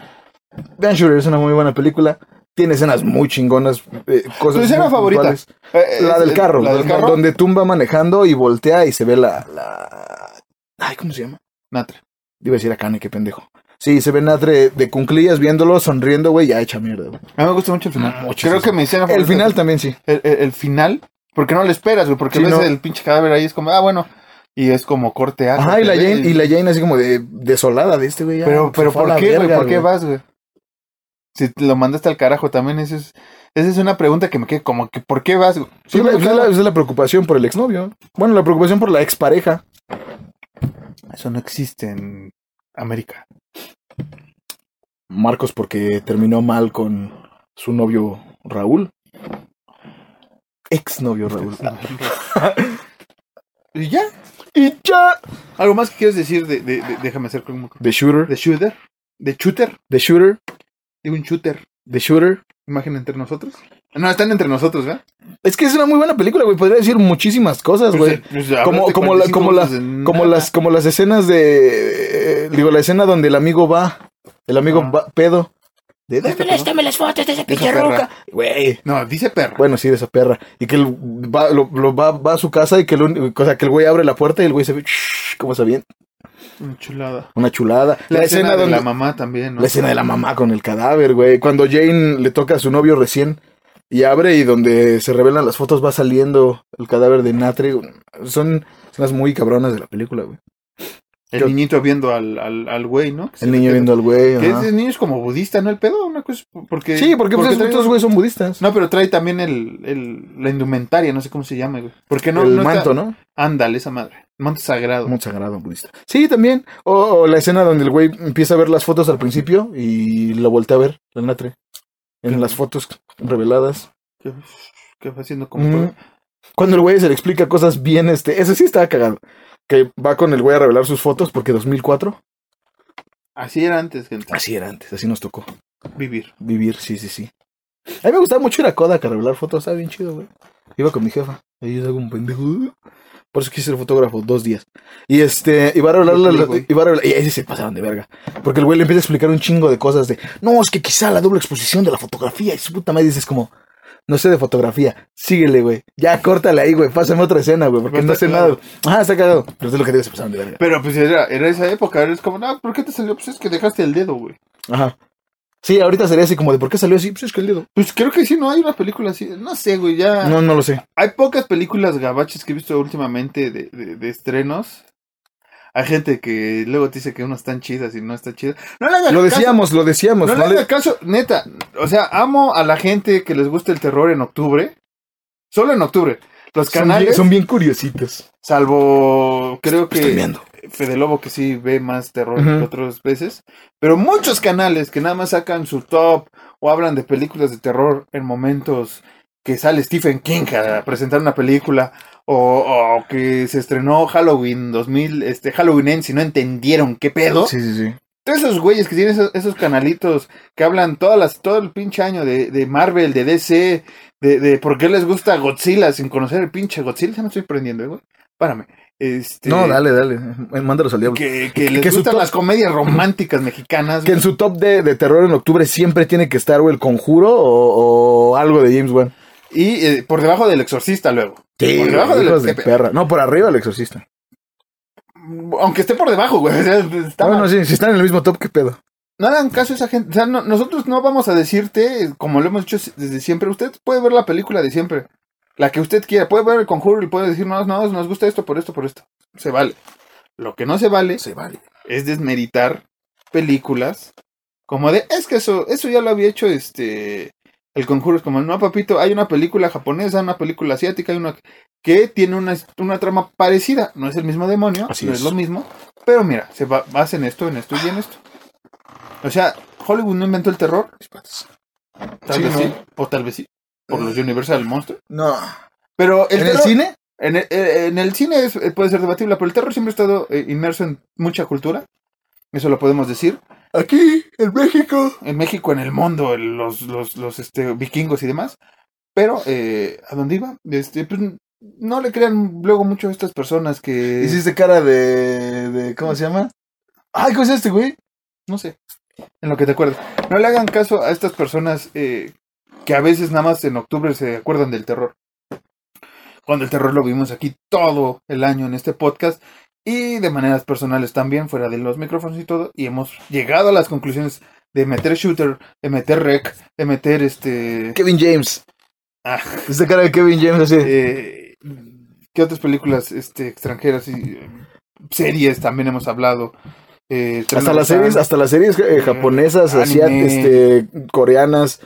Speaker 1: Dan Shooter es una muy buena película. Tiene escenas muy chingonas. eh, cosas
Speaker 2: ¿Tu escena
Speaker 1: muy
Speaker 2: favorita?
Speaker 1: puntuales.
Speaker 2: Eh,
Speaker 1: La
Speaker 2: es-
Speaker 1: del carro,
Speaker 2: La del
Speaker 1: donde-
Speaker 2: carro.
Speaker 1: donde tumba manejando y voltea y se ve la, la... Ay, ¿cómo se llama?
Speaker 2: Natre.
Speaker 1: Iba a decir a Kane, qué pendejo. Sí, se ve Natre de cunclillas viéndolo, sonriendo, güey, ya hecha mierda, güey.
Speaker 2: A mí me gusta mucho el final.
Speaker 1: Mucho,
Speaker 2: Creo
Speaker 1: sí,
Speaker 2: que me hicieron
Speaker 1: El final también sí.
Speaker 2: el, el- el final, porque no lo esperas, güey, porque
Speaker 1: Sí,
Speaker 2: ves
Speaker 1: no.
Speaker 2: el pinche cadáver ahí, es como, ah, bueno, y es como corte A.
Speaker 1: Ajá,
Speaker 2: corte
Speaker 1: y la
Speaker 2: B,
Speaker 1: Jane, y la Jane así como de desolada de este, güey. ya,
Speaker 2: Pero,
Speaker 1: se
Speaker 2: pero
Speaker 1: fue a
Speaker 2: ¿por
Speaker 1: la
Speaker 2: qué, güey?
Speaker 1: verga,
Speaker 2: ¿Por qué vas, güey? Si te lo mandaste al carajo también, eso es, esa es una pregunta que me queda como que, ¿por qué vas, güey?
Speaker 1: Sí,
Speaker 2: Yo
Speaker 1: la-
Speaker 2: me
Speaker 1: es, Pues, la,
Speaker 2: quedo-
Speaker 1: es la preocupación por el exnovio. Bueno, la preocupación por la expareja.
Speaker 2: Eso no existe en América.
Speaker 1: Marcos porque terminó mal con su novio Raúl. Exnovio Raúl.
Speaker 2: Ah. y ya.
Speaker 1: Y ya.
Speaker 2: ¿Algo más que quieres decir de, de- de- déjame hacer como
Speaker 1: The Shooter.
Speaker 2: de shooter? ¿De shooter?
Speaker 1: The Shooter.
Speaker 2: Digo un shooter.
Speaker 1: The Shooter.
Speaker 2: Imagen entre nosotros. No, están entre nosotros, ¿verdad?
Speaker 1: Es que es una muy buena película, güey. Podría decir muchísimas cosas, Pues,
Speaker 2: Pues,
Speaker 1: güey.
Speaker 2: eh,
Speaker 1: Como, como, la- como, la- como, las, como las escenas de. eh, digo, la escena donde el amigo va. El amigo
Speaker 2: Ah.
Speaker 1: va- pedo. De,
Speaker 2: Esta,
Speaker 1: "Déjame,
Speaker 2: ¿no?
Speaker 1: déjame las fotos de esa pinche
Speaker 2: perra".
Speaker 1: ruca". Güey.
Speaker 2: No, dice perro.
Speaker 1: Bueno, sí, de esa perra. Y que el- va, lo, lo va, va a su casa y que, el un- o sea, que el güey abre la puerta y el güey se ve. "Shh", ¿Cómo se bien?
Speaker 2: Una chulada.
Speaker 1: Una chulada.
Speaker 2: La,
Speaker 1: La,
Speaker 2: escena, de
Speaker 1: donde.
Speaker 2: la mamá también, ¿no?
Speaker 1: La escena de la mamá con el cadáver, güey. Cuando Jane le toca a su novio recién y abre y donde se revelan las fotos va saliendo el cadáver de Natre. Son escenas muy cabronas de la película, güey.
Speaker 2: El niñito viendo al, al, al güey, ¿no? Que se
Speaker 1: El niño
Speaker 2: mete-
Speaker 1: viendo al güey.
Speaker 2: Que
Speaker 1: ajá.
Speaker 2: ese niño es como budista, ¿no? El pedo, una cosa. Porque,
Speaker 1: Sí, porque, pues,
Speaker 2: trae-
Speaker 1: estos güey son budistas.
Speaker 2: No, pero trae también el, el, la indumentaria, no sé cómo se llama, güey. Porque no.
Speaker 1: el
Speaker 2: no está-
Speaker 1: manto, ¿no?
Speaker 2: Ándale, esa madre. Manto sagrado.
Speaker 1: Muy sagrado budista. Sí, también. O, o la escena donde el güey empieza a ver las fotos al principio y lo voltea a ver, la Natre. En las fotos reveladas.
Speaker 2: Que, que va haciendo como.
Speaker 1: Mm. Cuando el güey se le explica cosas bien, este, eso sí estaba cagado. Que va con el güey a revelar sus fotos porque 2004.
Speaker 2: Así era antes, gente.
Speaker 1: Así era antes, así nos tocó
Speaker 2: Vivir.
Speaker 1: vivir, sí, sí, sí. A mí me gustaba mucho ir a Kodak a revelar fotos, estaba bien chido, güey. Iba con mi jefa, y yo estaba como un pendejo. Por eso quise ser fotógrafo dos días. Y este, iba a revelar, la-
Speaker 2: Doble, güey.
Speaker 1: iba a revelar- y ahí sí se pasaron de verga. Porque el güey le empieza a explicar un chingo de cosas de, no, es que quizá la doble exposición de la fotografía, y su puta madre dices como, no sé de fotografía, síguele, güey. Ya córtale ahí, güey, pásame otra escena, güey, porque
Speaker 2: Pero
Speaker 1: no
Speaker 2: está
Speaker 1: sé nada.
Speaker 2: cagado.
Speaker 1: Ah, está cagado. Pero es lo que digo, se pasaron de verga.
Speaker 2: Pero pues era, era esa época. Era como, no, ¿por qué te salió? Pues es que dejaste el dedo, güey.
Speaker 1: Ajá. Sí, ahorita sería así como de, ¿por qué salió así? Pues es que el dedo.
Speaker 2: Pues creo que sí, no hay una película así. No sé, güey, ya.
Speaker 1: No, no lo sé.
Speaker 2: Hay pocas películas gabachas que he visto últimamente de, de- de estrenos. Hay gente que luego te dice que unas están chidas y no están chidas. No le hagas
Speaker 1: Lo
Speaker 2: caso,
Speaker 1: decíamos, lo decíamos.
Speaker 2: Ah, No,
Speaker 1: no
Speaker 2: le
Speaker 1: le-
Speaker 2: hagas caso, neta. O sea, amo a la gente que les gusta el terror en octubre. Solo en octubre. Los
Speaker 1: Son bien-
Speaker 2: canales,
Speaker 1: Son bien, curiositos.
Speaker 2: salvo creo que
Speaker 1: Estoy meando.
Speaker 2: Fede Lobo que sí ve más terror que
Speaker 1: Ujú.
Speaker 2: otras veces, pero muchos canales que nada más sacan su top o hablan de películas de terror en momentos que sale Stephen King a presentar una película o, o que se estrenó Halloween 2000, este Halloween Ends y no entendieron qué
Speaker 8: Oh.
Speaker 2: pedo.
Speaker 1: Sí, sí, sí.
Speaker 2: Todos esos güeyes que tienen esos, esos canalitos que hablan todas las, todo el pinche año de, de Marvel, de DC, de, de por qué les gusta Godzilla sin conocer el pinche Godzilla, ya me estoy prendiendo, eh, güey. Párame. Este,
Speaker 1: No, dale, dale. eh, Mándalos al diablo.
Speaker 2: que, que les
Speaker 1: que su
Speaker 2: gustan
Speaker 1: top-
Speaker 2: las comedias románticas mexicanas.
Speaker 1: Que en
Speaker 2: güey.
Speaker 1: su top de, de terror en octubre siempre tiene que estar o el conjuro o, o algo de James Wan.
Speaker 2: Y eh, por debajo del exorcista luego. por debajo del
Speaker 1: hijos de
Speaker 2: exorcista.
Speaker 1: perra. No, por arriba el exorcista.
Speaker 2: Aunque esté por debajo, güey. o sea, está
Speaker 1: Bueno,
Speaker 2: mal.
Speaker 1: sí, si están en el mismo top, ¿qué pedo?
Speaker 2: No hagan caso a esa gente. O sea, no- nosotros no vamos a decirte, eh, como lo hemos dicho si- desde siempre, usted puede ver la película de siempre. La que usted quiera. Puede ver el conjuro y puede decir, no, no, nos gusta esto por esto, por esto. Se vale. Lo que no se vale
Speaker 1: vale.
Speaker 2: es desmeritar películas Como de, es que eso, eso ya lo había hecho este. El conjuro es como, no, papito, hay una película japonesa, una película asiática, hay una que tiene una, una trama parecida. No es el mismo demonio,
Speaker 1: Así
Speaker 2: no
Speaker 1: es.
Speaker 2: es lo mismo, pero mira, se ba- basa en esto, en esto y en esto. O sea, Hollywood no inventó el terror,
Speaker 8: Mis patas.
Speaker 2: tal
Speaker 8: Sí,
Speaker 2: vez
Speaker 8: ¿no?
Speaker 2: sí, o tal vez sí, por los Universal Monsters.
Speaker 8: No.
Speaker 2: Pero el
Speaker 8: ¿En el
Speaker 2: terror-
Speaker 8: cine?
Speaker 2: en el, eh, en el cine es- eh, puede ser debatible, pero el terror siempre ha estado eh, inmerso en mucha cultura. Eso lo podemos decir.
Speaker 8: Aquí, en México.
Speaker 2: En México, en el mundo, en los, los, los, este, vikingos y demás. Pero, eh, ¿a dónde iba? Este, pues, no le crean luego mucho a estas personas que...
Speaker 8: Hiciste cara de, de. ¿Cómo se llama? Ay, ¿cómo es este, güey?
Speaker 2: No sé, en lo que te acuerdas. No le hagan caso a estas personas eh, que a veces nada más en octubre se acuerdan del terror. Cuando el terror lo vimos aquí todo el año en este podcast y de maneras personales también, fuera de los micrófonos y todo, y hemos llegado a las conclusiones de meter shooter, de meter rec, de meter este...
Speaker 8: Kevin James.
Speaker 2: Ah.
Speaker 8: Hiciste cara de Kevin James así.
Speaker 2: eh, ¿Qué otras películas este, extranjeras y eh, series también hemos hablado? Eh,
Speaker 1: Hasta
Speaker 2: Eternal
Speaker 1: las series,
Speaker 2: Sun.
Speaker 1: hasta las series eh,
Speaker 8: Mm,
Speaker 1: japonesas,
Speaker 2: Anime.
Speaker 1: asiat- este, coreanas,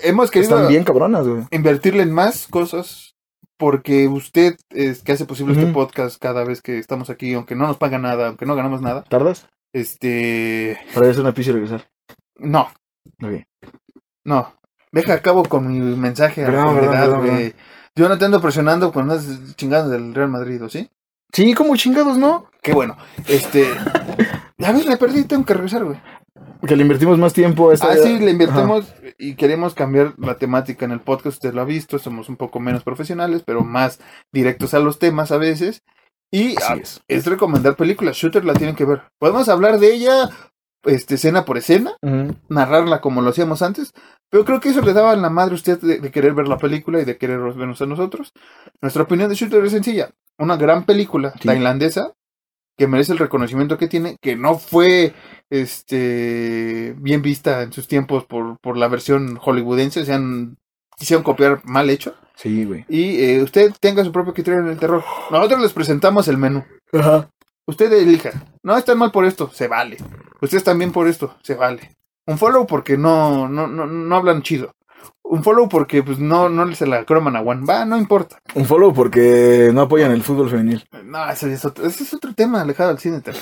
Speaker 2: Hemos querido...
Speaker 1: están bien cabronas, güey.
Speaker 2: invertirle en más cosas porque usted es que hace posible este
Speaker 1: Ujú.
Speaker 2: podcast cada vez que estamos aquí, aunque no nos paga nada, aunque no ganamos nada.
Speaker 1: ¿Tardas?
Speaker 2: Este,
Speaker 8: Para hacer una pizza y regresar.
Speaker 2: no,
Speaker 1: Ok.
Speaker 2: no. Deja a cabo con mi mensaje a la
Speaker 8: Perdón,
Speaker 2: comunidad,
Speaker 8: perdón, perdón,
Speaker 2: güey. Yo no te ando presionando con unas chingadas del Real Madrid, ¿o sí?
Speaker 8: Sí, como chingados, ¿no?
Speaker 2: Qué bueno. Este, a ver, la perdí, tengo que regresar, güey.
Speaker 1: Que le invertimos más tiempo a esta.
Speaker 2: Ah, sí, le invertimos y queremos cambiar la temática en el podcast, usted lo ha visto, somos un poco menos profesionales, pero más directos a los temas a veces. Y a-
Speaker 1: Así es.
Speaker 2: es recomendar películas, Shooter la tienen que ver. Podemos hablar de ella este, escena por escena,
Speaker 1: Ujú.
Speaker 2: narrarla como lo hacíamos antes, pero creo que eso le daba la madre a usted de, de querer ver la película y de querer vernos a nosotros. Nuestra opinión de Shooter es sencilla, una gran película
Speaker 1: Sí.
Speaker 2: tailandesa que merece el reconocimiento que tiene, que no fue este bien vista en sus tiempos por, por la versión hollywoodense, se han quisieron copiar mal hecho
Speaker 1: Sí, güey.
Speaker 2: y eh, usted tenga su propio criterio en el terror. Nosotros les presentamos el menú.
Speaker 8: Ajá.
Speaker 2: Usted elija. No están mal por esto, se vale. Ustedes también por esto, se vale. Un follow porque no, no, no, no hablan chido. Un follow porque pues no, no se la croman a One. Va, no importa.
Speaker 1: Un follow porque no apoyan el fútbol femenil.
Speaker 2: No, ese es otro, ese es otro tema alejado del cine. terror.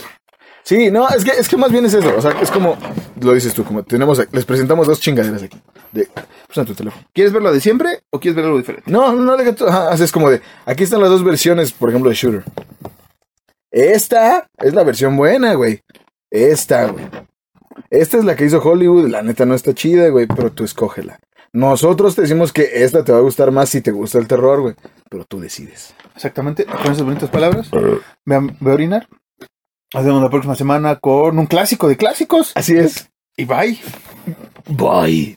Speaker 1: Sí, no, es que, es que más bien es eso. O sea, es como, lo dices tú, como tenemos, aquí- les presentamos dos chingaderas aquí. De, pues a tu teléfono.
Speaker 2: ¿Quieres verlo de siempre o quieres verlo diferente?
Speaker 1: No, no, no, deja tú, ajá, haces como de, aquí están las dos versiones, por ejemplo, de Shooter. Esta es la versión buena, güey. Esta, güey. Esta es la que hizo Hollywood, la neta no está chida, güey, pero tú escógela. Nosotros te decimos que esta te va a gustar más si te gusta el terror, güey, pero tú decides.
Speaker 2: Exactamente, con esas bonitas palabras. Voy a, voy a orinar. Hacemos la próxima semana con un clásico de clásicos.
Speaker 1: Así es.
Speaker 2: Y bye.
Speaker 1: Bye.